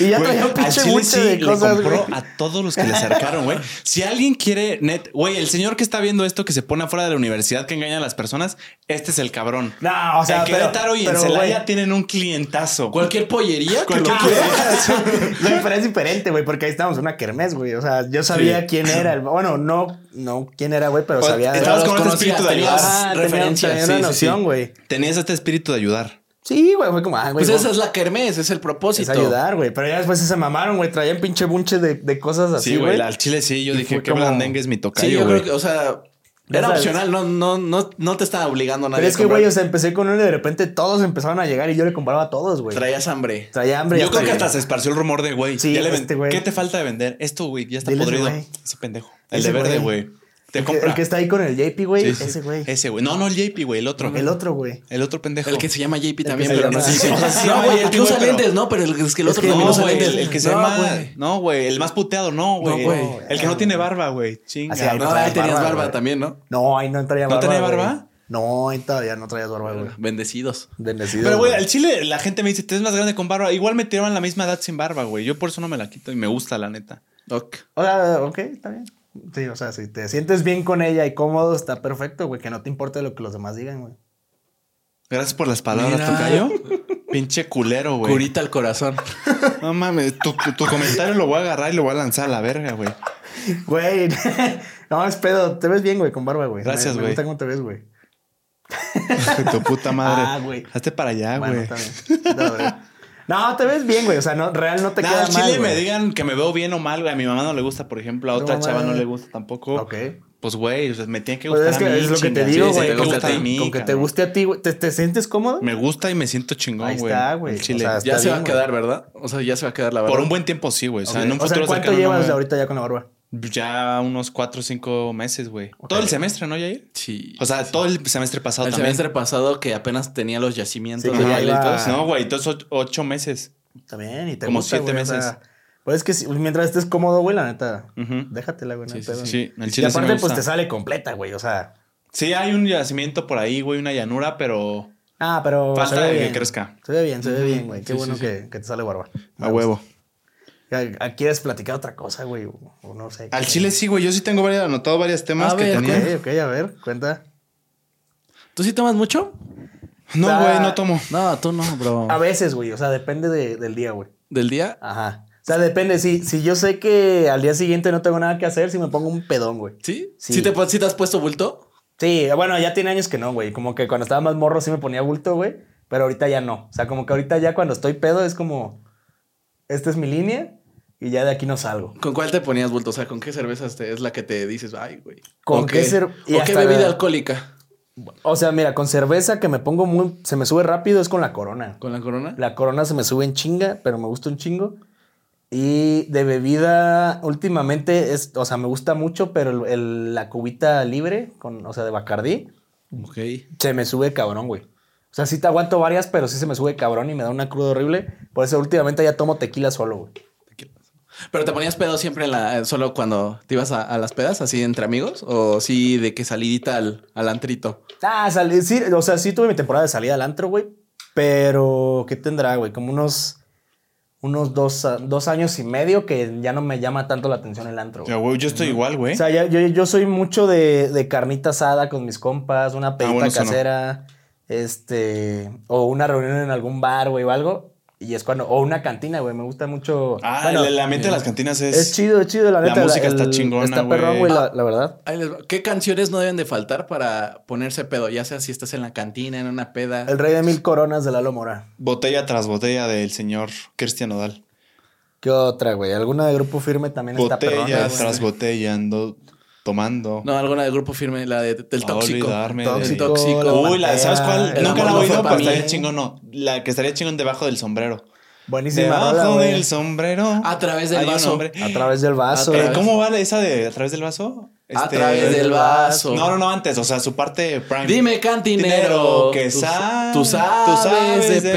Speaker 3: Y ya
Speaker 1: Güey,
Speaker 3: traía un
Speaker 1: al
Speaker 3: pinche
Speaker 1: chile
Speaker 3: buche
Speaker 1: sí
Speaker 3: de
Speaker 1: le
Speaker 3: cosas,
Speaker 1: compró
Speaker 3: güey.
Speaker 1: a todos los que le acercaron, güey. Si alguien quiere, net, güey, el señor que está viendo esto que se pone afuera de la universidad que engaña a las personas, este es el cabrón.
Speaker 3: No, o sea,
Speaker 1: en
Speaker 3: pero,
Speaker 1: Querétaro y
Speaker 3: pero,
Speaker 1: en Celaya
Speaker 3: güey,
Speaker 1: tienen un clientazo.
Speaker 2: Cualquier pollería. que
Speaker 1: Cualquier
Speaker 2: lo-
Speaker 3: [laughs] Güey, Ah. pero es diferente, güey, porque ahí estábamos en una kermés, güey. O sea, yo sabía
Speaker 1: Sí.
Speaker 3: quién era. el- Bueno, no, no quién era, güey, pero
Speaker 1: Pues,
Speaker 3: sabía.
Speaker 1: estabas
Speaker 2: los
Speaker 1: con este
Speaker 2: conocía,
Speaker 1: espíritu de
Speaker 2: tenía
Speaker 1: ayudar.
Speaker 2: las
Speaker 3: Ah, tenía-
Speaker 2: referencias.
Speaker 3: tenía
Speaker 2: sí,
Speaker 3: una
Speaker 2: sí, sí.
Speaker 3: noción, güey.
Speaker 1: Tenías este espíritu de ayudar.
Speaker 3: Sí, güey, fue como, ah, güey.
Speaker 2: Pues
Speaker 3: vamos-
Speaker 2: esa es la kermés, es el
Speaker 3: es
Speaker 2: propósito.
Speaker 3: ayudar, güey. Pero ya después se mamaron, güey. Traían pinche bunche de, de cosas así,
Speaker 1: Sí, güey.
Speaker 3: güey.
Speaker 1: Al chile sí, yo
Speaker 3: Y
Speaker 1: dije
Speaker 3: fue
Speaker 1: que
Speaker 3: como-
Speaker 1: blandengue es mi
Speaker 2: Sí,
Speaker 1: tocayo,
Speaker 2: yo
Speaker 1: güey.
Speaker 2: creo que, o sea,
Speaker 3: Ya
Speaker 2: era
Speaker 3: sabes.
Speaker 2: opcional, no, no, no, no te estaban obligando a nadie.
Speaker 3: Pero es
Speaker 2: a
Speaker 3: que, güey,
Speaker 2: comprar.
Speaker 3: o sea, empecé con uno y de repente todos empezaron a llegar y yo le compraba a todos, güey.
Speaker 2: traías hambre.
Speaker 3: Traía hambre.
Speaker 1: Yo
Speaker 3: ya
Speaker 1: creo que
Speaker 3: sabía.
Speaker 1: hasta se esparció el rumor de, güey,
Speaker 3: Sí,
Speaker 1: ya le ven-
Speaker 3: este güey.
Speaker 1: ¿qué te falta de vender? Esto, güey, ya está
Speaker 3: Diles,
Speaker 1: podrido.
Speaker 3: güey.
Speaker 1: Ese pendejo. El
Speaker 3: Ese
Speaker 1: de verde,
Speaker 3: güey.
Speaker 1: güey. Te
Speaker 3: El que,
Speaker 1: compra.
Speaker 3: el que está ahí con el JP, güey.
Speaker 1: Sí, sí.
Speaker 3: Ese güey.
Speaker 1: Ese güey. No, no el JP, güey, el otro.
Speaker 3: El otro, güey.
Speaker 1: El otro pendejo.
Speaker 2: El que se llama JP también,
Speaker 3: se
Speaker 2: pero
Speaker 3: llama-
Speaker 2: no sé si-
Speaker 3: O sea,
Speaker 1: sí,
Speaker 2: No, güey,
Speaker 1: güey,
Speaker 2: el que
Speaker 1: güey,
Speaker 2: usa
Speaker 1: pero-
Speaker 2: lentes, no, pero el, es que el
Speaker 3: Es
Speaker 2: otro
Speaker 3: que
Speaker 2: también
Speaker 1: No,
Speaker 2: usa
Speaker 1: güey,
Speaker 2: lentes.
Speaker 1: el, el que se
Speaker 2: No,
Speaker 1: llama.
Speaker 2: güey.
Speaker 1: No, güey, el más puteado, no, güey.
Speaker 2: güey.
Speaker 1: el que no tiene barba, güey. Chinga.
Speaker 3: Así, ahí
Speaker 2: No, ahí tenías barba también, ¿no?
Speaker 3: No, ahí no traía
Speaker 1: ¿No
Speaker 3: barba.
Speaker 1: tenía
Speaker 3: güey.
Speaker 1: barba?
Speaker 3: No, ahí todavía no traías barba, güey.
Speaker 2: Bendecidos.
Speaker 3: Bendecido.
Speaker 1: Pero, güey, al chile la gente me dice, te ves más grande con barba. Igual me tiraban la misma edad sin barba, güey. Yo por eso no me la quito y me gusta, la neta.
Speaker 2: Ok.
Speaker 3: O sea, ok, está bien. Sí, o sea, si te sientes bien con ella y cómodo, está perfecto, güey. Que no te importe lo que los demás digan, güey.
Speaker 1: Gracias por las palabras,
Speaker 2: Mira.
Speaker 1: Tocayo. Pinche culero, güey.
Speaker 2: Curita al corazón.
Speaker 1: No mames, tu, tu comentario lo voy a agarrar y lo voy a lanzar a la verga, güey.
Speaker 3: Güey, [laughs] no, es pedo. Te ves bien, güey, con barba, güey.
Speaker 1: Gracias,
Speaker 3: Me- Me
Speaker 1: güey.
Speaker 3: gusta cómo te ves, güey.
Speaker 1: Hijo de tu puta madre.
Speaker 3: Ah, güey.
Speaker 1: Hazte para allá, güey.
Speaker 3: Bueno, está bien. Está bien. No, te ves bien, güey. O sea, no, real no te
Speaker 1: Nah,
Speaker 3: queda
Speaker 1: al chile
Speaker 3: mal, güey.
Speaker 1: me digan que me veo bien o mal, güey. A mi mamá no le gusta, por ejemplo. A
Speaker 3: Tu
Speaker 1: otra
Speaker 3: mamá-
Speaker 1: chava no le gusta tampoco.
Speaker 3: Ok.
Speaker 1: Pues, güey, o sea, me tiene que
Speaker 3: Pues
Speaker 1: gustar
Speaker 3: es que
Speaker 1: a mí,
Speaker 3: es lo que te
Speaker 1: chinga.
Speaker 3: digo,
Speaker 1: Sí, sí,
Speaker 3: güey.
Speaker 1: me
Speaker 3: con
Speaker 1: gusta
Speaker 3: que
Speaker 1: a
Speaker 3: te-
Speaker 1: mí,
Speaker 3: Con que te
Speaker 1: cabrón.
Speaker 3: guste a ti, güey. ¿Te, te sientes cómodo?
Speaker 1: Me gusta y me siento chingón,
Speaker 3: Ahí
Speaker 1: güey.
Speaker 3: está, güey.
Speaker 1: El chile.
Speaker 3: O sea,
Speaker 2: Ya
Speaker 3: Está
Speaker 2: se va a
Speaker 3: bien,
Speaker 2: quedar, ¿verdad? O sea, ya se va a quedar la verdad.
Speaker 1: Por un buen tiempo, sí, güey. O sea,
Speaker 2: Ok.
Speaker 1: en un
Speaker 3: O sea,
Speaker 1: futuro
Speaker 3: ¿cuánto
Speaker 1: cercano, no,
Speaker 3: llevas
Speaker 1: güey.
Speaker 3: ahorita ya con la barba?
Speaker 1: Ya unos 4 o 5 meses, güey. Todo el semestre, ¿no, Jair?
Speaker 2: Sí.
Speaker 1: O sea, todo el semestre pasado
Speaker 2: el
Speaker 1: también.
Speaker 2: semestre pasado que apenas tenía los yacimientos de
Speaker 3: Sí, que ya
Speaker 2: baile y
Speaker 3: iba-
Speaker 2: todo
Speaker 1: Entonces, No, güey, entonces och- ocho meses.
Speaker 3: Está bien, y te
Speaker 1: Como
Speaker 3: gusta,
Speaker 1: siete
Speaker 3: güey, o sea,
Speaker 1: meses.
Speaker 3: pues es que si- mientras estés cómodo, güey, la neta,
Speaker 1: Ujú.
Speaker 3: déjatela, güey. no
Speaker 2: Sí,
Speaker 3: hay
Speaker 2: sí,
Speaker 3: pedo.
Speaker 1: Sí, el
Speaker 3: Y
Speaker 1: chile sí me
Speaker 3: aparte, pues
Speaker 1: gusta.
Speaker 3: te sale completa, güey. O sea.
Speaker 1: Sí, hay un yacimiento por ahí, güey, una llanura, pero
Speaker 3: Ah, pero.
Speaker 1: Falta
Speaker 3: se ve
Speaker 1: de que
Speaker 3: bien.
Speaker 1: crezca.
Speaker 3: Se ve bien, se ve bien, güey. Qué
Speaker 2: Sí,
Speaker 3: bueno
Speaker 2: sí, sí.
Speaker 3: Que, que te sale barba.
Speaker 1: a huevo.
Speaker 3: Ya- ya ¿Quieres platicar otra cosa, güey? O o no sé.
Speaker 1: Al chile sí, güey. Yo sí tengo varias, anotado varios temas
Speaker 2: A
Speaker 1: que
Speaker 2: ver,
Speaker 1: tenía.
Speaker 3: Ok, ok, a ver, cuenta.
Speaker 2: ¿Tú sí tomas mucho?
Speaker 1: No, güey, no tomo.
Speaker 2: No, tú no, bro.
Speaker 3: A veces, güey. O sea, depende de- del día, güey.
Speaker 2: ¿Del día?
Speaker 3: Ajá. O sea, depende. Si, si yo sé que al día siguiente no tengo nada que hacer, si me pongo un pedón, güey.
Speaker 2: ¿Sí?
Speaker 3: Sí.
Speaker 2: ¿Sí, te, pon- sí te has puesto bulto?
Speaker 3: Sí, bueno, ya tiene años que no, güey. Como que cuando estaba más morro sí me ponía bulto, güey. Pero ahorita ya no. O sea, como que ahorita ya cuando estoy pedo es como, esta es mi línea y ya de aquí no salgo.
Speaker 2: ¿Con cuál te ponías bulto? O sea, ¿con qué cervezas te- es la que te dices, ay, güey?
Speaker 3: ¿Con
Speaker 2: ¿O
Speaker 3: qué cer- y
Speaker 2: ¿O qué
Speaker 3: hasta-
Speaker 2: bebida alcohólica?
Speaker 3: O sea, mira, con cerveza que me pongo muy, se me sube rápido es con la corona.
Speaker 2: ¿Con la corona?
Speaker 3: La corona se me sube en chinga, pero me gusta un chingo. Y de bebida, últimamente, es, o sea, me gusta mucho, pero el- el- la cubita libre, con, o sea, de Bacardí,
Speaker 2: Ok.
Speaker 3: se me sube cabrón, güey. O sea, sí te aguanto varias, pero sí se me sube cabrón y me da una cruda horrible. Por eso últimamente ya tomo tequila solo, güey.
Speaker 2: ¿Pero te ponías pedo siempre en la, eh, solo cuando te ibas a, a las pedas, así entre amigos? ¿O sí de que salidita al, al antrito?
Speaker 3: Ah, salí, sí, o sea, sí tuve mi temporada de salida al antro, güey. Pero, ¿qué tendrá, güey? Como unos, unos dos, a- dos años y medio que ya no me llama tanto la atención el antro. güey.
Speaker 1: Ya, güey, yo estoy igual, güey.
Speaker 3: O sea, ya- yo, yo soy mucho de, de carnita asada con mis compas, una pedita
Speaker 1: Ah, bueno, eso no.
Speaker 3: casera, este, o una reunión en algún bar, güey, o algo. Y es cuando, o una cantina, güey, me gusta mucho.
Speaker 1: ah,
Speaker 3: Bueno,
Speaker 1: el- el ambiente
Speaker 2: eh,
Speaker 1: de las cantinas es.
Speaker 3: es chido, es chido, la
Speaker 1: la
Speaker 3: neta.
Speaker 1: música está chingona,
Speaker 3: Está perrón,
Speaker 1: güey.
Speaker 3: güey, la, la verdad.
Speaker 2: Ahí les va. ¿Qué canciones no deben de faltar para ponerse pedo? Ya sea si estás en la cantina, en una peda.
Speaker 3: El rey de mil coronas de Lalo Mora.
Speaker 1: Botella tras botella del señor Cristian Odal.
Speaker 3: ¿Qué otra, güey? Alguna de grupo firme también está perrón.
Speaker 1: Botella tras botella ando tomando.
Speaker 2: No, alguna de grupo firme, la de, del
Speaker 1: A
Speaker 2: tóxico.
Speaker 1: Ah, olvidarme
Speaker 2: tóxico.
Speaker 1: de-
Speaker 2: tóxico.
Speaker 3: la
Speaker 1: Uy, la,
Speaker 3: Botella,
Speaker 1: ¿sabes cuál?
Speaker 3: el
Speaker 1: Nunca la he
Speaker 2: amor no
Speaker 1: oído, pero
Speaker 2: fue pa' mí.
Speaker 1: estaría chingón, no. La que estaría chingón debajo del sombrero.
Speaker 3: Buenísima
Speaker 1: Debajo
Speaker 3: rola, güey.
Speaker 1: del sombrero.
Speaker 2: A través del
Speaker 1: hay un
Speaker 2: vaso.
Speaker 1: hombre.
Speaker 3: A través del vaso.
Speaker 2: A
Speaker 1: Eh,
Speaker 2: través-
Speaker 1: ¿Cómo va esa de a través del vaso?
Speaker 2: A
Speaker 1: Este-
Speaker 2: través del vaso.
Speaker 1: No, no, no, antes, o sea, su parte prime.
Speaker 2: Dime, cantinero.
Speaker 1: que
Speaker 2: tú-
Speaker 1: sabes,
Speaker 2: Tú sabes, de,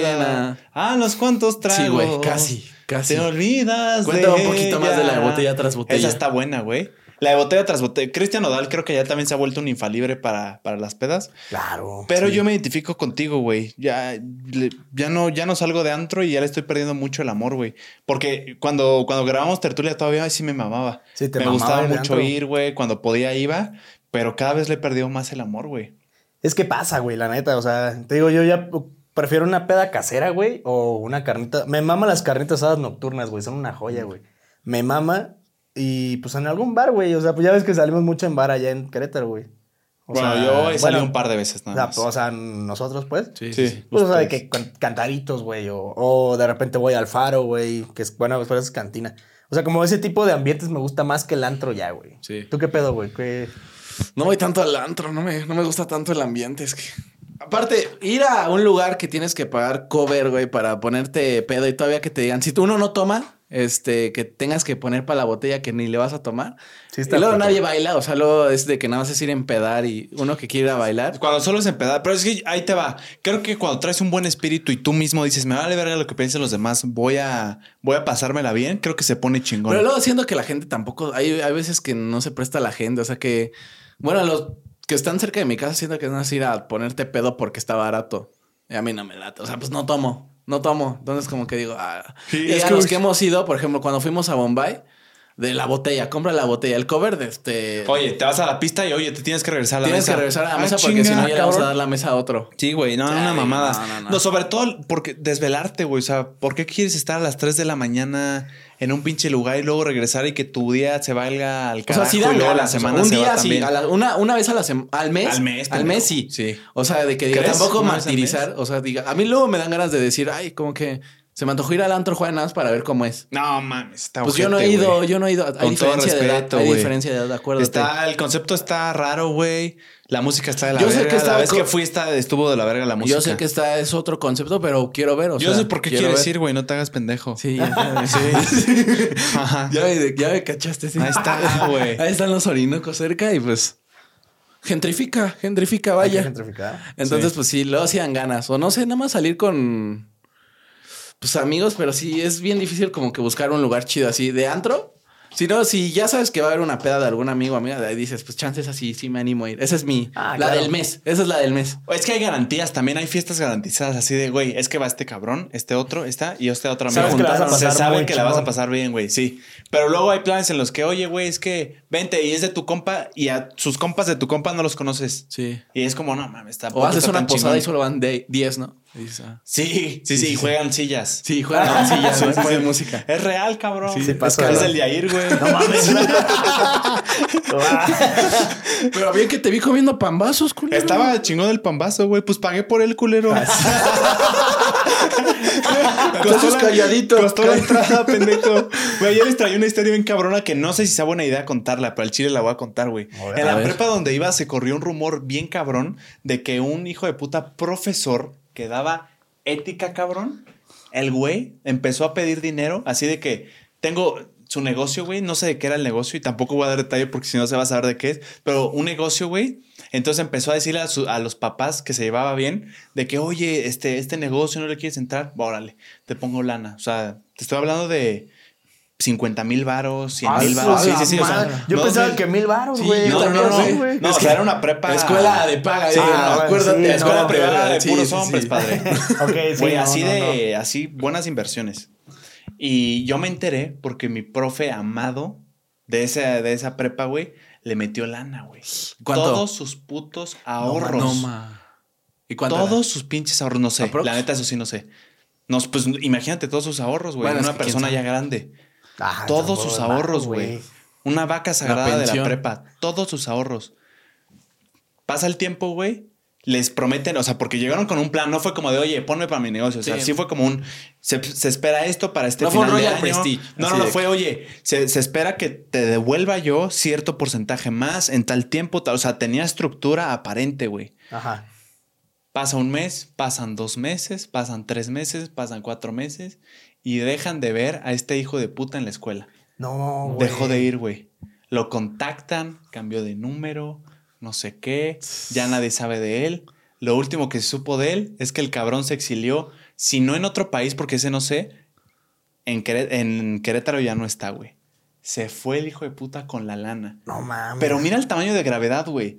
Speaker 2: pena.
Speaker 1: Ah, los cuantos tragos.
Speaker 2: Sí, güey, casi, casi.
Speaker 3: Ah,
Speaker 1: Te olvidas
Speaker 2: Cuéntame
Speaker 1: de
Speaker 2: un poquito más de la
Speaker 1: ella.
Speaker 2: botella tras botella.
Speaker 1: Esa está buena, güey. la de botella tras botella. Cristian Odal creo que ya también se ha vuelto un infalible para, para las pedas.
Speaker 3: Claro.
Speaker 1: Pero
Speaker 3: sí.
Speaker 1: yo me identifico contigo, güey. Ya, le- ya, no, ya no salgo de antro y ya le estoy perdiendo mucho el amor, güey. Porque cuando, cuando grabamos Tertulia todavía ay, sí me mamaba.
Speaker 3: Sí, te
Speaker 1: me
Speaker 3: mamaba
Speaker 1: gustaba
Speaker 3: el
Speaker 1: mucho
Speaker 3: antro.
Speaker 1: ir, güey. Cuando podía iba, pero cada vez le he perdido más el amor, güey.
Speaker 3: Es que pasa, güey, la neta. O sea, te digo, yo ya prefiero una peda casera, güey, o una carnita. Me mama las carnitas asadas nocturnas, güey. Son una joya, güey. Me mama y pues en algún bar, güey. O sea, pues ya ves que salimos mucho en bar allá en Querétaro, güey. O
Speaker 1: bueno,
Speaker 3: sea,
Speaker 1: yo he salido
Speaker 3: bueno,
Speaker 1: un par de veces
Speaker 3: O
Speaker 1: nada
Speaker 3: sea,
Speaker 1: más.
Speaker 3: pues, o sea, nosotros, pues.
Speaker 2: Sí, sí,
Speaker 1: Sí.
Speaker 2: sí.
Speaker 3: Pues, o sea, de
Speaker 1: ustedes.
Speaker 3: que can- cantaritos, güey, o, o de repente voy al faro, güey, que es, bueno, después es cantina. O sea, como ese tipo de ambientes me gusta más que el antro ya, güey.
Speaker 2: Sí.
Speaker 3: ¿Tú qué pedo, güey? ¿Qué-
Speaker 2: No voy tanto al antro, no me, no me gusta tanto el ambiente. Es que. Aparte, ir a un lugar que tienes que pagar cover, güey, para ponerte pedo y todavía que te digan, si tú uno no toma, este, que tengas que poner para la botella que ni le vas a tomar. y
Speaker 3: Sí, está
Speaker 2: luego
Speaker 3: fuerte.
Speaker 2: nadie baila, o sea, luego es de que nada más es ir a empedar y uno que quiere ir a bailar.
Speaker 1: Cuando solo es empedar, pero es que ahí te va. Creo que cuando traes un buen espíritu y tú mismo dices, me vale verga lo que piensen los demás, voy a, voy a pasármela bien, creo que se pone chingón.
Speaker 2: Pero luego siento que la gente tampoco, hay, hay veces que no se presta la gente, o sea que, bueno, los que están cerca de mi casa siento que es más ir a ponerte pedo porque está barato. Y a mí no me late, o sea, pues no tomo, no tomo. Entonces como que digo, ah.
Speaker 1: Sí,
Speaker 2: y
Speaker 1: es
Speaker 2: a
Speaker 1: que-
Speaker 2: los que hemos ido, por ejemplo, cuando fuimos a Bombay, de la botella, compra la botella, el cover de este...
Speaker 1: Oye, te vas a la pista y oye, te tienes que regresar a la
Speaker 2: tienes
Speaker 1: mesa.
Speaker 2: que regresar a la
Speaker 1: Ah,
Speaker 2: mesa porque si
Speaker 1: chinga,
Speaker 2: no ya le vamos a
Speaker 1: cabrón.
Speaker 2: dar la mesa a otro.
Speaker 1: Sí, güey, no,
Speaker 2: Sí,
Speaker 1: una mamada.
Speaker 2: no,
Speaker 1: No,
Speaker 2: no, no.
Speaker 1: sobre todo porque desvelarte, güey. O sea, ¿por qué quieres estar a las 3 de la mañana en un pinche lugar y luego regresar y que tu día se valga al
Speaker 2: O
Speaker 1: carajo
Speaker 2: sea, sí
Speaker 1: y
Speaker 2: dan
Speaker 1: luego la
Speaker 2: ganas, o sea,
Speaker 1: semana
Speaker 2: un
Speaker 1: se va
Speaker 2: día sí,
Speaker 1: también?
Speaker 2: a la- una, una vez a la sem- al mes.
Speaker 1: Al mes,
Speaker 2: Al
Speaker 1: pendejo.
Speaker 2: mes sí.
Speaker 1: Sí.
Speaker 2: O sea, de que diga,
Speaker 1: ¿Crees?
Speaker 2: tampoco
Speaker 1: ¿Una vez al
Speaker 2: martirizar. O sea, diga, a mí luego me dan ganas de decir, ay, como que se me antojó ir al antro Juan nada más para ver cómo es.
Speaker 1: No mames, está
Speaker 2: Pues yo no he
Speaker 1: ojete,
Speaker 2: ido,
Speaker 1: güey.
Speaker 2: yo no he ido. Hay
Speaker 1: Con todo
Speaker 2: diferencia de edad,
Speaker 1: respeto,
Speaker 2: hay
Speaker 1: güey.
Speaker 2: diferencia de edad, acuérdate.
Speaker 1: Está, el concepto está raro, güey. La música está de la
Speaker 2: Yo sé
Speaker 1: verga.
Speaker 2: que
Speaker 1: la
Speaker 2: estaba
Speaker 1: vez
Speaker 2: co-
Speaker 1: que fui está, estuvo de la verga la música.
Speaker 2: Yo sé que esta es otro concepto, pero quiero ver. O
Speaker 1: Yo
Speaker 2: sea,
Speaker 1: sé por qué
Speaker 2: quiero
Speaker 1: quieres
Speaker 2: ver.
Speaker 1: ir, güey. No te hagas pendejo.
Speaker 2: Sí, ya,
Speaker 1: [laughs]
Speaker 2: sí.
Speaker 1: Ajá.
Speaker 2: ya, me, ya me cachaste. sí.
Speaker 1: Ahí
Speaker 2: [laughs]
Speaker 1: está, güey.
Speaker 2: Ahí están los orinocos cerca y pues. Gentrifica, gentrifica,
Speaker 3: hay que
Speaker 1: [laughs]
Speaker 2: vaya.
Speaker 3: gentrificar?
Speaker 2: Entonces,
Speaker 1: Sí.
Speaker 2: pues sí, luego hacían ganas. O no sé, nada más salir con pues amigos, pero sí es bien difícil como que buscar un lugar chido así de antro. Si no, si ya sabes que va a haber una peda de algún amigo o amiga, de ahí dices, pues chances así, sí me animo a ir. Esa es mi,
Speaker 3: Ah,
Speaker 2: la
Speaker 3: claro.
Speaker 2: del mes. Esa es la del mes.
Speaker 1: Es que hay garantías, también hay fiestas garantizadas, así de, güey, es que va este cabrón, este otro, está y este otro amigo.
Speaker 3: Sabes que la vas a
Speaker 1: Se
Speaker 3: pasar
Speaker 1: saben
Speaker 3: muy
Speaker 1: que la vas a
Speaker 3: chingón.
Speaker 1: pasar bien, güey, sí. Pero luego hay planes en los que, oye, güey, es que vente y es de tu compa y a sus compas de tu compa no los conoces.
Speaker 2: Sí.
Speaker 1: Y es como, no mames, tampoco
Speaker 2: O haces
Speaker 1: está
Speaker 2: una
Speaker 1: tan
Speaker 2: posada
Speaker 1: chingón.
Speaker 2: y solo van de 10, ¿no? Y dices, ah.
Speaker 1: Sí, sí, sí, y juegan sillas.
Speaker 2: Sí, juegan con sillas,
Speaker 1: Sí,
Speaker 2: ¿no? Y
Speaker 1: sí,
Speaker 2: ponen
Speaker 1: sí.
Speaker 2: música.
Speaker 1: Es real, cabrón.
Speaker 3: Sí, sí pasa,
Speaker 1: es que es
Speaker 3: ¿verdad?
Speaker 1: el de Yair, güey. [laughs]
Speaker 3: No mames. Ah,
Speaker 2: Pero bien que te vi comiendo pambazos, culero.
Speaker 1: Estaba chingón el pambazo, güey. Pues pagué por el culero.
Speaker 2: Ah,
Speaker 1: [laughs]
Speaker 2: Entonces, calladito.
Speaker 1: Costó la
Speaker 2: [laughs]
Speaker 1: entrada, pendejo. Güey, yo les traía una historia bien cabrona que no sé si sea buena idea contarla, pero al chile la voy a contar, güey.
Speaker 3: A ver.
Speaker 1: En
Speaker 2: A
Speaker 1: la
Speaker 2: ver.
Speaker 1: prepa donde iba se corrió un rumor bien cabrón de que un hijo de puta profesor que daba ética, cabrón, el güey empezó a pedir dinero, así de que tengo su negocio, güey, no sé de qué era el negocio y tampoco voy a dar detalle porque si no se va a saber de qué es, pero un negocio, güey. Entonces empezó a decirle a, su- a los papás que se llevaba bien de que, oye, este, este negocio no le quieres entrar, órale, te pongo lana. O sea, te estoy hablando de 50 mil varos, 100 mil
Speaker 3: Ah,
Speaker 1: varos. Sí,
Speaker 2: la
Speaker 1: sí, sí. O
Speaker 2: madre.
Speaker 1: sea,
Speaker 3: Yo
Speaker 1: no,
Speaker 3: pensaba
Speaker 1: mil-
Speaker 3: que mil baros,
Speaker 2: Sí,
Speaker 3: güey.
Speaker 2: yo
Speaker 1: no, no,
Speaker 2: también,
Speaker 1: no,
Speaker 2: güey.
Speaker 1: no.
Speaker 2: güey.
Speaker 1: No,
Speaker 2: Es
Speaker 1: o
Speaker 2: que-
Speaker 1: sea, era una prepa.
Speaker 2: Escuela de paga,
Speaker 1: Sí,
Speaker 2: eh,
Speaker 1: no,
Speaker 3: bueno,
Speaker 2: acuérdate.
Speaker 3: sí,
Speaker 1: [laughs]
Speaker 2: no,
Speaker 1: escuela
Speaker 3: no,
Speaker 1: privada de
Speaker 2: sí,
Speaker 1: puros
Speaker 2: [laughs] sí, sí.
Speaker 1: hombres, padre.
Speaker 3: Ok, sí,
Speaker 1: Güey,
Speaker 3: no,
Speaker 1: así
Speaker 3: no,
Speaker 1: de, así buenas inversiones. Y yo me enteré porque mi profe amado de esa, de esa prepa, güey, le metió lana, güey.
Speaker 2: ¿Cuánto?
Speaker 1: Todos sus putos ahorros.
Speaker 2: No, ma. ¿Y cuánto? era?
Speaker 1: Todos sus pinches ahorros, no sé.
Speaker 2: ¿Aprox?
Speaker 1: La neta, eso sí, no sé. Nos, pues imagínate todos sus ahorros, güey.
Speaker 2: Bueno, es
Speaker 1: una
Speaker 2: que quién
Speaker 1: persona ya
Speaker 2: sabe.
Speaker 1: grande.
Speaker 3: Ah,
Speaker 1: Todos
Speaker 3: tampoco
Speaker 1: sus
Speaker 3: es barato,
Speaker 1: ahorros, güey. Una vaca sagrada de la
Speaker 2: pensión.
Speaker 1: prepa. Todos sus ahorros. Pasa el tiempo, güey. Les prometen, o sea, porque llegaron con un plan. No fue como de, oye, ponme para mi negocio. O sea,
Speaker 2: Sí.
Speaker 1: sí, fue como un. Se, se espera esto para este
Speaker 2: No fue un
Speaker 1: final de
Speaker 2: Royal
Speaker 1: año.
Speaker 2: Prestige,
Speaker 1: No,
Speaker 2: así
Speaker 1: no, no
Speaker 2: de
Speaker 1: fue, oye, se, se espera que te devuelva yo cierto porcentaje más en tal tiempo. tal- O sea, tenía estructura aparente, güey.
Speaker 3: Ajá.
Speaker 1: Pasa un mes, pasan dos meses, pasan tres meses, pasan cuatro meses y dejan de ver a este hijo de puta en la escuela.
Speaker 3: No, güey.
Speaker 1: Dejó de ir, güey. Lo contactan, cambió de número, no sé qué, ya nadie sabe de él. Lo último que se supo de él es que el cabrón se exilió, si no en otro país, porque ese no sé, en, Queré- en Querétaro ya no está, güey. se fue el hijo de puta con la lana.
Speaker 3: Ah, No mames.
Speaker 1: Pero mira el tamaño de gravedad, güey.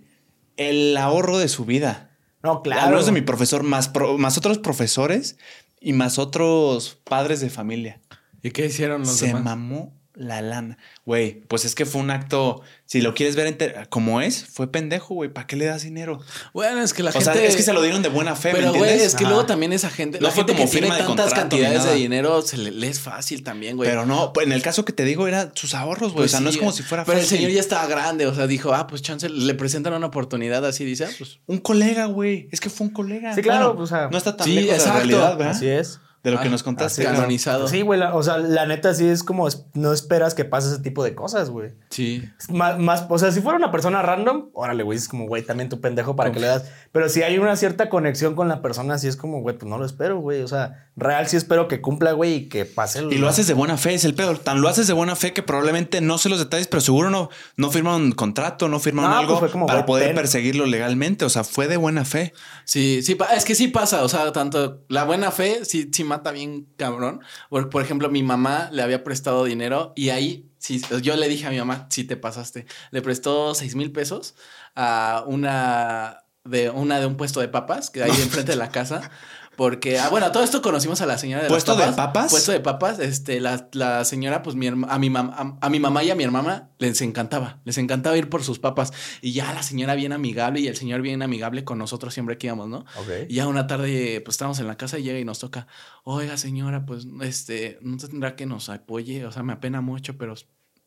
Speaker 1: El ahorro de su vida.
Speaker 3: No, claro.
Speaker 1: Claro. de mi profesor, más, pro- más otros profesores y más otros padres de familia.
Speaker 2: ¿Y qué hicieron los
Speaker 1: Se
Speaker 2: demás?
Speaker 1: mamó la lana. Güey, pues es que fue un acto, si lo quieres ver enter- como es, fue pendejo, güey. ¿Para qué le das dinero?
Speaker 2: Bueno, es que la
Speaker 1: o
Speaker 2: gente.
Speaker 1: sea, es que se lo dieron de buena fe,
Speaker 2: Pero,
Speaker 1: ¿me
Speaker 2: güey,
Speaker 1: entiendes?
Speaker 2: es que
Speaker 3: Ajá.
Speaker 2: luego también esa gente,
Speaker 1: No
Speaker 2: la
Speaker 1: fue
Speaker 2: gente
Speaker 1: como
Speaker 2: que tiene
Speaker 1: firma de
Speaker 2: tantas
Speaker 1: contrato ni
Speaker 2: cantidades de
Speaker 1: nada.
Speaker 2: dinero, se le, le es fácil también, güey.
Speaker 1: Pero no, pues en el caso que te digo era sus ahorros, güey.
Speaker 2: Pues
Speaker 1: o sea, no
Speaker 2: sí,
Speaker 1: es como si fuera
Speaker 2: Pero el
Speaker 1: fácil.
Speaker 2: señor ya estaba grande, o sea, dijo, ah, pues chance, le presentan una oportunidad así, dice, ah, pues.
Speaker 1: Un colega, güey. Es que fue un colega.
Speaker 3: Sí, claro, o sea,
Speaker 1: no está tan
Speaker 2: sí,
Speaker 1: lejos
Speaker 2: exacto.
Speaker 1: de la realidad, ¿verdad?
Speaker 3: Así es.
Speaker 1: De lo que
Speaker 2: Ah,
Speaker 1: nos contaste.
Speaker 3: así es.
Speaker 1: claro.
Speaker 2: Canonizado.
Speaker 3: Sí, güey. la- O sea, la neta sí es como es- no esperas que pase ese tipo de cosas, güey.
Speaker 2: Sí.
Speaker 3: Más, más- o sea, si fuera una persona random, órale, güey, es como, güey, también tu pendejo para que le das. Pero si hay una cierta conexión con la persona, sí es como, güey, pues no lo espero, güey. O sea, real sí espero que cumpla, güey, y que pase.
Speaker 1: Y lo haces de buena fe, es el pedo. Tan lo haces de buena fe que probablemente no sé los detalles, pero seguro no, no firman un contrato, no firman
Speaker 3: No,
Speaker 1: algo
Speaker 3: pues fue como,
Speaker 1: para
Speaker 3: güey,
Speaker 1: poder
Speaker 3: ven.
Speaker 1: perseguirlo legalmente. O sea, fue de buena fe.
Speaker 2: Sí, sí, pa- es que sí pasa, o sea, tanto la buena fe sí, sí mata bien cabrón. Por, por ejemplo, mi mamá le había prestado dinero y ahí, sí, yo le dije a mi mamá, sí te pasaste, le prestó seis mil pesos a una de, una de un puesto de papas que hay enfrente de la casa. Porque, ah, bueno, todo esto conocimos a la señora de las
Speaker 1: ¿Puesto de papas?
Speaker 2: Puesto de papas, este, la, la señora, pues mi herma- a mi mamá, a, a mi mamá y a mi hermana les encantaba, les encantaba ir por sus papas. Y ya la señora bien amigable y el señor bien amigable con nosotros siempre que íbamos, ¿no?
Speaker 3: Ok.
Speaker 2: Y ya una tarde, pues estábamos en la casa y llega y nos toca, oiga señora, pues este, no tendrá que nos apoye, o sea, me apena mucho, pero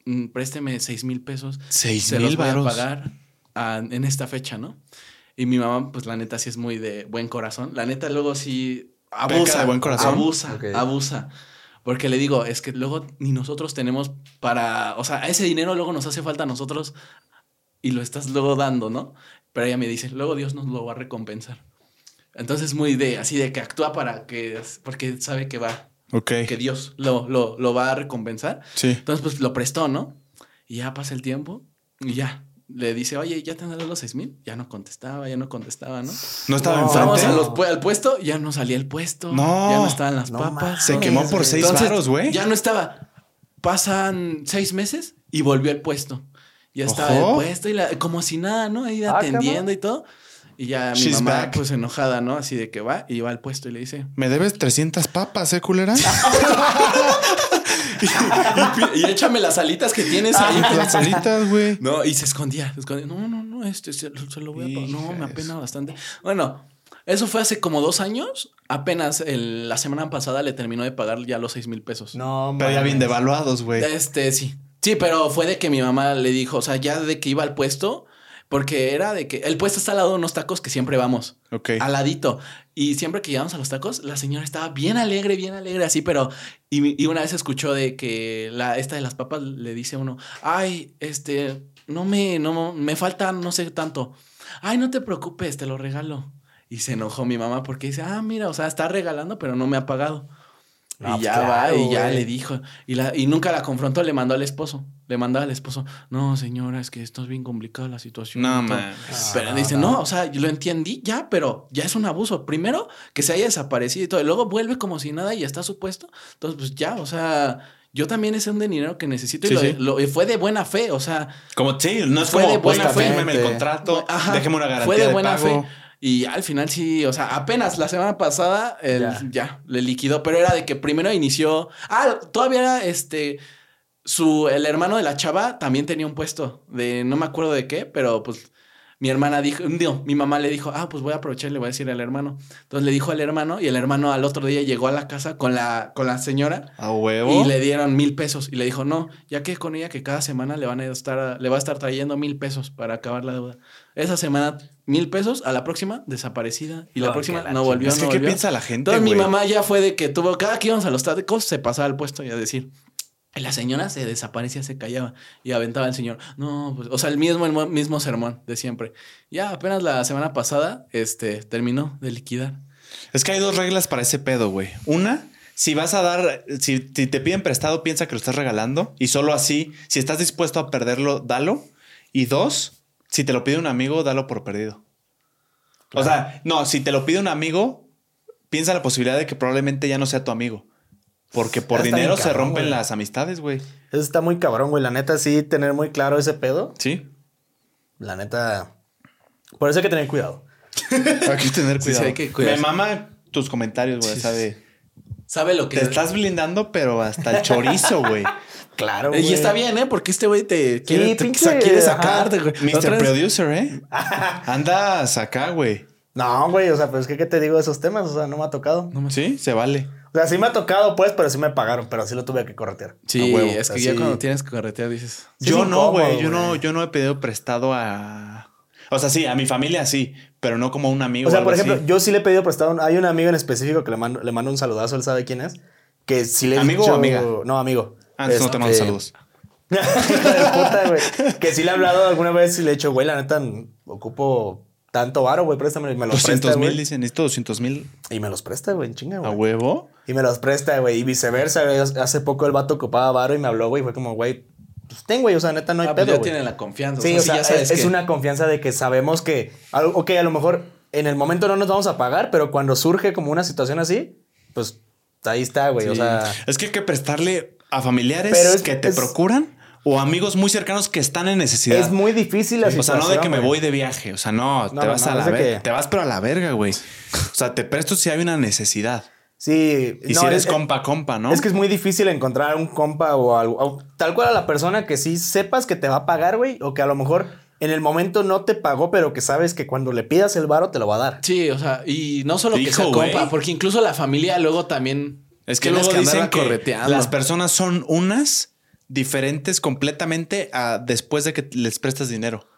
Speaker 2: mm, présteme seis mil pesos,
Speaker 1: Seis
Speaker 2: se
Speaker 1: mil
Speaker 2: los voy a
Speaker 1: varos.
Speaker 2: pagar ah, en esta fecha, ¿no? Y mi mamá, pues la neta sí es muy de buen corazón, la neta luego sí abusa,
Speaker 1: de buen corazón.
Speaker 2: abusa,
Speaker 3: Ok.
Speaker 2: abusa. Porque le digo, es que luego ni nosotros tenemos para, o sea, ese dinero luego nos hace falta a nosotros y lo estás luego dando, ¿no? Pero ella me dice, luego Dios nos lo va a recompensar. Entonces muy de, así de que actúa para que, porque sabe que va,
Speaker 1: Ok.
Speaker 2: que Dios lo, lo, lo va a recompensar.
Speaker 1: Sí.
Speaker 2: Entonces pues lo prestó, ¿no? Y ya pasa el tiempo y ya. Le dice, oye, ¿ya tendrás los seis mil? Ya no contestaba, ya no contestaba, ¿no?
Speaker 1: No estaba
Speaker 3: No,
Speaker 2: Vamos
Speaker 1: enfrente.
Speaker 2: a los pu- al puesto, ya no salía el puesto.
Speaker 1: No.
Speaker 2: Ya no estaban las
Speaker 3: No
Speaker 2: papas.
Speaker 1: Se
Speaker 3: mames,
Speaker 1: quemó por
Speaker 3: güey.
Speaker 1: seis
Speaker 2: Entonces,
Speaker 1: varos, güey.
Speaker 2: Ya no estaba. Pasan seis meses y volvió al puesto. Ya estaba
Speaker 1: Ojo.
Speaker 2: el puesto y la- como si nada, ¿no? Ahí
Speaker 3: Ah,
Speaker 2: atendiendo
Speaker 3: cabrón.
Speaker 2: y todo. Y ya mi
Speaker 1: She's
Speaker 2: mamá,
Speaker 1: back.
Speaker 2: pues enojada, ¿no? Así de que va y va al puesto y
Speaker 1: [laughs]
Speaker 2: le dice.
Speaker 1: Me debes 300 papas, ¿eh,
Speaker 2: [laughs]
Speaker 1: culera?
Speaker 2: Y échame las alitas que tienes ahí.
Speaker 1: [laughs] Las salitas, güey.
Speaker 2: No, y se escondía, se escondía. No, no, no, este se, se lo voy a pagar. No,
Speaker 1: Hija
Speaker 2: me
Speaker 1: de
Speaker 2: apena bastante. Bueno, eso fue hace como dos años. Apenas el- la semana pasada le terminó de pagar ya los seis mil pesos.
Speaker 3: No,
Speaker 1: Pero ya
Speaker 3: mames.
Speaker 1: bien devaluados, güey.
Speaker 2: Este, sí. Sí, pero fue de que mi mamá le dijo, o sea, ya de que iba al puesto, porque era de que el puesto está al lado de unos tacos que siempre vamos,
Speaker 1: Ok.
Speaker 2: al ladito. Y siempre que íbamos a los tacos, la señora estaba bien alegre, bien alegre, así, pero. Y, y una vez escuchó de que la, esta de las papas le dice a uno, ay, este, no me, no, me falta, no sé tanto. Ay, no te preocupes, te lo regalo. Y se enojó mi mamá porque dice, ah, mira, o sea, está regalando, pero no me ha pagado.
Speaker 3: Ah,
Speaker 2: y
Speaker 3: pues
Speaker 2: ya va,
Speaker 3: claro,
Speaker 2: y ya
Speaker 3: güey.
Speaker 2: le dijo. Y, la, y nunca la confrontó, le mandó al esposo. Le mandó al esposo, no, señora, es que esto es bien complicada la situación.
Speaker 1: No,
Speaker 2: y todo".
Speaker 1: man.
Speaker 2: Pero
Speaker 3: no,
Speaker 2: dice,
Speaker 3: Ah, no.
Speaker 2: no. o sea, yo lo entendí ya, pero ya es un abuso. Primero, que se haya desaparecido y todo. Y luego vuelve como si nada y ya está supuesto. Entonces, pues ya, o sea, yo también es un dinero que necesito.
Speaker 1: Sí,
Speaker 2: y lo-
Speaker 1: sí.
Speaker 2: lo- y fue de buena fe, o sea,
Speaker 1: Como, sí, no es
Speaker 2: Fue
Speaker 1: como,
Speaker 2: de
Speaker 1: pues,
Speaker 2: buena fe.
Speaker 1: fírmeme el contrato,
Speaker 2: Ajá.
Speaker 1: déjeme una garantía
Speaker 2: Fue de
Speaker 1: de
Speaker 2: buena
Speaker 1: pago.
Speaker 2: fe. Y ya, al final sí, o sea, apenas la semana pasada el-
Speaker 3: Ya.
Speaker 2: ya. le liquidó, pero era de que primero inició. Ah, todavía era este. Su, el hermano de la chava también tenía un puesto de no me acuerdo de qué, pero pues mi hermana dijo, no, mi mamá le dijo, ah, pues voy a aprovechar y le voy a decir al hermano. Entonces le dijo al hermano y el hermano al otro día llegó a la casa con la, con la señora
Speaker 1: A huevo.
Speaker 2: y le dieron mil pesos. Y le dijo, no, ya que con ella que cada semana le van a estar, le va a estar trayendo mil pesos para acabar la deuda. Esa semana, mil pesos, a la próxima, desaparecida. Y la
Speaker 3: Ay,
Speaker 2: próxima
Speaker 3: que la
Speaker 2: no volvió,
Speaker 1: es que,
Speaker 2: no
Speaker 1: ¿qué
Speaker 2: volvió.
Speaker 1: piensa la gente,
Speaker 2: Entonces mi
Speaker 1: güey?
Speaker 2: mamá ya fue de que tuvo, cada que íbamos a los tacos, se pasaba al puesto y a decir. Y La señora se desaparecía, se callaba y aventaba al señor. No, pues, o sea, el mismo, el mu- mismo sermón de siempre. Ya apenas la semana pasada, este, terminó de liquidar.
Speaker 1: Es que hay dos reglas para ese pedo, güey. Una, si vas a dar, si, si te piden prestado, piensa que lo estás regalando y solo así, si estás dispuesto a perderlo, dalo. Y dos, si te lo pide un amigo, dalo por perdido. O
Speaker 3: Claro.
Speaker 1: sea, no, si te lo pide un amigo, piensa la posibilidad de que probablemente ya no sea tu amigo. Porque por
Speaker 3: Está bien
Speaker 1: dinero se
Speaker 3: cabrón,
Speaker 1: rompen
Speaker 3: güey.
Speaker 1: las amistades, güey.
Speaker 3: Eso está muy cabrón, güey. La neta, sí, tener muy claro ese pedo.
Speaker 1: Sí.
Speaker 3: La neta. Por eso hay que tener cuidado.
Speaker 1: Hay que tener
Speaker 2: Sí, sí,
Speaker 1: cuidado.
Speaker 2: hay que cuidarse.
Speaker 1: Me mama tus comentarios, güey.
Speaker 2: Sí,
Speaker 1: sabe.
Speaker 2: Sabe lo que
Speaker 1: Te estás blindando, pero hasta el chorizo, güey.
Speaker 3: Claro,
Speaker 2: Eh, Y está bien, ¿eh? Porque este güey te quiere, te-
Speaker 3: pinche-
Speaker 2: sa- quiere
Speaker 3: ajá.
Speaker 2: sacarte, güey. La
Speaker 1: Mr.
Speaker 2: otra vez-
Speaker 1: Eh, Producer,
Speaker 3: [laughs]
Speaker 1: ¿eh? Andas acá, güey.
Speaker 3: No, güey, o sea, pues ¿qué, qué te digo de esos temas, o sea, no me ha tocado.
Speaker 1: Sí, se vale.
Speaker 3: O sea, sí me ha tocado, pues, pero sí me pagaron, pero sí lo tuve que corretear.
Speaker 2: Sí,
Speaker 1: A huevo,
Speaker 2: es que
Speaker 3: así.
Speaker 2: ya cuando tienes que corretear dices...
Speaker 3: Sí,
Speaker 1: yo
Speaker 3: es
Speaker 1: no, güey.
Speaker 3: incómodo,
Speaker 1: Yo no,
Speaker 3: güey.
Speaker 1: yo no he pedido prestado a. O sea, sí, a mi familia sí, pero no como a un amigo.
Speaker 3: O sea,
Speaker 1: algo
Speaker 3: por ejemplo,
Speaker 1: así.
Speaker 3: yo sí le he pedido prestado. a un- Hay un amigo en específico que le mando, le mando un saludazo, él sabe quién es. Que si le he
Speaker 1: ¿Amigo o
Speaker 3: dicho-
Speaker 1: amiga?
Speaker 3: No, amigo.
Speaker 1: Ah, entonces no te mando
Speaker 3: Este,
Speaker 1: saludos.
Speaker 3: [laughs] Hijo de puta, güey. Que sí le he hablado alguna vez y le he dicho, güey, la neta, ocupo tanto varo, güey, préstame. Y me los
Speaker 1: 200
Speaker 3: presta,
Speaker 1: mil,
Speaker 3: güey.
Speaker 1: dicen, necesito 200 mil
Speaker 3: Y me los presta, güey, en chinga,
Speaker 1: a
Speaker 3: güey.
Speaker 1: huevo.
Speaker 3: Y me los presta, güey. Y viceversa, güey. Hace poco el vato ocupaba varo y me habló, güey. Fue como, güey, pues ten, güey. O sea, neta, no hay
Speaker 2: ah, pues
Speaker 3: pedo,
Speaker 2: ya
Speaker 3: güey.
Speaker 2: tienen la confianza.
Speaker 3: Sí, o sea,
Speaker 2: ya sabes
Speaker 3: es, es
Speaker 2: que-
Speaker 3: una confianza de que sabemos que, al- ok, a lo mejor en el momento no nos vamos a pagar, pero cuando surge como una situación así, pues ahí está, güey. O
Speaker 2: Sí.
Speaker 3: sea,
Speaker 1: Es que hay que prestarle a familiares
Speaker 3: Pero es-
Speaker 1: que te
Speaker 3: es-
Speaker 1: procuran o amigos muy cercanos que están en necesidad.
Speaker 3: es muy difícil la
Speaker 1: o sea,
Speaker 3: situación.
Speaker 1: no de que me
Speaker 3: güey.
Speaker 1: voy de viaje. O sea, no,
Speaker 3: No,
Speaker 1: te
Speaker 3: no,
Speaker 1: vas a
Speaker 3: no, es
Speaker 1: la
Speaker 3: de
Speaker 1: verga.
Speaker 3: que-
Speaker 1: Te vas, pero a la verga, güey. O sea, te presto si hay una necesidad.
Speaker 3: Sí,
Speaker 1: Y
Speaker 3: no, eh,
Speaker 1: si eres
Speaker 3: es-
Speaker 1: compa, compa, ¿no?
Speaker 3: Es que es muy difícil encontrar un compa o algo, o tal cual a la persona que sí sepas que te va a pagar, güey, o que a lo mejor en el momento no te pagó, pero que sabes que cuando le pidas el varo te lo va a dar.
Speaker 2: Sí, o sea, y no solo que
Speaker 1: Hijo,
Speaker 2: sea
Speaker 1: güey.
Speaker 2: compa, porque incluso la familia luego también...
Speaker 1: Es que
Speaker 2: tienes
Speaker 1: luego dicen
Speaker 2: andarla
Speaker 1: que
Speaker 2: correteando.
Speaker 1: las personas son unas diferentes completamente a después de que les prestas dinero.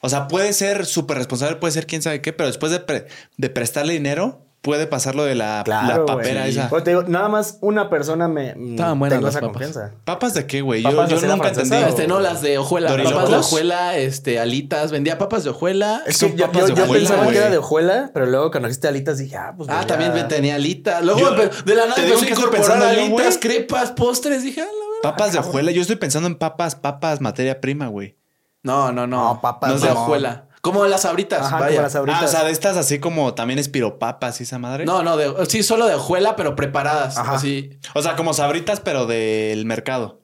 Speaker 1: O sea, puede ser súper responsable, puede ser quién sabe qué, pero después de, pre- de prestarle dinero, puede pasar lo de la, la
Speaker 3: güey. Pues,
Speaker 1: papera esa.
Speaker 3: O te digo, nada más una persona me mm,
Speaker 2: Estaban buenas
Speaker 3: tengo
Speaker 2: las
Speaker 3: esa
Speaker 2: papas.
Speaker 3: confianza.
Speaker 1: ¿Papas de qué, güey? Yo,
Speaker 3: Papas
Speaker 1: yo
Speaker 3: así a la
Speaker 1: nunca
Speaker 3: francesa,
Speaker 1: entendí.
Speaker 3: o-
Speaker 2: Este, no, las de hojuela.
Speaker 1: Dorilocos.
Speaker 2: Papas de hojuela, este, alitas. Vendía papas de hojuela.
Speaker 3: Es
Speaker 2: son
Speaker 3: que yo,
Speaker 2: papas
Speaker 3: yo-
Speaker 2: de
Speaker 3: yo
Speaker 2: hojuela,
Speaker 3: pensaba
Speaker 2: güey.
Speaker 3: que era de hojuela, pero luego cuando dijiste alitas dije, ah, pues.
Speaker 2: Ah,
Speaker 3: güey,
Speaker 2: también
Speaker 3: ya.
Speaker 2: me tenía alitas. Luego
Speaker 1: Yo-
Speaker 2: pero de la nada
Speaker 1: te digo
Speaker 2: empezó a
Speaker 1: que estoy
Speaker 2: incorporar
Speaker 1: pensando yo,
Speaker 2: alitas,
Speaker 1: güey.
Speaker 2: crepas, postres. Dije, ah, la verdad.
Speaker 1: Papas de hojuela. Yo estoy pensando en papas, papas, materia prima, güey.
Speaker 2: No, no, no.
Speaker 3: No, papas,
Speaker 2: No es de
Speaker 3: mamón.
Speaker 2: hojuela. Como las abritas,
Speaker 3: Ajá,
Speaker 2: vaya.
Speaker 3: como las ahoritas.
Speaker 1: Ah, o sea, de estas así como también espiropapas y esa madre.
Speaker 2: No, no, de, sí, solo de hojuela, pero preparadas.
Speaker 3: Ajá.
Speaker 2: Así.
Speaker 1: O sea, como sabritas, pero del mercado.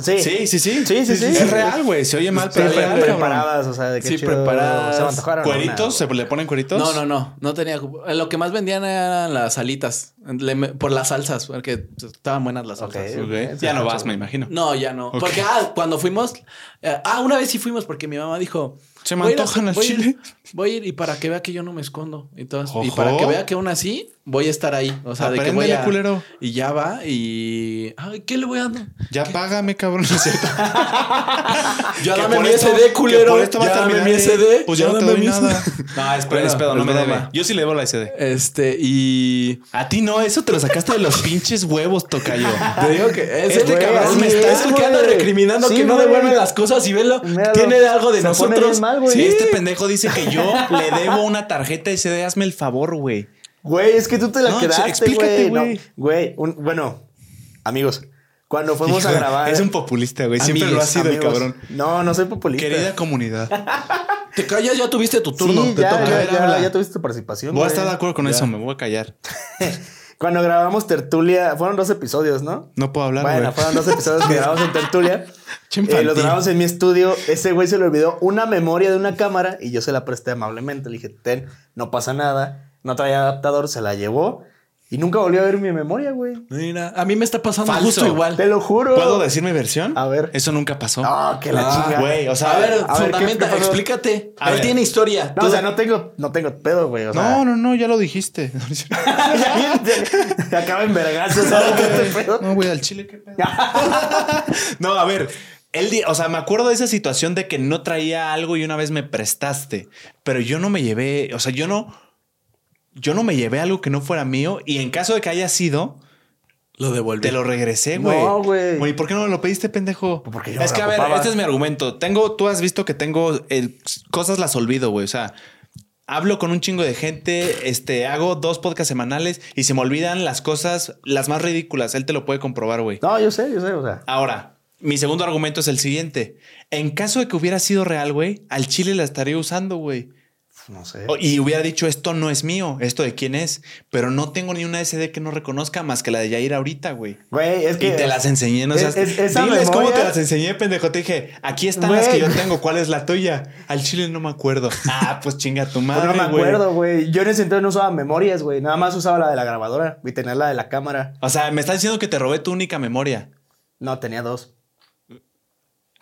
Speaker 3: sí.
Speaker 1: Sí, sí, sí.
Speaker 3: Sí, sí, sí.
Speaker 1: Es real, güey. Se oye mal,
Speaker 3: Sí,
Speaker 1: pero es
Speaker 3: pre-
Speaker 1: real, cabrón.
Speaker 3: preparadas, o sea, de que
Speaker 2: Sí,
Speaker 3: chido,
Speaker 2: preparadas.
Speaker 3: Se me antojaron.
Speaker 1: ¿Cueritos?
Speaker 3: una,
Speaker 1: ¿Se le ponen cueritos?
Speaker 2: No, no, no. No tenía. eh, Lo que más vendían eran las alitas. Le me- por las salsas, porque estaban buenas las
Speaker 3: Ok.
Speaker 2: salsas.
Speaker 1: Ok. Ya no vas, me imagino.
Speaker 2: No, ya no.
Speaker 1: Ok.
Speaker 2: Porque ah, cuando fuimos. eh, ah, una vez sí fuimos porque mi mamá dijo.
Speaker 1: Se me
Speaker 2: "Voy a ir a-
Speaker 1: antojan al
Speaker 2: voy a ir-
Speaker 1: chile".
Speaker 2: Voy a ir y para que vea que yo no me escondo. Y, todas- y
Speaker 1: Ojo.
Speaker 2: para que vea que aún así voy a estar ahí. O sea, de que voy
Speaker 1: Apréndele,
Speaker 2: a.
Speaker 1: culero.
Speaker 2: Y ya va y. Ay, ¿qué le voy a dar?
Speaker 1: Ya págame, cabrón. ¿no es cierto?
Speaker 2: Ya
Speaker 1: Que
Speaker 2: dame
Speaker 1: por
Speaker 2: mi
Speaker 1: esto-
Speaker 2: SD,
Speaker 1: que
Speaker 2: culero.
Speaker 1: por esto vas
Speaker 2: ya
Speaker 1: a
Speaker 2: dame
Speaker 1: terminar
Speaker 2: mi
Speaker 1: de-
Speaker 2: SD.
Speaker 1: Pues ya no te
Speaker 2: dame
Speaker 1: doy
Speaker 2: mi [laughs]
Speaker 1: nada. Pues
Speaker 2: SD.
Speaker 1: No, es pedo,
Speaker 2: Bueno,
Speaker 1: es pedo. No
Speaker 2: es
Speaker 1: me debe.
Speaker 2: broma.
Speaker 1: Yo sí le debo la SD.
Speaker 2: Este, y.
Speaker 1: A ti no, eso te lo sacaste de [laughs] los pinches huevos, [laughs] tocayo.
Speaker 2: Te digo que ese
Speaker 1: Güey,
Speaker 2: cabrón me
Speaker 1: así
Speaker 2: está
Speaker 1: es,
Speaker 2: es el que anda
Speaker 3: güey.
Speaker 2: recriminando
Speaker 3: Sí,
Speaker 2: que no
Speaker 3: güey.
Speaker 2: devuelve las cosas y velo.
Speaker 3: Míralo.
Speaker 2: Tiene algo de
Speaker 3: Se pone
Speaker 2: nosotros.
Speaker 3: bien mal, güey.
Speaker 1: Sí,
Speaker 2: Sí,
Speaker 1: este pendejo dice que yo le debo una tarjeta SD. Hazme el favor, güey.
Speaker 3: Güey, es que tú te la
Speaker 1: No,
Speaker 3: quedaste,
Speaker 1: explícate,
Speaker 3: güey.
Speaker 1: güey.
Speaker 3: No, Güey, un- bueno, amigos, cuando fuimos a grabar.
Speaker 1: Es un populista, güey. Siempre
Speaker 2: Amigues,
Speaker 1: lo ha sido el
Speaker 3: amigos,
Speaker 1: cabrón.
Speaker 3: No, no soy populista.
Speaker 1: Querida comunidad.
Speaker 2: te callas, ya tuviste tu turno.
Speaker 3: Sí,
Speaker 2: te
Speaker 3: ya,
Speaker 2: toca.
Speaker 1: A
Speaker 3: ya,
Speaker 1: ver,
Speaker 3: ya,
Speaker 1: habla.
Speaker 3: ya tuviste tu participación.
Speaker 1: Voy a
Speaker 3: güey.
Speaker 1: estar de acuerdo con eso, me voy a callar.
Speaker 3: Cuando grabamos Tertulia, fueron dos episodios, ¿no?
Speaker 1: No puedo hablar,
Speaker 3: Bueno, pues,
Speaker 1: güey.
Speaker 3: fueron dos episodios
Speaker 1: [laughs]
Speaker 3: que grabamos en Tertulia.
Speaker 1: Che
Speaker 3: Eh,
Speaker 1: infantil.
Speaker 3: los grabamos en mi estudio. Ese güey se le olvidó una memoria de una cámara y yo se la presté amablemente. Le dije, ten, no pasa nada. No traía adaptador, se la llevó y nunca volvió a ver mi memoria, güey.
Speaker 2: Mira, a mí me está pasando
Speaker 1: Falso.
Speaker 2: justo
Speaker 3: Te
Speaker 2: igual.
Speaker 3: lo juro.
Speaker 1: ¿Puedo decir mi versión?
Speaker 3: A ver.
Speaker 1: Eso nunca pasó.
Speaker 3: No, que la
Speaker 2: Ah,
Speaker 3: chinga.
Speaker 1: Güey, o sea,
Speaker 2: a ver,
Speaker 3: a ver,
Speaker 2: fundamenta,
Speaker 3: ¿qué- qué pasó?
Speaker 2: explícate.
Speaker 1: A
Speaker 2: Él
Speaker 1: ver.
Speaker 2: tiene historia.
Speaker 3: No,
Speaker 2: Tú-
Speaker 3: o sea, no tengo, no tengo pedo, güey. O sea,
Speaker 1: No, no, no, ya lo dijiste. [laughs]
Speaker 3: [laughs] Te acaba en vergazos. ¿sabes qué te
Speaker 1: [laughs]
Speaker 3: pedo?
Speaker 1: No, güey, al chile, qué pedo. no, a ver. Él, di- o sea, me acuerdo de esa situación de que no traía algo y una vez me prestaste, pero yo no me llevé, o sea, yo no, yo no me llevé algo que no fuera mío y en caso de que haya sido,
Speaker 2: Lo devuelve.
Speaker 1: te lo regresé,
Speaker 3: No,
Speaker 1: güey.
Speaker 3: güey.
Speaker 1: ¿y por qué no me lo pediste, pendejo?
Speaker 3: Porque yo no
Speaker 1: es
Speaker 3: la
Speaker 1: que, a ver,
Speaker 3: ocupaba.
Speaker 1: este es mi argumento. Tengo, tú has visto que tengo el- cosas las olvido, güey. O sea, hablo con un chingo de gente, este, hago dos podcasts semanales y se me olvidan las cosas, las más ridículas. Él te lo puede comprobar, güey.
Speaker 3: No, yo sé, yo sé, o sea.
Speaker 1: Ahora, mi segundo argumento es el siguiente. En caso de que hubiera sido real, güey, al chile la estaría usando, güey.
Speaker 3: No sé.
Speaker 1: O- Y hubiera dicho, esto no es mío, esto de quién es. Pero no tengo ni una SD que no reconozca más que la de Yair ahorita, güey.
Speaker 3: Güey, es que.
Speaker 1: Y te las enseñé, no
Speaker 3: Es-
Speaker 1: seas...
Speaker 3: es- esa
Speaker 1: Diles cómo
Speaker 3: memoria-
Speaker 1: te las enseñé, pendejo. Te dije, aquí están las que
Speaker 3: Güey.
Speaker 1: yo tengo, ¿cuál es la tuya? Al chile no me acuerdo. Ah, pues chinga tu
Speaker 3: Pues
Speaker 1: madre,
Speaker 3: no me
Speaker 1: güey.
Speaker 3: acuerdo, güey. Yo en ese entonces no usaba memorias, güey. Nada más usaba la de la grabadora y tenía la de la cámara.
Speaker 1: O sea, me estás diciendo que te robé tu única memoria.
Speaker 3: No, tenía dos.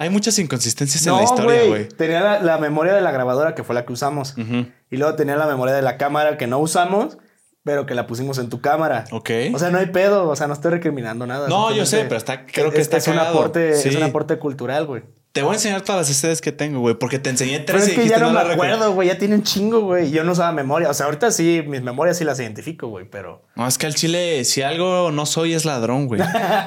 Speaker 1: Hay muchas inconsistencias en
Speaker 3: no,
Speaker 1: la historia, güey.
Speaker 3: Tenía la, la memoria de la grabadora que fue la que usamos.
Speaker 1: Ujú.
Speaker 3: Y luego tenía la memoria de la cámara que no usamos, pero que la pusimos en tu cámara.
Speaker 1: Ok.
Speaker 3: O sea, no hay pedo. O sea, no estoy recriminando nada.
Speaker 1: ¿Eh? No, yo sé,
Speaker 3: simplemente
Speaker 1: pero está- creo que
Speaker 3: es-
Speaker 1: está
Speaker 3: es un
Speaker 1: cagado.
Speaker 3: aporte,
Speaker 1: Sí.
Speaker 3: Es un aporte cultural, güey.
Speaker 1: Te voy a enseñar todas las SDs que tengo, güey, porque te enseñé
Speaker 3: Pero
Speaker 1: tres
Speaker 3: es
Speaker 1: y
Speaker 3: que ya
Speaker 1: dijiste,
Speaker 3: no me
Speaker 1: las
Speaker 3: acuerdo, güey. Ya tiene un chingo, güey. Yo no usaba memoria. O sea, ahorita sí, mis memorias sí las identifico, güey, pero.
Speaker 1: No, es que al chile, si algo no soy, es ladrón,
Speaker 3: [laughs]
Speaker 1: güey.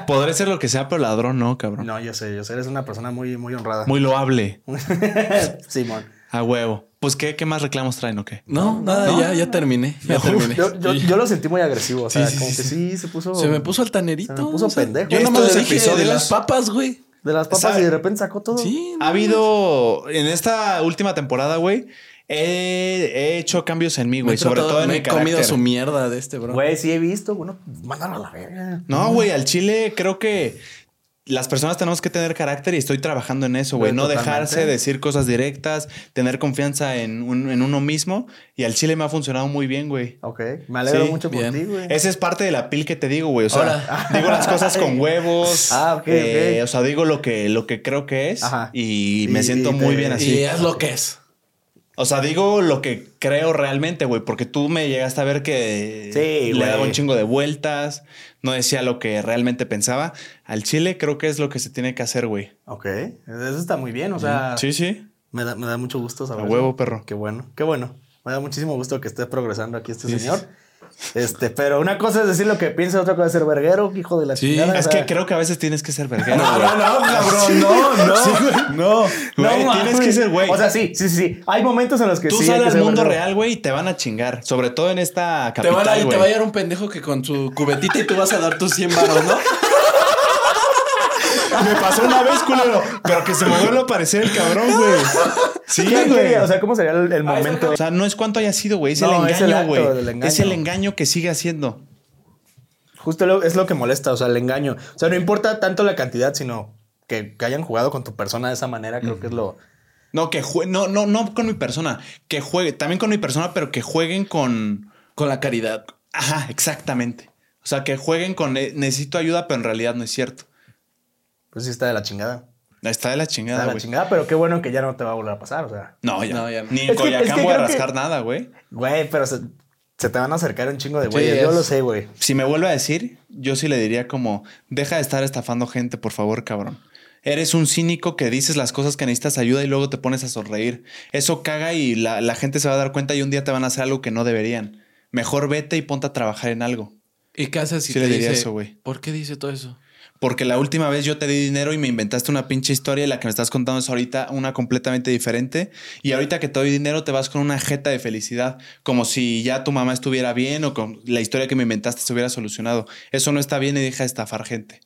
Speaker 1: Podré ser lo que sea, pero ladrón no, cabrón.
Speaker 3: No, yo sé, yo sé. Eres una persona muy, muy honrada.
Speaker 1: Muy loable,
Speaker 3: [laughs]
Speaker 1: [laughs]
Speaker 3: Simón.
Speaker 1: a huevo. Pues, ¿qué, qué más reclamos traen o qué?
Speaker 2: No, nada, ya, ya terminé. Ya terminé.
Speaker 3: Yo, yo- yo lo sentí muy agresivo. O sea,
Speaker 2: sí,
Speaker 3: como
Speaker 2: sí,
Speaker 3: que sí. se puso.
Speaker 2: Se me puso altanerito.
Speaker 3: Se me puso pendejo.
Speaker 2: Yo nomás
Speaker 1: Estos
Speaker 2: le dije de
Speaker 1: episodios-
Speaker 2: las papas, güey.
Speaker 3: De las papas
Speaker 1: ¿Sabe?
Speaker 3: y de repente sacó todo.
Speaker 2: Sí.
Speaker 1: Ha habido en esta última temporada, güey. He, he hecho cambios en mí,
Speaker 2: Me
Speaker 1: güey.
Speaker 2: he
Speaker 1: Sobre
Speaker 2: tratado-
Speaker 1: todo en
Speaker 2: me
Speaker 1: mi
Speaker 2: he comido
Speaker 1: carácter.
Speaker 2: su mierda de este, bro.
Speaker 3: Güey, sí he visto. Bueno, mándalo a la verga.
Speaker 1: No, güey, al chile creo que las personas tenemos que tener carácter y estoy trabajando en eso, güey.
Speaker 3: Güey,
Speaker 1: No
Speaker 3: totalmente.
Speaker 1: dejarse decir cosas directas, tener confianza en, un- en uno mismo. Y al chile me ha funcionado muy bien, güey.
Speaker 3: Ok. Me alegro
Speaker 1: Sí,
Speaker 3: mucho
Speaker 2: bien.
Speaker 3: por ti, güey.
Speaker 1: Esa es parte de la pil que te digo, güey. O sea,
Speaker 2: Ahora.
Speaker 1: [laughs] digo las cosas con huevos.
Speaker 3: Ah, ok,
Speaker 1: eh,
Speaker 3: ok.
Speaker 1: O sea, digo lo que, lo que creo que es.
Speaker 3: Ajá.
Speaker 1: Y me
Speaker 3: Y-
Speaker 1: siento
Speaker 3: y
Speaker 1: muy
Speaker 3: te-
Speaker 1: bien
Speaker 3: y
Speaker 1: así.
Speaker 2: Y es lo que es.
Speaker 1: O sea, digo lo que creo realmente, güey, porque tú me llegaste a ver que
Speaker 3: Sí,
Speaker 1: le
Speaker 3: güey.
Speaker 1: daba un chingo de vueltas, no decía lo que realmente pensaba. Al chile creo que es lo que se tiene que hacer, güey.
Speaker 3: Ok. Eso está muy bien. O sea,
Speaker 1: Sí, sí.
Speaker 3: me, da, me da mucho gusto
Speaker 1: A
Speaker 3: saber.
Speaker 1: huevo, perro.
Speaker 3: Qué bueno. Qué bueno. Me da muchísimo gusto que esté progresando aquí este
Speaker 1: Sí, sí,
Speaker 3: señor. Este, pero una cosa es decir lo que piensa, otra cosa es ser verguero, hijo de la
Speaker 2: Sí,
Speaker 3: chingada,
Speaker 1: Es
Speaker 3: o
Speaker 1: que
Speaker 3: sea,
Speaker 1: creo que a veces tienes que ser verguero.
Speaker 2: No,
Speaker 1: güey.
Speaker 2: no, no,
Speaker 1: [laughs]
Speaker 2: cabrón, no, no.
Speaker 1: no, güey,
Speaker 3: mames.
Speaker 1: tienes que ser, güey.
Speaker 3: O sea, sí, sí, sí, sí. Hay momentos en los que
Speaker 1: Tú
Speaker 3: sí. hay
Speaker 1: sal
Speaker 3: que
Speaker 1: al
Speaker 3: ser
Speaker 1: mundo
Speaker 3: verguero.
Speaker 1: real, güey, y te van a chingar. Sobre todo en esta
Speaker 2: Te, van a,
Speaker 1: capital,
Speaker 2: te
Speaker 1: güey.
Speaker 2: va a llegar un pendejo que con su cubetita y tú vas a dar tus 100 baros, ¿no?
Speaker 1: Me pasó una vez, culero. Pero que se me vuelva a aparecer el cabrón,
Speaker 3: [laughs]
Speaker 1: güey. Sí,
Speaker 3: ¿Qué- qué-
Speaker 1: güey.
Speaker 3: O sea, ¿cómo sería el, el momento?
Speaker 1: O sea, no es cuánto haya sido, güey. Es
Speaker 3: No,
Speaker 1: el
Speaker 3: es el
Speaker 1: engaño,
Speaker 3: acto
Speaker 1: güey.
Speaker 3: del engaño.
Speaker 1: Es el engaño que sigue haciendo.
Speaker 3: Justo lo- es lo que molesta, o sea, el engaño. O sea, no importa tanto la cantidad, sino que, que hayan jugado con tu persona de esa manera, creo que es lo...
Speaker 1: No, que jue- no, no, no con mi persona. Que juegue, también con mi persona, pero que jueguen con.
Speaker 2: Con la caridad.
Speaker 1: Ajá, exactamente. O sea, que jueguen con eh, necesito ayuda, pero en realidad no es cierto.
Speaker 3: Pues sí está de la chingada.
Speaker 1: Está de la
Speaker 3: Está
Speaker 1: chingada,
Speaker 3: de la
Speaker 1: güey.
Speaker 3: chingada, pero qué bueno que ya no te va a volver a pasar, o sea.
Speaker 1: No, ya.
Speaker 2: No, ya no.
Speaker 1: Ni en
Speaker 3: Es que-
Speaker 1: Coyacán
Speaker 3: es que
Speaker 1: voy a
Speaker 3: creo que-
Speaker 1: rascar nada, güey.
Speaker 3: Güey, pero se, se te van a acercar un chingo de
Speaker 2: Sí,
Speaker 3: güeyes, yo
Speaker 2: es-
Speaker 3: lo sé, güey.
Speaker 1: Si me vuelve a decir, yo sí le diría como, deja de estar estafando gente, por favor, cabrón. Eres un cínico que dices las cosas que necesitas ayuda y luego te pones a sonreír. Eso caga y la, la gente se va a dar cuenta y un día te van a hacer algo que no deberían. Mejor vete y ponte a trabajar en algo.
Speaker 2: [laughs] ¿Y qué haces si
Speaker 1: Sí
Speaker 2: te
Speaker 1: le diría
Speaker 2: dice,
Speaker 1: eso, güey.
Speaker 2: ¿Por qué dice todo eso?
Speaker 1: Porque la última vez yo te di dinero y me inventaste una pinche historia y la que me estás contando es ahorita una completamente diferente. Y ahorita que te doy dinero te vas con una jeta de felicidad, como si ya tu mamá estuviera bien o con la historia que me inventaste se hubiera solucionado. Eso no está bien y deja de estafar gente.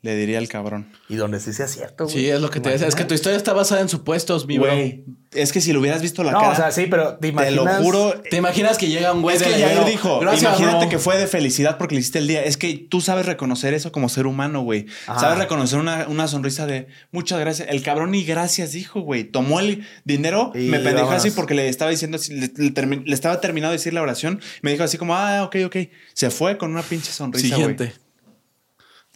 Speaker 1: Le diría al cabrón.
Speaker 3: Y donde sí sea cierto, güey.
Speaker 2: Sí, es lo que te decía. Es que tu historia está basada en supuestos, mi bro.
Speaker 1: Güey, es que si lo hubieras visto la
Speaker 3: No,
Speaker 1: cara,
Speaker 3: o sea, sí, pero te
Speaker 1: te lo
Speaker 3: imaginas...
Speaker 1: juro.
Speaker 2: ¿Te imaginas que llega un güey
Speaker 3: Pues
Speaker 1: Es
Speaker 2: de
Speaker 1: que
Speaker 2: la-
Speaker 1: ya dijo,
Speaker 2: Gracias,
Speaker 1: imagínate
Speaker 2: bro.
Speaker 1: que fue de felicidad porque le hiciste el día. Es que tú sabes reconocer eso como ser humano, güey.
Speaker 3: Ajá.
Speaker 1: Sabes reconocer una, una sonrisa de muchas gracias. El cabrón ni gracias dijo, güey. Tomó el dinero,
Speaker 3: Y
Speaker 1: me pendejó así
Speaker 3: vámonos.
Speaker 1: porque le estaba diciendo, así, le, le termi- le estaba terminado de decir la oración. Me dijo así como, ah, ok, ok. Se fue con una pinche sonrisa, güey.
Speaker 2: Siguiente.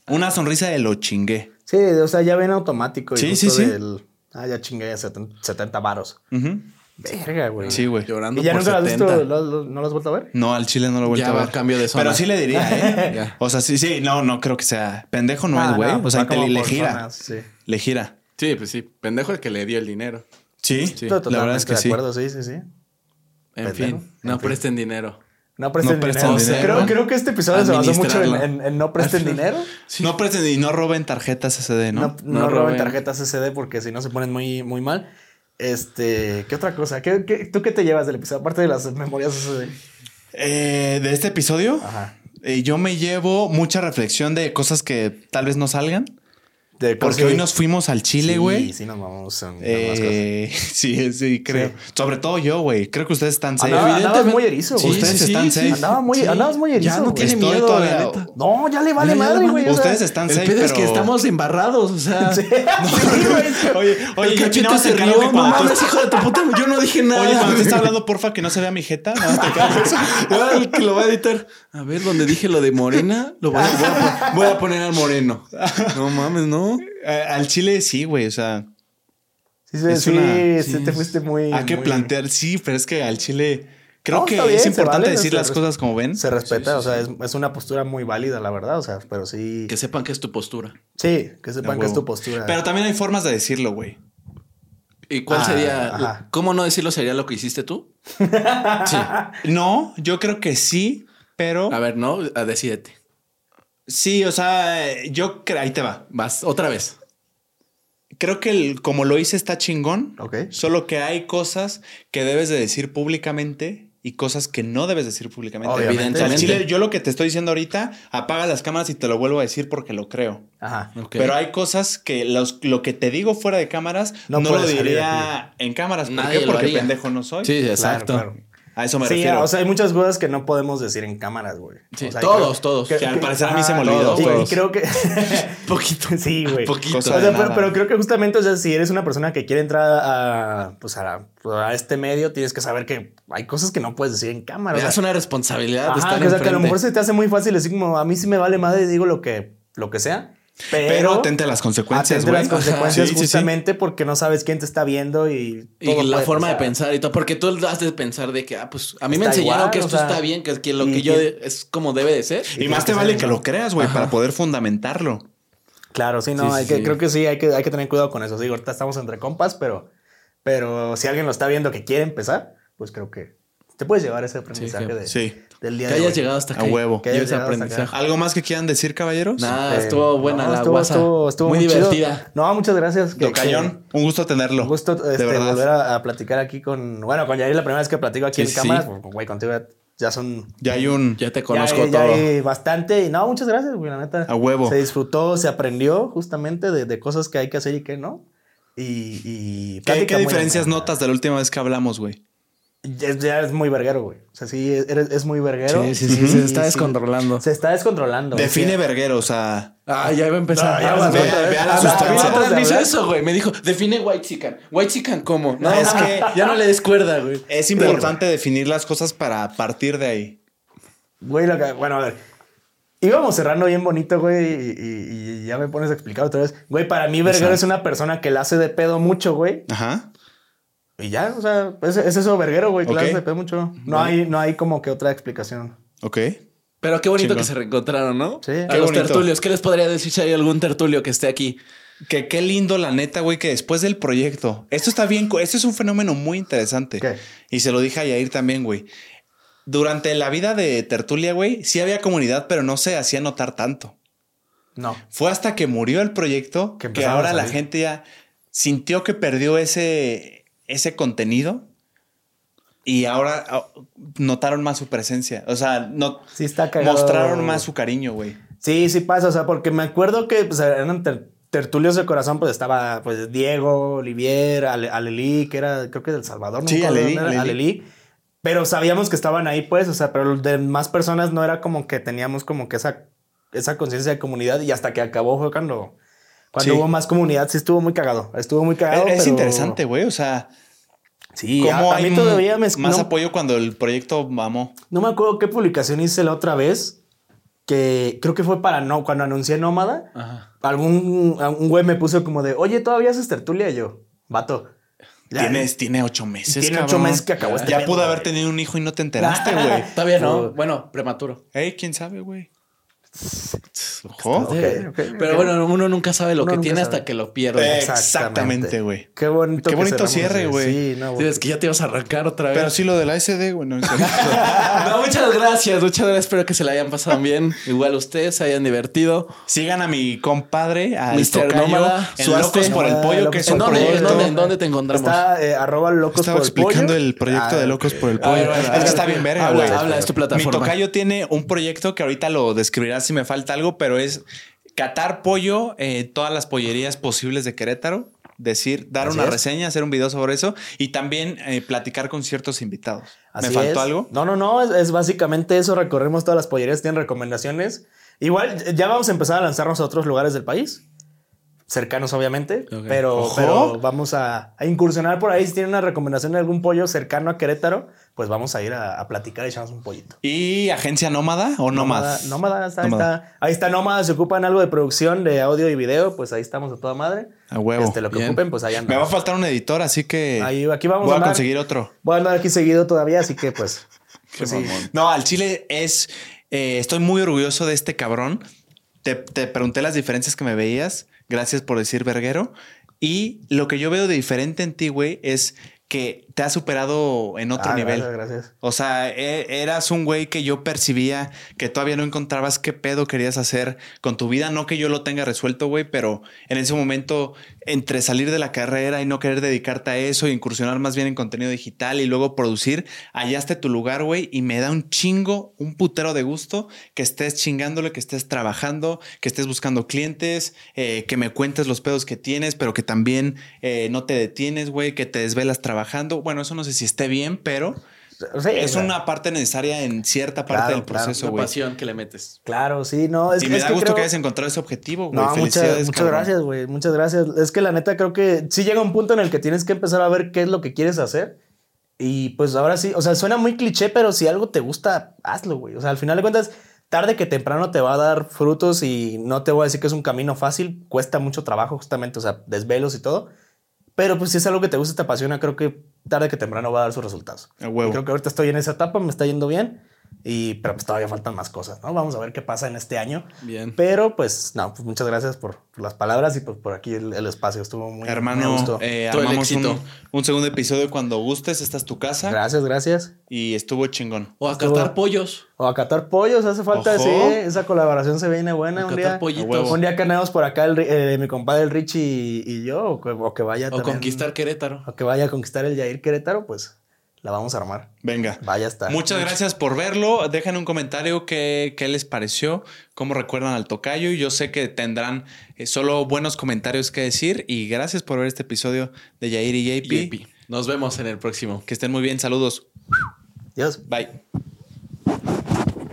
Speaker 1: Una sonrisa de lo chingué.
Speaker 3: Sí, o sea, ya ven automático. Y
Speaker 1: Sí,
Speaker 3: justo
Speaker 1: sí, sí.
Speaker 3: del- Ah, ya chingué a 70 varos.
Speaker 1: Ujú.
Speaker 3: Verga, güey.
Speaker 1: Sí, güey.
Speaker 2: Llorando
Speaker 3: ¿Y ya
Speaker 2: por
Speaker 3: nunca lo has
Speaker 2: 70.
Speaker 3: visto? ¿Lo- lo- ¿No lo has vuelto a ver?
Speaker 1: No, al chile no lo he vuelto
Speaker 2: Ya
Speaker 1: a
Speaker 2: va
Speaker 1: ver.
Speaker 2: a cambio de zona.
Speaker 1: Pero sí le
Speaker 2: [laughs]
Speaker 1: diría, ¿eh?
Speaker 2: Ya.
Speaker 1: O sea, sí, sí. No, no creo que sea. Pendejo no
Speaker 3: Ah,
Speaker 1: es, güey.
Speaker 3: no,
Speaker 1: o sea,
Speaker 3: va
Speaker 1: te-
Speaker 3: como
Speaker 1: le
Speaker 3: por
Speaker 1: gira.
Speaker 3: zonas, sí.
Speaker 1: Le gira.
Speaker 2: Sí, pues sí. Pendejo el que le dio el dinero.
Speaker 1: Sí, la
Speaker 2: Sí.
Speaker 3: Estoy
Speaker 1: verdad es
Speaker 3: totalmente
Speaker 1: que
Speaker 3: de
Speaker 1: sí.
Speaker 3: acuerdo, sí, sí, sí.
Speaker 2: En
Speaker 3: Pendejo.
Speaker 2: fin, no
Speaker 3: En fin.
Speaker 2: presten dinero.
Speaker 3: No presten,
Speaker 1: No presten ¿eh?
Speaker 3: dinero.
Speaker 2: dinero.
Speaker 3: Creo, creo que este episodio se basó mucho en,
Speaker 2: Administrarlo.
Speaker 3: en- en no presten dinero.
Speaker 1: No presten y no roben tarjetas SD, ¿no?
Speaker 3: No,
Speaker 2: no
Speaker 3: no roben
Speaker 2: roben.
Speaker 3: tarjetas SD porque si no se ponen muy, muy mal. Este, ¿qué otra cosa? ¿Qué, qué, tú qué te llevas del episodio? Aparte de las memorias SD.
Speaker 1: Eh, de este
Speaker 3: Ah.
Speaker 1: episodio,
Speaker 3: Ajá.
Speaker 1: eh, yo me llevo mucha reflexión de cosas que tal vez no salgan.
Speaker 3: Este, creo
Speaker 1: Porque
Speaker 3: que-
Speaker 1: hoy nos fuimos al Chile,
Speaker 3: Sí,
Speaker 1: güey.
Speaker 3: Sí, nos vamos. en- en más cosas.
Speaker 1: Eh, [laughs] sí, sí, creo.
Speaker 3: Sí. Ah,
Speaker 1: Sobre todo yo, güey. Creo que ustedes están safe.
Speaker 3: Andaba- andabas
Speaker 2: Evidentemente-
Speaker 3: muy erizo, güey.
Speaker 1: Ustedes están safe.
Speaker 3: Andaba muy- andabas muy erizo,
Speaker 2: Ya no
Speaker 3: güey.
Speaker 2: tiene
Speaker 1: Estoy
Speaker 2: miedo,
Speaker 1: todavía-
Speaker 2: la neta.
Speaker 3: No, ya le vale
Speaker 2: Ya le
Speaker 3: madre,
Speaker 2: vale.
Speaker 3: güey. o sea,
Speaker 1: Ustedes están
Speaker 2: El
Speaker 1: safe,
Speaker 2: pedo
Speaker 1: pero...
Speaker 2: es que estamos embarrados, o sea.
Speaker 3: [laughs] Sí, güey, es que-
Speaker 1: [laughs] Oye, oye,
Speaker 2: el
Speaker 1: ¿qué
Speaker 2: cachito
Speaker 1: opinabas
Speaker 2: se
Speaker 1: del
Speaker 2: rió,
Speaker 1: carajo que
Speaker 2: no
Speaker 1: cuando tú-
Speaker 2: mames, hijo de tu puta, yo no dije
Speaker 1: [laughs]
Speaker 2: nada.
Speaker 1: Oye,
Speaker 2: [laughs]
Speaker 1: cuando te está hablando, porfa, que no se vea mi jeta. Nada más te quedas-
Speaker 3: [laughs]
Speaker 2: Ahora el que lo va a editar. A ver, donde dije lo de Morena, lo voy a, voy a pon- voy a poner al Moreno. No mames, ¿no?
Speaker 1: Eh, Al Chile sí, güey. O sea,
Speaker 3: Sí, sí,
Speaker 1: Es
Speaker 3: sí,
Speaker 1: una-
Speaker 3: sí, te fuiste muy.
Speaker 1: hay que
Speaker 3: muy-
Speaker 1: plantear. Sí, pero es que al Chile... Creo
Speaker 3: No,
Speaker 1: que
Speaker 3: está bien,
Speaker 1: es
Speaker 3: se
Speaker 1: importante
Speaker 3: vale,
Speaker 1: decir
Speaker 3: se
Speaker 1: las
Speaker 3: res-
Speaker 1: cosas como ven.
Speaker 3: Se respeta, o sea, es, es una postura muy válida, la verdad, o sea, pero sí.
Speaker 2: Que sepan que es tu postura.
Speaker 3: sí, que sepan que es tu postura.
Speaker 1: Pero también hay formas de decirlo, güey.
Speaker 2: ¿Y cuál
Speaker 3: Ah,
Speaker 2: sería?
Speaker 3: ajá.
Speaker 2: ¿Cómo no decirlo sería lo que hiciste tú?
Speaker 1: Sí. No, yo creo que sí, pero...
Speaker 2: A ver, no, Ah, decídete.
Speaker 1: Sí, o sea, eh, yo... cre- Ahí te va.
Speaker 2: Vas, otra vez.
Speaker 1: Creo que el- como lo hice está chingón.
Speaker 3: Ok.
Speaker 1: Solo que hay cosas que debes de decir públicamente y cosas que no debes decir públicamente.
Speaker 3: Obviamente.
Speaker 1: O sea, al
Speaker 2: Evidentemente.
Speaker 1: chile, yo lo que te estoy diciendo ahorita, apaga las cámaras y te lo vuelvo a decir porque lo creo.
Speaker 3: Ajá.
Speaker 2: Ok.
Speaker 1: Pero hay cosas que los- lo que te digo fuera de cámaras
Speaker 3: No
Speaker 1: no,
Speaker 3: puede
Speaker 1: lo
Speaker 3: salir
Speaker 1: diría en cámaras. ¿Por
Speaker 2: Nadie
Speaker 1: qué?
Speaker 2: lo
Speaker 1: Porque
Speaker 2: haría.
Speaker 1: pendejo no soy.
Speaker 2: Sí,
Speaker 3: Claro,
Speaker 2: exacto.
Speaker 3: claro.
Speaker 1: A eso me
Speaker 3: Sí,
Speaker 1: refiero.
Speaker 3: o sea, hay muchas cosas que no podemos decir en cámaras, güey.
Speaker 2: Sí,
Speaker 3: O sea,
Speaker 2: todos, todos.
Speaker 1: que al parecer a
Speaker 3: [laughs] ajá,
Speaker 1: mí se me
Speaker 2: todos,
Speaker 1: olvidó.
Speaker 3: Y-
Speaker 1: güey.
Speaker 3: Y,
Speaker 1: [laughs]
Speaker 3: creo que.
Speaker 2: Poquito.
Speaker 3: [laughs] sí, güey.
Speaker 2: Poquito.
Speaker 3: O sea,
Speaker 1: de
Speaker 3: pero,
Speaker 1: nada.
Speaker 3: pero creo que justamente, o sea, si eres una persona que quiere entrar a, pues a, a este medio, tienes que saber que hay cosas que no puedes decir en cámara. o sea,
Speaker 2: es una responsabilidad de
Speaker 3: Ajá,
Speaker 2: estar
Speaker 3: que, o sea, que a lo
Speaker 2: enfrente.
Speaker 3: mejor se te hace muy fácil decir como a mí sí me vale madre y digo lo que, lo que sea. Pero,
Speaker 1: Pero atente a las consecuencias,
Speaker 3: atente a
Speaker 1: güey.
Speaker 3: las consecuencias
Speaker 1: Sí, sí, sí.
Speaker 3: justamente porque no sabes quién te está viendo y,
Speaker 2: Y
Speaker 3: todo
Speaker 2: la
Speaker 3: puede
Speaker 2: forma de
Speaker 3: pasar.
Speaker 2: pensar y todo, porque tú has de pensar de que, ah, pues a mí me
Speaker 3: Está
Speaker 2: enseñaron
Speaker 3: igual,
Speaker 2: que
Speaker 3: o
Speaker 2: esto
Speaker 3: sea,
Speaker 2: está bien, que, que lo que
Speaker 3: y-
Speaker 2: yo
Speaker 3: y-
Speaker 2: de- es como debe de ser.
Speaker 1: Y más te vale que lo creas, güey, para poder fundamentarlo.
Speaker 3: Claro, sí, no,
Speaker 2: Sí,
Speaker 3: hay
Speaker 2: sí,
Speaker 3: que,
Speaker 2: sí.
Speaker 3: creo que sí, hay que, hay que tener cuidado con eso. Digo, ahorita estamos entre compas, pero, pero si alguien lo está viendo que quiere empezar, pues creo que te puedes llevar ese aprendizaje
Speaker 2: que-
Speaker 3: de-
Speaker 1: sí.
Speaker 3: del
Speaker 2: Que
Speaker 3: día de
Speaker 2: hayas
Speaker 3: hoy.
Speaker 2: llegado hasta
Speaker 1: A
Speaker 2: acá.
Speaker 1: huevo.
Speaker 2: Que hayas
Speaker 3: Que hayas
Speaker 2: llegado hasta
Speaker 3: aprendizaje.
Speaker 2: acá.
Speaker 1: ¿Algo más que quieran decir, caballeros?
Speaker 2: Nada,
Speaker 3: Eh,
Speaker 2: estuvo buena
Speaker 3: no,
Speaker 2: la
Speaker 3: estuvo,
Speaker 2: guasa.
Speaker 3: estuvo, estuvo
Speaker 2: muy,
Speaker 3: muy chido.
Speaker 2: divertida.
Speaker 3: No, muchas gracias. que-
Speaker 1: Docayón, un gusto tenerlo.
Speaker 3: Un gusto este,
Speaker 1: de verdad.
Speaker 3: volver a, a platicar aquí con. Bueno, con Yair, la primera vez que platico aquí
Speaker 2: Sí,
Speaker 3: en
Speaker 2: sí.
Speaker 3: cámaras, pues, güey, contigo ya- ya son.
Speaker 1: Ya hay un.
Speaker 2: Ya te conozco
Speaker 3: ya, ya
Speaker 2: todo.
Speaker 3: hay bastante. Y no, muchas gracias, güey, la neta.
Speaker 1: A huevo.
Speaker 3: Se disfrutó, se aprendió justamente de, de cosas que hay que hacer y que no. Y. y
Speaker 1: ¿Qué,
Speaker 3: plática
Speaker 1: qué
Speaker 3: muy
Speaker 1: diferencias
Speaker 3: amena.
Speaker 1: notas de la última vez que hablamos, güey?
Speaker 3: Ya es, ya es muy verguero, güey. O sea, sí, es, eres- es muy verguero.
Speaker 2: Sí, sí, sí, se está descontrolando.
Speaker 3: Se está descontrolando. güey.
Speaker 1: Define
Speaker 3: Sí.
Speaker 1: verguero, o sea.
Speaker 2: Ah, ya iba a empezar.
Speaker 3: Ah, ya
Speaker 2: Ah,
Speaker 3: vas
Speaker 2: bueno.
Speaker 3: otra
Speaker 1: vez.
Speaker 2: Ah,
Speaker 1: la
Speaker 2: la-
Speaker 1: sustancia.
Speaker 2: a mí la
Speaker 3: Acabamos de
Speaker 2: otra me hizo
Speaker 3: hablar.
Speaker 2: eso, güey. Me dijo, define white chicken. White chicken, ¿cómo? No,
Speaker 1: Es que-
Speaker 2: es
Speaker 3: [laughs]
Speaker 2: que ya no le des cuerda, güey.
Speaker 1: Es importante definir las cosas para partir de ahí.
Speaker 3: Güey, lo que- bueno, a ver. Íbamos cerrando bien bonito, güey, y, y- y ya me pones a explicar otra vez. Güey, para mí, verguero
Speaker 1: Exacto.
Speaker 3: es una persona que la hace de pedo mucho, güey.
Speaker 1: Ajá.
Speaker 3: Y ya, o sea, es, es eso, verguero, güey, que la
Speaker 1: Ok.
Speaker 3: hace de pedo mucho. No, hay, no hay como que otra explicación.
Speaker 1: Ok.
Speaker 2: Pero qué bonito
Speaker 1: Chingón.
Speaker 2: que se reencontraron, ¿no?
Speaker 3: Sí.
Speaker 2: A
Speaker 3: Qué
Speaker 2: los
Speaker 1: bonito.
Speaker 2: tertulios. ¿Qué les podría decir si hay algún tertulio que esté aquí?
Speaker 1: Que qué lindo, la neta, güey, que después del proyecto. Esto está bien. co- Esto es un fenómeno muy interesante.
Speaker 3: ¿Qué?
Speaker 1: Y se lo dije a Yair también, güey. Durante la vida de Tertulia, güey, sí había comunidad, pero no se hacía notar tanto.
Speaker 3: No.
Speaker 1: Fue hasta que murió el proyecto
Speaker 3: Que
Speaker 1: que,
Speaker 3: empezaron a
Speaker 1: ahora la
Speaker 3: salir.
Speaker 1: gente ya sintió que perdió ese, ese contenido y ahora ah, notaron más su presencia. O sea, no,
Speaker 3: Sí está cagado.
Speaker 1: mostraron más su cariño, güey.
Speaker 3: Sí, sí pasa, o sea, porque me acuerdo que pues, eran ter- tertulios de corazón, pues estaba pues Diego, Olivier, Ale- Alelí, que era creo que del Salvador, no
Speaker 1: Sí,
Speaker 3: me acuerdo de
Speaker 1: Alelí,
Speaker 3: dónde era,
Speaker 1: Alelí.
Speaker 3: Alelí. Pero sabíamos que estaban ahí, pues, o sea, pero de más personas no era como que teníamos como que esa, esa conciencia de comunidad y hasta que acabó fue cuando, cuando
Speaker 1: Sí.
Speaker 3: hubo más comunidad, sí estuvo muy cagado, estuvo muy cagado.
Speaker 1: es
Speaker 3: pero-
Speaker 1: interesante, güey. O sea,
Speaker 3: Sí,
Speaker 1: cómo
Speaker 3: a, a
Speaker 1: hay
Speaker 3: mí todavía me
Speaker 1: más
Speaker 3: no-
Speaker 1: apoyo cuando el proyecto mamó.
Speaker 3: no me acuerdo qué publicación hice la otra vez, que creo que fue para no, cuando anuncié Nómada.
Speaker 1: Ah.
Speaker 2: Ajá.
Speaker 3: algún un güey me puso como de, oye, todavía haces tertulia Y yo, vato. ya, eh,
Speaker 1: Tienes, tiene ocho meses.
Speaker 3: Tiene ocho
Speaker 1: cabrón.
Speaker 3: meses que acabó este
Speaker 1: Ya
Speaker 3: pedo,
Speaker 1: pudo haber
Speaker 3: güey.
Speaker 1: tenido un hijo y no te
Speaker 3: [laughs]
Speaker 1: enteraste, güey.
Speaker 2: Todavía no.
Speaker 3: Pero-
Speaker 2: Bueno, prematuro.
Speaker 1: Ey, quién sabe, güey. Ojo.
Speaker 3: Ok,
Speaker 2: Sí.
Speaker 3: ok,
Speaker 2: Pero
Speaker 3: ok.
Speaker 2: bueno, uno nunca sabe lo
Speaker 3: Uno
Speaker 2: que
Speaker 3: nunca
Speaker 2: tiene
Speaker 3: sabe.
Speaker 2: hasta que lo pierde.
Speaker 1: Eh, Exactamente, güey.
Speaker 3: Qué bonito.
Speaker 1: Qué
Speaker 3: que
Speaker 1: bonito
Speaker 3: cerramos
Speaker 1: cierre,
Speaker 3: así.
Speaker 1: güey.
Speaker 3: Sí, no,
Speaker 2: Sí, es que ya te ibas a arrancar otra vez.
Speaker 1: Pero sí lo de la SD, güey. no, en
Speaker 3: [laughs]
Speaker 1: serio.
Speaker 2: Ah, No, muchas gracias, muchas gracias. Espero que se la hayan pasado bien. Igual ustedes se hayan divertido.
Speaker 1: Sigan a mi compadre, a
Speaker 2: Mr.
Speaker 1: Mr.
Speaker 2: Nómada,
Speaker 1: en
Speaker 2: Suaste.
Speaker 1: Locos por el
Speaker 3: Nómada,
Speaker 1: Pollo, que
Speaker 3: Locos
Speaker 1: es
Speaker 2: ¿En
Speaker 1: un
Speaker 3: por
Speaker 2: dónde,
Speaker 1: proyecto.
Speaker 2: en dónde, en dónde te encontramos?
Speaker 3: Está eh, arroba locos
Speaker 1: Estaba
Speaker 3: por
Speaker 1: explicando
Speaker 3: pollo.
Speaker 1: el proyecto
Speaker 3: Ah,
Speaker 1: de Locos por el
Speaker 2: A
Speaker 1: Pollo.
Speaker 2: ver, a ver, a
Speaker 1: es
Speaker 2: ver.
Speaker 1: que está bien verga,
Speaker 2: Habla,
Speaker 1: güey.
Speaker 2: habla, es tu
Speaker 1: Mi
Speaker 2: plataforma.
Speaker 1: tocayo tiene un proyecto que ahorita lo describirá si me falta algo, pero es catar pollo, eh, todas las pollerías posibles de Querétaro. Decir, dar
Speaker 3: Así
Speaker 1: una
Speaker 3: es.
Speaker 1: reseña, hacer un video sobre eso y también eh, platicar con ciertos invitados.
Speaker 3: Así
Speaker 1: ¿Me faltó
Speaker 3: es.
Speaker 1: algo?
Speaker 3: No, no, no. Es, es básicamente eso. Recorremos todas las pollerías, tienen recomendaciones. Igual ya vamos a empezar a lanzarnos a otros lugares del país. Cercanos, obviamente.
Speaker 2: Ok.
Speaker 3: Pero,
Speaker 1: Ojo.
Speaker 3: pero vamos a, a incursionar por ahí. Si tienen una recomendación de algún pollo cercano a Querétaro, pues vamos a ir a, a platicar y echamos un pollito.
Speaker 1: ¿Y agencia nómada o nómada?
Speaker 3: Nómada, está,
Speaker 1: Nómada.
Speaker 3: Está, ahí está Nómada. Se ocupan algo de producción de audio y video, pues ahí estamos a toda madre.
Speaker 1: A huevo.
Speaker 3: Este, lo que
Speaker 2: Bien.
Speaker 3: ocupen, pues ahí
Speaker 1: Me va a
Speaker 3: andamos.
Speaker 1: faltar un editor, así que
Speaker 3: Ahí- aquí vamos
Speaker 1: voy
Speaker 3: a
Speaker 1: a,
Speaker 3: andar.
Speaker 1: conseguir otro.
Speaker 3: Voy a andar aquí seguido todavía, así que pues. pues sí.
Speaker 1: No, al Chile es. eh, estoy muy orgulloso de este cabrón. Te, te pregunté las diferencias que me veías. Gracias por decir verguero. Y lo que yo veo de diferente en ti, güey, es que te has superado en [laughs] otro
Speaker 3: Ah,
Speaker 1: nivel.
Speaker 3: Gracias, gracias.
Speaker 1: O sea, e- eras un güey que yo percibía que todavía no encontrabas qué pedo querías hacer con tu vida. No que yo lo tenga resuelto, güey, pero en ese momento, entre salir de la carrera y no querer dedicarte a eso, e incursionar más bien en contenido digital y luego producir, hallaste tu lugar, güey, y me da un chingo, un putero de gusto que estés chingándole, que estés trabajando, que estés buscando clientes, eh, que me cuentes los pedos que tienes, pero que también eh, no te detienes, güey, que te desvelas trabajando. Bueno, eso no sé si esté bien, pero...
Speaker 3: Sí,
Speaker 1: Es
Speaker 3: o sea,
Speaker 1: una parte necesaria en cierta parte
Speaker 3: Claro,
Speaker 1: del
Speaker 3: claro,
Speaker 1: proceso,
Speaker 2: la
Speaker 1: güey.
Speaker 2: pasión que le metes.
Speaker 3: Claro, sí, no. Es,
Speaker 1: y me
Speaker 3: es
Speaker 1: da
Speaker 3: que
Speaker 1: gusto
Speaker 3: creo-
Speaker 1: que hayas encontrado ese objetivo, güey.
Speaker 3: No, muchas,
Speaker 1: Felicidades,
Speaker 3: muchas
Speaker 1: cabrón.
Speaker 3: gracias, güey. Muchas gracias. Es que la neta creo que sí llega un punto en el que tienes que empezar a ver qué es lo que quieres hacer. Y pues ahora sí, o sea, suena muy cliché, pero si algo te gusta, hazlo, güey. O sea, al final de cuentas, tarde que temprano te va a dar frutos y no te voy a decir que es un camino fácil. Cuesta mucho trabajo, justamente, o sea, desvelos y todo. Pero pues si es algo que te gusta, te apasiona, creo que tarde que temprano va a dar sus resultados.
Speaker 1: A huevo.
Speaker 3: Y creo que ahorita estoy en esa etapa, me está yendo bien. Y, pero pues todavía faltan más cosas, ¿no? Vamos a ver qué pasa en este año.
Speaker 2: Bien.
Speaker 3: Pero pues, no, pues muchas gracias por las palabras y por, por aquí el, el espacio. Estuvo muy, muy a
Speaker 1: Hermano,
Speaker 3: gusto.
Speaker 1: eh,
Speaker 2: Todo el
Speaker 1: armamos un,
Speaker 2: éxito.
Speaker 1: un segundo episodio cuando gustes. Esta es tu casa
Speaker 3: gracias, gracias.
Speaker 1: y estuvo chingón.
Speaker 2: O a
Speaker 3: Estuvo-
Speaker 2: catar pollos.
Speaker 3: O acatar pollos, hace falta
Speaker 1: Ojo.
Speaker 3: sí, esa colaboración se viene buena. Un
Speaker 2: Acatar
Speaker 3: día,
Speaker 2: pollitos.
Speaker 1: A huevo.
Speaker 3: un día que andemos por acá el Ri- eh, mi compadre el Richie y, y yo, o que, o que vaya
Speaker 2: O
Speaker 3: también-
Speaker 2: conquistar Querétaro.
Speaker 3: O que vaya a conquistar el Yair Querétaro, pues la vamos a armar.
Speaker 1: Venga.
Speaker 3: Vaya está.
Speaker 1: Muchas gracias por verlo. Dejen un comentario qué, qué les pareció, cómo recuerdan al tocayo. Y yo sé que tendrán eh, solo buenos comentarios que decir. Y gracias por ver este episodio de Yair y JP.
Speaker 2: Y Nos vemos en el próximo.
Speaker 1: Que estén muy bien. Saludos.
Speaker 3: Dios.
Speaker 1: Bye.